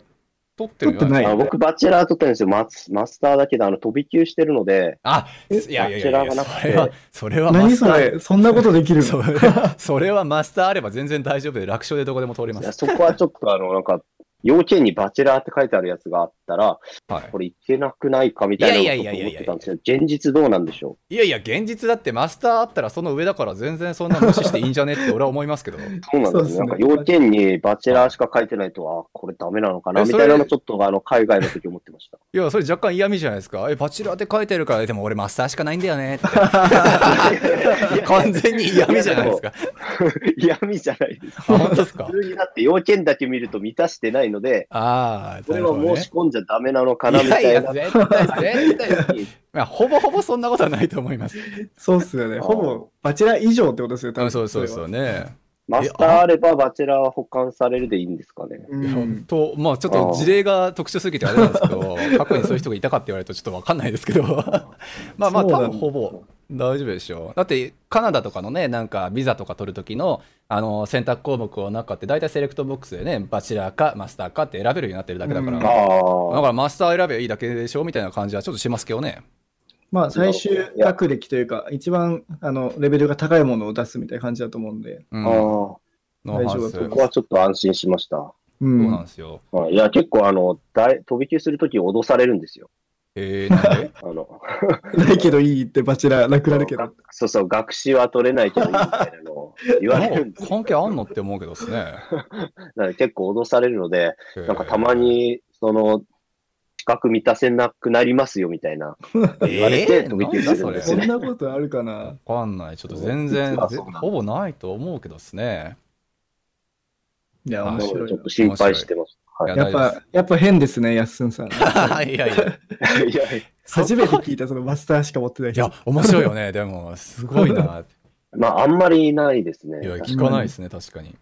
Speaker 2: 取ってるんじゃな
Speaker 1: 取ってな
Speaker 2: い
Speaker 1: い
Speaker 3: あ僕、バチェラー取ったんですよ。マスマスターだけど、あの、飛び級してるので、
Speaker 2: あ、い
Speaker 1: え
Speaker 2: やいやい
Speaker 3: バチ
Speaker 2: や
Speaker 3: ェラ
Speaker 2: いや、
Speaker 3: ーがな
Speaker 2: そ
Speaker 3: くて
Speaker 2: れは、それはマ
Speaker 1: 何
Speaker 2: スタ
Speaker 1: そ
Speaker 2: ー。
Speaker 1: れそんなことできる
Speaker 2: そ
Speaker 1: の
Speaker 2: れそれはマスターあれば全然大丈夫で楽勝でどこでも通りま
Speaker 3: いや
Speaker 2: す。
Speaker 3: そこはちょっと、あの、なんか、要件にバチェラーって書いてあるやつがあったら、
Speaker 2: はい
Speaker 3: これいけなくないかみたいなのをちょっと思ってたんですけど、現実どうなんでしょう
Speaker 2: いやいや、現実だってマスターあったらその上だから全然そんな無視していいんじゃねって俺は思いますけど。
Speaker 3: そうなんです
Speaker 1: そ
Speaker 3: ね。
Speaker 1: うっ
Speaker 3: なん
Speaker 1: すね
Speaker 3: か要件にバチェラーしか書いてないと、あ、これダメなのかな
Speaker 2: え
Speaker 3: み
Speaker 2: それ
Speaker 3: たいなのちょっとあの海外の時思って ました。
Speaker 2: いや、それ若干嫌味じゃないですか。え、バチェラーって書いてるから、でも俺マスターしかないんだよねって。完全に嫌味じゃないですか。
Speaker 3: 嫌味じゃないです。
Speaker 2: あ本当ですか
Speaker 3: 普。通にだって要件だけ見ると満たしてないので、
Speaker 2: ああ、
Speaker 3: こ
Speaker 2: な
Speaker 3: れ
Speaker 2: る
Speaker 3: は
Speaker 2: ほど
Speaker 3: 申
Speaker 2: ね
Speaker 3: し。込んじゃダメなのかなみたいな。
Speaker 2: いやいや、絶対、絶対。
Speaker 3: い
Speaker 2: まあ、ほぼほぼそんなことはないと思います。
Speaker 1: そうっすよね。ほぼ、バチェラー以上ってことですよ、多
Speaker 2: う
Speaker 1: 分
Speaker 2: ん、そうそうそうね。
Speaker 3: マスターあればバチェラーは保管されるでいいんですかね。
Speaker 1: それは。
Speaker 2: いうや
Speaker 1: ん。
Speaker 2: と、まあ、ちょっと事例が特殊すぎてあれなんですけ ど、過去にそういう人がいたかって言われるとちょっとわかんないですけど、まあまあ、
Speaker 1: そうな
Speaker 2: 多
Speaker 1: んだ
Speaker 2: 分ほぼ大丈夫でしょう。だって、カナダとかのね、なんかビザとか取る時の、あの、選択項目の中って、大体セレクトボックスでね、バチェラーかマスターかって選べるようになってるだけだから、
Speaker 1: うん
Speaker 2: だ
Speaker 3: ああ。
Speaker 2: からマスター選べばいいだけでしょみたいな感じはちょっとしますけどね。
Speaker 1: まあ、最終学歴というか、一番、あの、レベルが高いものを出すみたいな感じだと思うんで。
Speaker 2: う
Speaker 3: あ
Speaker 2: ん、
Speaker 3: あこ
Speaker 2: のはず
Speaker 1: 大丈夫だと思
Speaker 3: こはちょっと安心しました。
Speaker 1: う
Speaker 2: そうなん
Speaker 1: ん。
Speaker 2: ですよ。
Speaker 3: はいいや、結構あの、大飛び級するとき脅されるんですよ。
Speaker 2: えー、なんで
Speaker 3: あの、
Speaker 1: ないけどいいって、バチェラーなくなるけど。
Speaker 3: そうそう、学士は取れないけどいいみたいなのを 言わ
Speaker 2: な
Speaker 3: れるん
Speaker 2: ん
Speaker 3: です
Speaker 2: か関
Speaker 3: よ
Speaker 2: 係あんのって思うけどですね。
Speaker 3: なので結構脅されるので、
Speaker 2: な
Speaker 3: なんかたまに、その、資格満たせなくなりますよみたいな。言われて飛び級するんです
Speaker 1: そ
Speaker 3: ね
Speaker 1: んなことあるかな
Speaker 2: わかんない。ちょっと全然
Speaker 3: 実は、
Speaker 2: ぜ
Speaker 3: そうなんだ
Speaker 2: ほぼないと思うけどで すね。
Speaker 1: いや、面
Speaker 3: の
Speaker 1: 白
Speaker 3: を
Speaker 1: い
Speaker 3: ちょっと心配してます。
Speaker 2: い
Speaker 1: な。やっぱ、やっぱ変ですね、やっすんさ ん。
Speaker 2: 大丈夫ですいやいや。
Speaker 3: いやいや
Speaker 1: 初めて聞いたそのマスターしか持ってない
Speaker 2: い
Speaker 1: 人。
Speaker 2: や、面白いよね。でも、すごい な。
Speaker 3: まあ、あんまりないですね
Speaker 2: い。や、聞かないですね、確かに。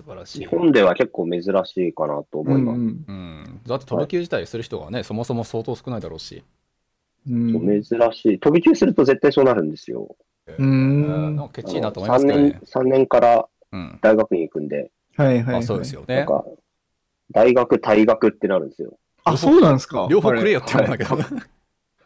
Speaker 2: 素晴らし
Speaker 3: 日
Speaker 2: い。
Speaker 3: 本では結構珍しいかな
Speaker 1: う
Speaker 3: と思い
Speaker 1: ん
Speaker 3: ま
Speaker 1: う
Speaker 3: す。
Speaker 1: ん
Speaker 2: うん。だって、飛び級自体する人がね、そもそも相当少ないだろうし。
Speaker 1: うん。
Speaker 3: 珍しい。飛び級すると絶対そうなるんですよ。
Speaker 1: う
Speaker 2: うんん。な
Speaker 1: は
Speaker 2: んかケチいなと思いますけどね。
Speaker 3: 3年、3年から
Speaker 2: うん。
Speaker 3: 大学に行くんで、
Speaker 1: いはい、はい。
Speaker 2: あ、そうですよ
Speaker 3: なん
Speaker 2: ね。
Speaker 3: か、大学、退学ってなるんですよ。
Speaker 1: あ、そうなんですか。
Speaker 2: 両方くれよって言うん
Speaker 1: あ
Speaker 2: だけど。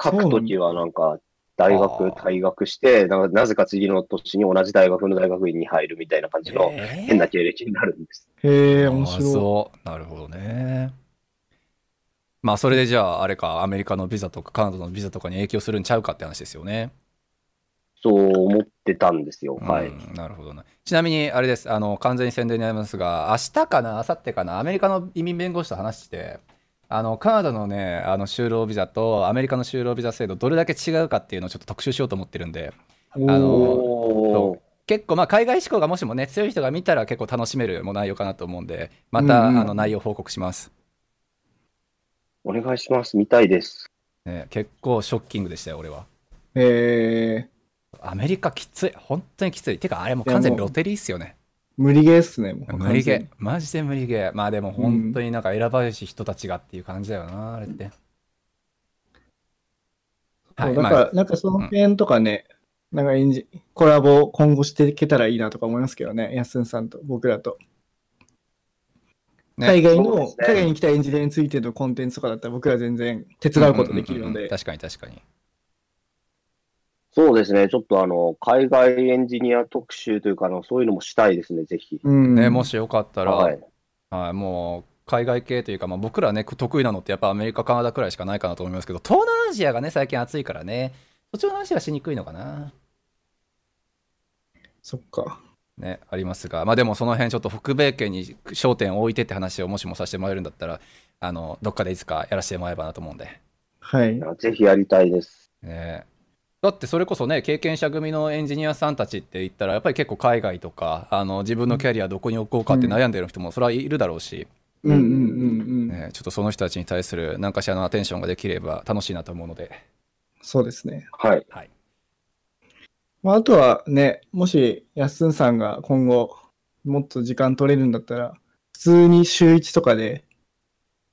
Speaker 3: 書くときはなんか、大学、
Speaker 2: あー
Speaker 3: 退学して、ななぜか次の年に同じ大学の大学院に入るみたいな感じの
Speaker 2: え
Speaker 3: 変な経歴になるんです。
Speaker 1: れへ え、面
Speaker 2: あ
Speaker 1: 白
Speaker 2: そう。なるほどね。まあ、それでじゃあ、あれか、アメリカのビザとか、カナダのビザとかに影響するんちゃうかって話ですよね。
Speaker 3: そう思ってたんですよ。は
Speaker 2: う
Speaker 3: い。
Speaker 2: んなるほどね。ちなみに、あれです、あの完全に宣伝になりますが、明日かな、明後日かな、アメリカの移民弁護士と話して、あのカナダのね、あの就労ビザとアメリカの就労ビザ制度、どれだけ違うかっていうのをちょっと特集しようと思ってるんで、
Speaker 1: い。お
Speaker 2: あの
Speaker 1: おー
Speaker 3: おー
Speaker 2: 結構、まあ、海外志向がもしもね、強い人が見たら結構楽しめるもう内容かなと思うんで、また、
Speaker 1: うんうん
Speaker 2: あの内容報告します。
Speaker 3: お願いします。見たいです。
Speaker 2: ね、結構ショッキングでしたよ、俺は。
Speaker 1: えー、
Speaker 2: アメリカきつい、本当にきつい。てか、あれもう完全にロテリーっすよね。
Speaker 1: 無理ゲーっすね。もう
Speaker 2: 無理ゲー、マジで無理ゲー。まあでも本当になんか選ばれし人たちがっていう感じだよな、あれって。は
Speaker 1: 完全に
Speaker 2: い、
Speaker 1: そうだ
Speaker 2: ま
Speaker 1: から、
Speaker 2: あ、
Speaker 1: なんかその辺とかね、なんかエンジコラボ今後していけたらいいなとか思いますけどね、やっすんさんと僕らと。
Speaker 2: ね
Speaker 1: 海外
Speaker 3: そうで
Speaker 1: の、
Speaker 3: すね
Speaker 1: 海外に来たエンジニアについてのコンテンツとかだったら僕ら全然手伝うことできるの
Speaker 2: うんうんうんう
Speaker 1: で。
Speaker 2: ん確かに確かに。
Speaker 3: そうですね。ちょっとあの、海外エンジニア特集というか、あの、そういうのもしたいですね、ぜひ。
Speaker 1: うん
Speaker 2: ね、もしよかったら、は
Speaker 3: はいい、。
Speaker 2: もう海外系というか、まあ、僕らね、得意なのってやっぱアメリカ、カナダくらいしかないかなと思いますけど、東南アジアがね、最近暑いからね、そっちの話はしにくいのかな。
Speaker 1: そっか。
Speaker 2: ね、ありますが、まあでもその辺ちょっと北米圏に焦点を置いてって話をもしもさせてもらえるんだったら、あの、どっかでいつかやらせてもらえばなと思うんで。
Speaker 1: はい。
Speaker 3: ぜひやりたいです。
Speaker 2: ねえだってそれこそね経験者組のエンジニアさんたちって言ったらやっぱり結構海外とかあの自分のキャリアどこに置こうかって悩んでる人もそれはいるだろうし、
Speaker 1: うんうんうんうん。
Speaker 2: ねえちょっとその人たちに対する何かしらのアテンションができれば楽しいなと思うので
Speaker 1: そうですね。
Speaker 3: はい。
Speaker 2: はい
Speaker 1: まあ、あとはね、もし、やっすんさんが今後、もっと時間取れるんだったら、普通に週1とかで、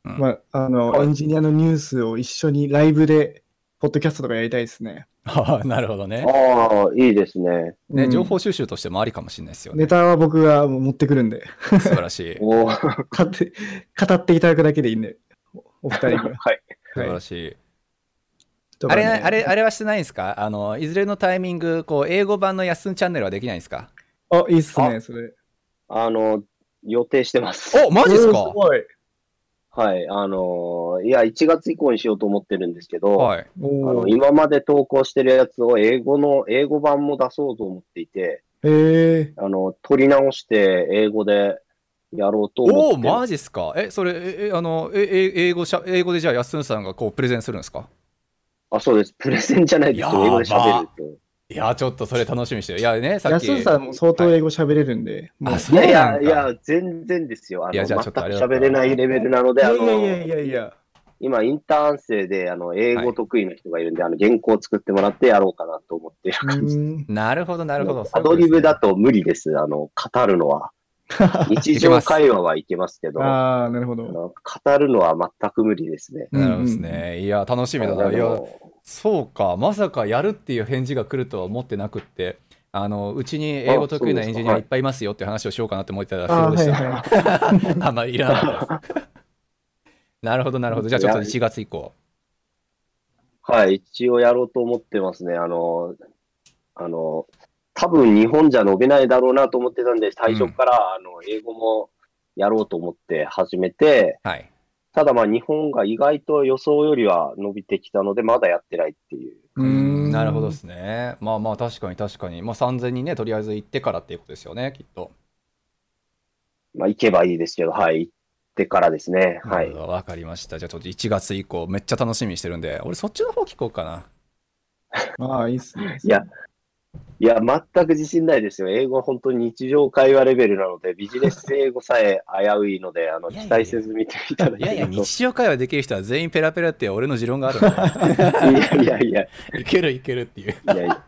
Speaker 2: うん
Speaker 1: まあ、あの、エンジニアのニュースを一緒にライブで、ポッドキャストとかやりたいですね。
Speaker 2: あ あなるほどね
Speaker 3: ああ、いいですね。
Speaker 1: う
Speaker 2: ね
Speaker 1: ん
Speaker 2: 情報収集としてもありかもしれないですよね
Speaker 1: ネタは僕がもう持ってくるん で、
Speaker 2: 素晴らしい素
Speaker 3: おー
Speaker 1: 語って、語っていただくだけでいいんで、おお二人 には。
Speaker 3: はい。
Speaker 2: 晴ら
Speaker 1: はい
Speaker 2: しい
Speaker 1: と
Speaker 2: あ
Speaker 1: かね
Speaker 2: れあれあれはしてないんですかあのいずれのタイミングこう英語版のやっすんチャンネルはできないんですか
Speaker 1: あ、いいっすね、それ。
Speaker 3: あの、予定してます。
Speaker 2: おマジですか
Speaker 1: おーすごい。
Speaker 3: はい。あの、いや、1月以降にしようと思ってるんですけど、
Speaker 2: はい
Speaker 3: あ
Speaker 1: お
Speaker 3: の
Speaker 1: ー
Speaker 3: 今まで投稿してるやつを英語の、英語版も出そうと思っていて、
Speaker 1: へえ
Speaker 3: あの、取り直して英語でやろうと思っ
Speaker 2: お
Speaker 3: て
Speaker 2: お
Speaker 3: ます
Speaker 2: マジっすかえそれええあのええ英語しゃ英語でじゃあやっすんさんがこうプレゼンするんですか
Speaker 3: あ、そうです。プレゼンじゃないです
Speaker 2: やば
Speaker 3: よ。英語で喋ると。
Speaker 2: いやちょっとそれ楽しみにしてるいやねさっ
Speaker 1: や
Speaker 2: き
Speaker 1: すんさんも相当
Speaker 2: はい
Speaker 1: 英語喋れるんで、もう
Speaker 2: あそ
Speaker 3: いうやい
Speaker 2: な
Speaker 3: や、
Speaker 2: ん
Speaker 3: い
Speaker 2: だ
Speaker 3: や、全然ですよ。あの、
Speaker 2: いやじゃあ
Speaker 3: 全く
Speaker 2: ちょっとあれだ
Speaker 3: 喋れないレベルなの
Speaker 1: い
Speaker 3: で、あ
Speaker 1: やい
Speaker 3: の、
Speaker 1: やいやいやいや。
Speaker 3: 今、インターン生で、あの、英語得意な人がいるんで、あの、原稿を作ってもらってやろうかなと思っている
Speaker 1: う
Speaker 3: 感じ。
Speaker 1: ーん
Speaker 2: なるほどなるほど
Speaker 3: アドリブだ
Speaker 2: と
Speaker 3: と無理です。あの、語るの は。日常会話はいけますけど、あ
Speaker 1: ああ、なるほど。
Speaker 3: の語るのは全く無理ですね。
Speaker 2: なるほどですねいや楽しみだ
Speaker 3: あ
Speaker 2: な
Speaker 3: の
Speaker 2: いやそうかまさかやるっていう返事が来るとは思ってなくってあのうちに英語得意なエンジニアいっぱいいますよっていう話をしようかなと思って
Speaker 1: あ
Speaker 2: たらそう
Speaker 1: あ
Speaker 2: で
Speaker 1: ー、は
Speaker 2: し
Speaker 1: い
Speaker 2: た
Speaker 1: はい。
Speaker 2: あんまりいらなかったです なるほどなるほどじゃあちょっと1月以降
Speaker 3: はい、一応やろうと思ってますね。あの、あの、多分日本じゃ伸びないだろうなと思ってたんで、最初から、あの、英語もやろうと思って始めて、
Speaker 2: はい
Speaker 3: ただまあ日本が意外と予想よりは伸びてきたので、まだやってないっていう。
Speaker 1: うーん
Speaker 2: なるほどですね。まあまあ確かに確かに。まあ3000にね、とりあえず行ってからっていうことですよね、きっと。
Speaker 3: まあ行けばいいですけど、はい。ってからですね。は。
Speaker 2: はいい。わかりました。じゃあちょっと1月以降、めっちゃ楽しみにしてるんで、俺そっちの方聞こうかな。
Speaker 1: ああ、いいっすね。
Speaker 3: いや、いや、全く自信ないですよ。英語は本当に日常会話レベルなので、ビジネス英語さえ危ういので、あ の、
Speaker 2: いやいやいや
Speaker 3: 期待せず見ていただ
Speaker 2: いやい
Speaker 3: け
Speaker 2: や、
Speaker 3: ると。
Speaker 2: 日常会話できる人は全員ペラペラって俺の持論があるん
Speaker 3: いやいやいや、い
Speaker 2: で、いけるいけるっていう。
Speaker 3: やいや、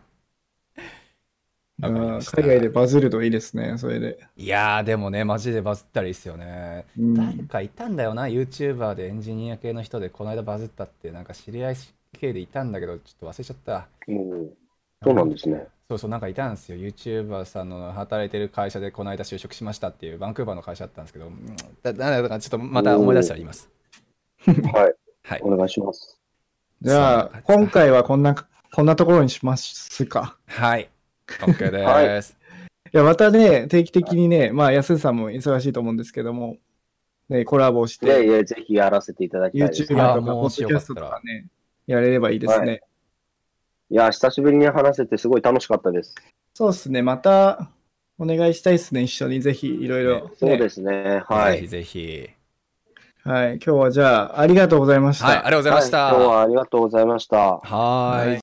Speaker 1: あ
Speaker 2: わかりま
Speaker 1: あ
Speaker 2: した
Speaker 1: 海外でバズるといいですね、それで。
Speaker 2: いやー、でもね、マジでバズったらいいっすよね。
Speaker 1: うん
Speaker 2: 誰かいたんだよな、YouTuber でエンジニア系の人で、この間バズったって、なんか知り合い系でいたんだけど、ちょっと忘れちゃった。
Speaker 3: うん、そうなんで すね。
Speaker 2: そうそう、なんかいたんですよ。YouTuber さんの働いてる会社で、この間就職しましたっていう、バンクーバーの会社だったんですけど、うんだなんだかちょっとまた思い出したら言います。
Speaker 3: はい、
Speaker 2: はい。
Speaker 3: お願いします。
Speaker 1: じゃあ、今回はこんな、こんなところにしますか。
Speaker 2: はい。OK です。
Speaker 3: はい
Speaker 1: いや、またね、定期的にね、まあ、安井さんも忙しいと思うんですけども、ね、コラボし
Speaker 3: いやい
Speaker 1: て、
Speaker 3: や、ぜひやらせていただきたいです。
Speaker 1: YouTube と
Speaker 3: い
Speaker 1: か、
Speaker 2: や
Speaker 1: ポッ
Speaker 2: も
Speaker 1: ド
Speaker 2: し
Speaker 1: キ
Speaker 2: よか
Speaker 1: ャ
Speaker 2: っ
Speaker 1: ス
Speaker 2: た
Speaker 1: トと
Speaker 2: ら
Speaker 1: かね、やれればいいですね。
Speaker 3: はや、久しぶりに話せてすごい楽しかったです。
Speaker 1: そうですね、また、お願いしたいですね、一緒にぜひ、いろいろ。
Speaker 3: そうですね。は
Speaker 2: ぜひ
Speaker 3: い。
Speaker 2: ぜひ。
Speaker 1: はい、今日はじゃあ、ありがとうございました。
Speaker 2: はい、ありがとうございました。
Speaker 3: はい今日はありがとうございました。
Speaker 2: はーい。